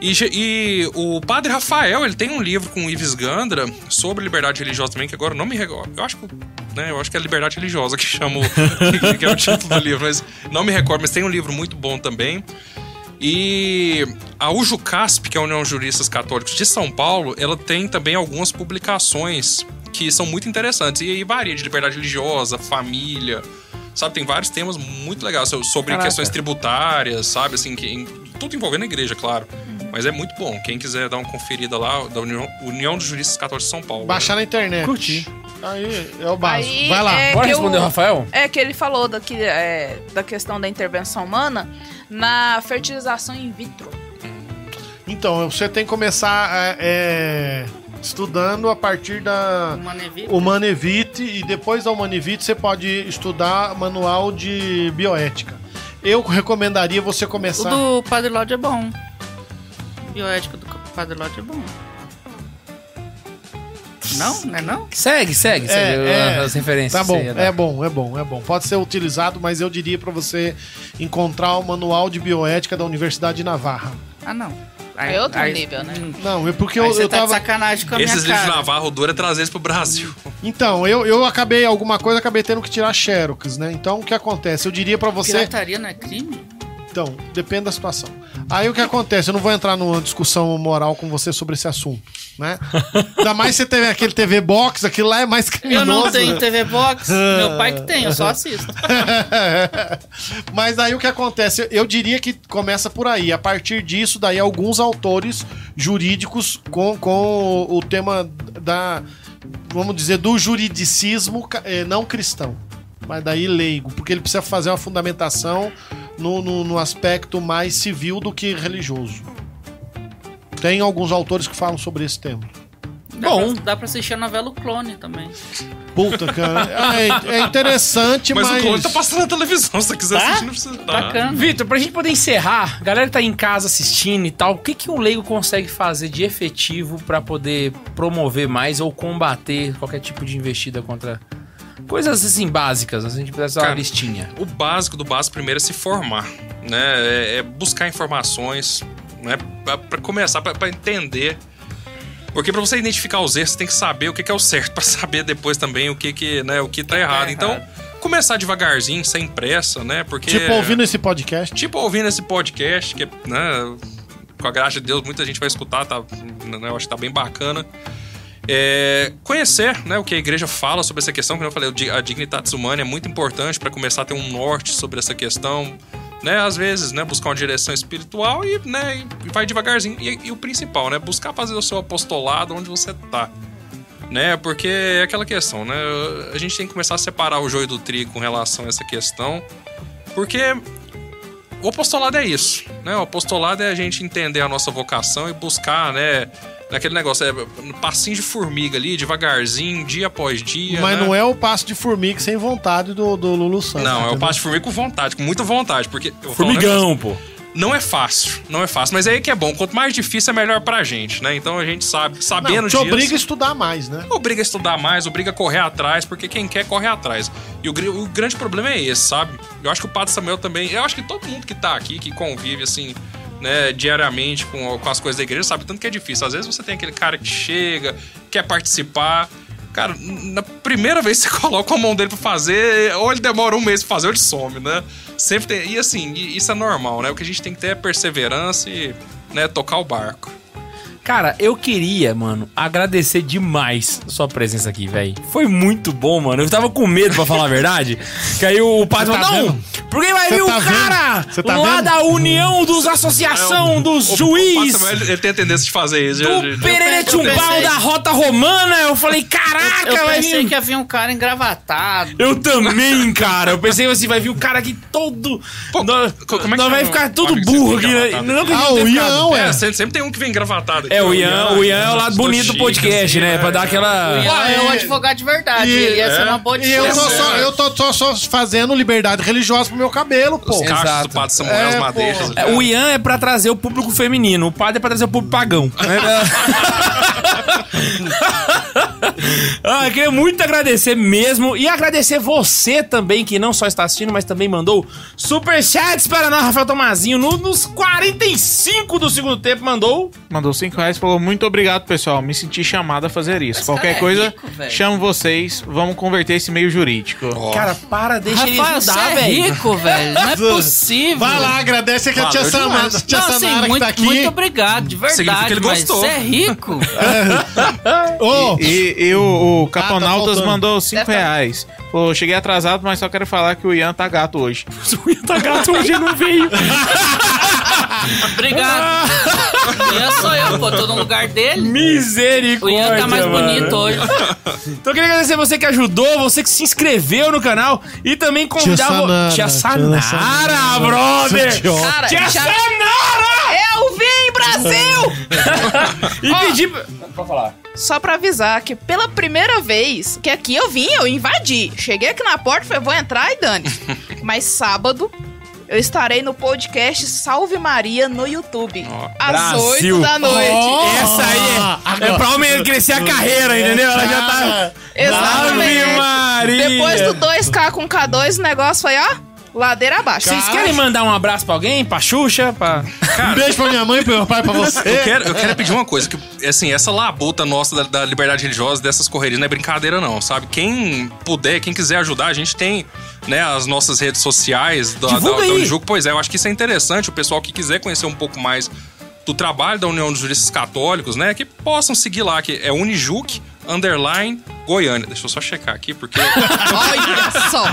E, ge- e o Padre Rafael, ele tem um livro com o Ives Gandra sobre liberdade religiosa também, que agora eu não me recordo. Eu acho que, né, eu acho que é liberdade religiosa que chama o- que, que é o título do livro, mas não me recordo, mas tem um livro muito bom também. E a UJUCASP, que é a União de Juristas Católicos de São Paulo, ela tem também algumas publicações que são muito interessantes. E aí varia de liberdade religiosa, família, sabe? Tem vários temas muito legais so- sobre Caraca. Uhum. questões tributárias, sabe? Assim, que, em- tudo envolvendo a igreja, claro. Mas é muito bom. Quem quiser dar uma conferida lá, da União, União dos Juristas Católicos de São Paulo. Baixar na internet. Curti. Aí é o básico. Aí, Vai lá. é Bora que eu- responder o Rafael? É que ele falou da, que- é, da questão da intervenção humana na fertilização in vitro. Então, você tem que começar é, é, estudando a partir da Manevita. Humanevite e depois da Humanevite você pode estudar manual de bioética. Eu recomendaria você O começar. do Padre Lodge é bom. Bioética do Padre Lodge é bom. Não? Não é não? Segue, segue, segue é. as referências. Tá bom, aí, né? é bom, é bom, é bom. Pode ser utilizado, mas eu diria pra você encontrar o manual de bioética da Universidade de Navarra. Ah, não. É outro nível, né? Hum. Não, é porque Aí eu, você eu tá de tava. sacanagem com a Esses minha livros de cara. Navarro, o Dora é trazer eles pro Brasil. Então, eu, eu acabei alguma coisa, acabei tendo que tirar xerox, né? Então, o que acontece? Eu diria pra você. Pirataria não é crime? Então, depende da situação. Aí o que acontece? Eu não vou entrar numa discussão moral com você sobre esse assunto, né? Ainda mais você teve aquele TV Box, aquilo lá é mais Eu criminoso. não tenho né? TV Box. Meu pai que tem, eu só assisto. Mas aí o que acontece? Eu diria que começa por aí. A partir disso, daí alguns autores jurídicos com, com o tema da, vamos dizer, do juridicismo ca- eh, não cristão. Mas daí leigo, porque ele precisa fazer uma fundamentação no, no- no aspecto mais civil do que religioso. Tem alguns autores que falam sobre esse tema. Dá Bom. Pra, dá pra assistir a novela O Clone também. Puta, cara. É, é interessante, mas. Mas, o Clone tá passando na televisão, se você quiser Tá? assistir, não precisa. Tá. Bacana. Vitor, pra gente poder encerrar, a galera tá em casa assistindo e tal, o que, que um leigo consegue fazer de efetivo pra poder promover mais ou combater qualquer tipo de investida contra. Coisas assim básicas, se a gente pudesse dar uma Cara, listinha. O básico do básico primeiro é se formar, né? É, é buscar informações, né? Pra, pra começar, pra, pra entender. Porque pra você identificar os erros, você tem que saber o que, que é o certo, pra saber depois também o que, que, né, o que tá errado. Então, começar devagarzinho, sem pressa, né? Porque Tipo, ouvindo esse podcast. tipo ouvindo esse podcast, que, né, com a graça de Deus, muita gente vai escutar, tá, né, eu acho que tá bem bacana. É, conhecer né, o que a igreja fala sobre essa questão, como eu falei, o di- a dignidade humana é muito importante para começar a ter um norte sobre essa questão. Né, às vezes, né, buscar uma direção espiritual e, né, e vai devagarzinho. E, e o principal, né, buscar fazer o seu apostolado onde você tá. Né, porque é aquela questão, né? A gente tem que começar a separar o joio do trigo com relação a essa questão. Porque o apostolado é isso, né? O apostolado é a gente entender a nossa vocação e buscar, né? Naquele negócio, é um passinho de formiga ali, devagarzinho, dia após dia. Mas né? não é o passo de formiga sem vontade do, do Lulu Santos. Não, é o entendeu? passo de formiga com vontade, com muita vontade, porque. eu vou falar um negócio, Formigão, pô. Não é fácil, não é fácil, mas é aí que é bom. Quanto mais difícil, é melhor pra gente, né? Então a gente sabe, Não, sabendo te disso. obriga a estudar mais, né? Obriga a estudar mais, obriga a correr atrás, porque quem quer corre atrás. E o, gr- o grande problema é esse, sabe? Eu acho que o Padre Samuel também. Eu acho que todo mundo que tá aqui, que convive assim, né, diariamente com, com as coisas da igreja, sabe? Tanto que é difícil. Às vezes você tem aquele cara que chega, quer participar. Cara, na primeira vez que você coloca a mão dele pra fazer, ou ele demora um mês pra fazer, ou ele some, né? Sempre tem. E assim, e- isso é normal, né? O que a gente tem que ter é perseverança e, né, tocar o barco. Cara, eu queria, mano, agradecer demais a sua presença aqui, velho. Foi muito bom, mano. Eu tava com medo, pra falar a verdade. Que aí o padre Você tá falou, não, vendo? porque vai Você vir tá o cara vendo? Você tá lá vendo? da União dos Associação dos O- o Padre Juiz. Samuel, ele, ele tem a tendência de fazer isso. de- de- do de- Pereretumbal pensei. da Rota Romana. Eu falei, caraca, eu vai pensei vir. que havia um cara engravatado. Eu também, cara. Eu pensei assim, vai vir o cara aqui todo. Pô, nós co- como é que nós chama vai o ficar todo amigo que burro você aqui. tem né? engravatado? Não que a gente Ah, o tenha ficado. Ian, É, ué. sempre, sempre tem um que vem engravatado. aqui. É, o Ian, o Ian é o lado Estou bonito do chique, podcast, assim, né? Pra dar E aquela. ela é um e- advogado de verdade. e- é, ele ia ser uma boa E eu tô, discussão. só, eu tô, tô só fazendo liberdade religiosa pro meu cabelo, pô. Os cachos Exato. do Padre Samuel, É, as pô. madeixas. É, O Ian é pra trazer o público feminino, o padre é pra trazer o público pagão. Né? ah, eu queria muito agradecer mesmo e agradecer você também que não só está assistindo, mas também mandou superchats para nós, Rafael Tomazinho, no- nos 45 do segundo tempo mandou. Mandou 5 reais e falou: Muito obrigado, pessoal. Me senti chamado a fazer isso. Esse Qualquer cara é coisa, rico, velho. chamo vocês. Vamos converter esse meio jurídico. Cara, para, deixa ele Rafael, você ajudar, é velho. rico, velho. Não é possível. Vai lá, agradece que a tia, Samara, tia Não, assim, Sanara que muito, tá aqui. muito obrigado, Ah, de Significa verdade. que ele mas gostou. você é rico. Ô, E, e o, Ah, tá o Caponautas faltando. mandou 5 tá- reais. Falou, cheguei atrasado, mas só quero falar que o Ian tá gato hoje. um O Ian tá gato hoje não veio. Obrigado. Ian sou eu, pô, tô no lugar dele. O Misericórdia. Ian tá mais mano. bonito hoje. Então eu queria agradecer você que ajudou, você que se inscreveu no canal e também convidar vo- Sanara, Tia tia Sanara, Sanara. brother! Idiota. Cara, Tia já- Sanara! Eu vim, Brasil! E Ó. pedir. Pode falar. Só pra avisar que pela primeira vez que aqui eu vim, eu invadi. Cheguei aqui na porta, falei, vou entrar e dane Mas sábado eu estarei no podcast Salve Maria no YouTube. Ó, às Brasil. oito da noite. Essa aí é, é pra aumentar crescer a carreira, entendeu? Ela já tá. Ave Exatamente. Maria! Depois do 2K com K2, o negócio foi, ó, ladeira abaixo. Vocês querem mandar um abraço pra alguém? Pra Xuxa? Pra. É. Um beijo pra minha mãe, pro meu pai, pra Eu você. quero, eu quero pedir uma coisa, que assim, essa labuta nossa da, da liberdade religiosa, dessas correrias, não é brincadeira não, sabe? Quem puder, quem quiser ajudar, a gente tem, né, as nossas redes sociais da, da, Divulga da aí. Unijuc. Pois é, eu acho que isso é interessante, o pessoal que quiser conhecer um pouco mais do trabalho da União dos Juristas Católicos, né, que possam seguir lá, que é Unijuc, underline, Goiânia. Deixa eu só checar aqui, porque... Olha só.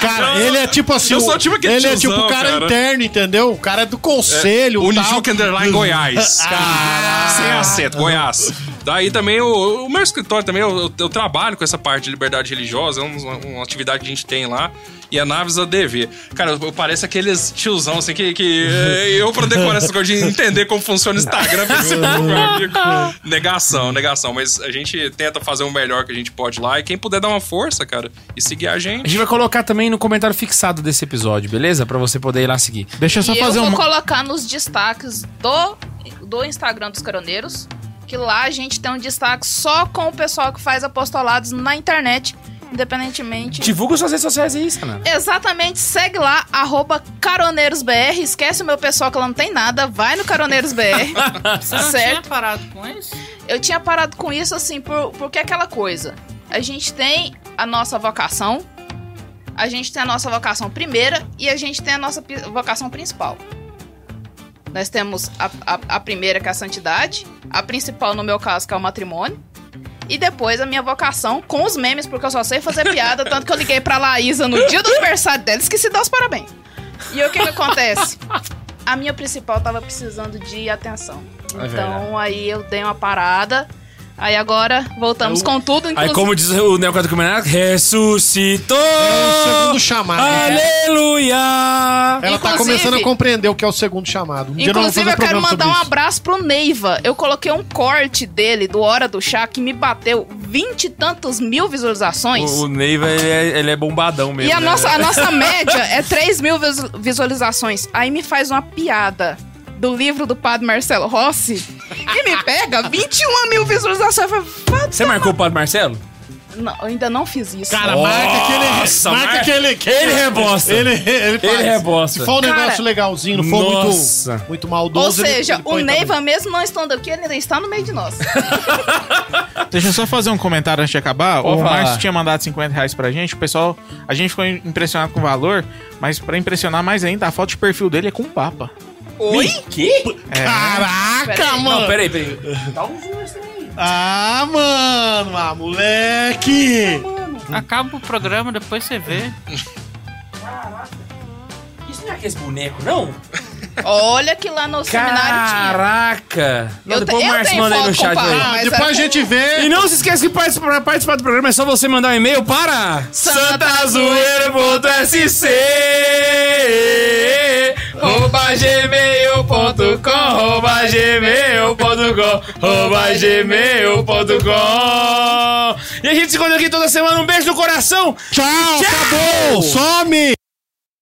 Cara, ele é tipo assim. Eu o- sou tipo aquele ele é tiozão, tipo o cara, cara. interno, entendeu? O cara é do conselho. o tal. Unijuc, underline, Goiás. Ah. Caralho. Sem acento, Goiás. Daí também o, o meu escritório também, eu, eu- eu trabalho com essa parte de liberdade religiosa, é um- uma, uma atividade que a gente tem lá. E é a Naves ADV. Cara, eu, eu pareço aqueles tiozão assim que. que eh, eu pra decorar essas coisas de entender como funciona o Instagram, Facebook, meu amigo. Negação, negação. Mas a gente tenta fazer o melhor que a gente pode lá. E quem puder dar uma força, cara, e seguir a A gente. gente vai colocar também no comentário fixado desse episódio, beleza? Pra você poder ir lá seguir. Deixa eu só e fazer eu um- vou uma. colocar nos destaques do, do Instagram dos caroneiros, que lá a gente tem um destaque só com o pessoal que faz apostolados na internet, independentemente. Divulga suas redes sociais aí, Sanara. Exatamente, segue lá, arroba caroneirosbr, esquece o meu pessoal que lá não tem nada, vai no caroneirosbr. Você não Certo. tinha parado com isso? Eu tinha parado com isso, assim, por, porque é aquela coisa. A gente tem a nossa vocação, a gente tem a nossa vocação primeira e a gente tem a nossa pi- vocação principal. Nós temos a, a- a primeira, que é a santidade, a principal, no meu caso, que é o matrimônio, e depois a minha vocação com os memes, porque eu só sei fazer piada, tanto que eu liguei pra Laísa no dia do aniversário dela e esqueci de dar os parabéns. E aí, o que, que acontece? A minha principal tava precisando de atenção. É Então aí eu dei uma parada. Aí agora voltamos com tudo, Aí, inclusive. como diz o Neo Cato ressuscitou! né? É o Ah, segundo chamado. né? Aleluia! Ela tá Inclusive- comerciando a compreender o que é o segundo chamado. Um dia nós vamos Inclusive, fazer eu quero programa mandar um sobre isso. abraço pro Neiva. Eu coloquei um corte dele do Hora do Chá que me bateu vinte e tantos mil visualizações. O, o Neiva, ele é, ele é bombadão mesmo. E a né? nossa, a nossa média é 3 mil visu- visualizações. Aí me faz uma piada do livro do padre Marcelo Rossi e me pega 21 mil visualizações. Eu falo, Você marcou o Padre Marcelo? não, eu ainda não fiz isso. Cara, marca que ele. Nossa, marca marca- que ele. que Ele rebosta. Ele, ele, faz. Ele rebosta. Se for um Cara, negócio legalzinho, não for nossa. muito, muito maldoso. Ou ele- seja, ele põe o também. Neiva, mesmo não estando aqui, ele ainda está no meio de nós. Deixa eu só fazer um comentário antes de acabar. Pode o falar. Márcio tinha mandado 50 reais pra gente. O pessoal, a gente ficou impressionado com o valor, mas pra impressionar mais ainda, a foto de perfil dele é com o Papa. Oi? Que? É. Caraca, Peraí. mano! Peraí, peraí. Ah, mano! Ah, moleque! Acaba o programa, depois você vê. Isso não é aquele boneco, não? Olha que lá no seminário Caraca! Não, Eu depois te- o eu Márcio tenho manda aí foto no chat. com o aí. Papa. Ah, mas depois é a gente E vê. não se esqueça que para participar, participar do programa é só você mandar um e-mail para santazoeira.sc rouba gmail.com rouba gmail.com rouba gmail.com E a gente se encontra aqui toda semana. Um beijo no coração. Tchau, acabou! Some!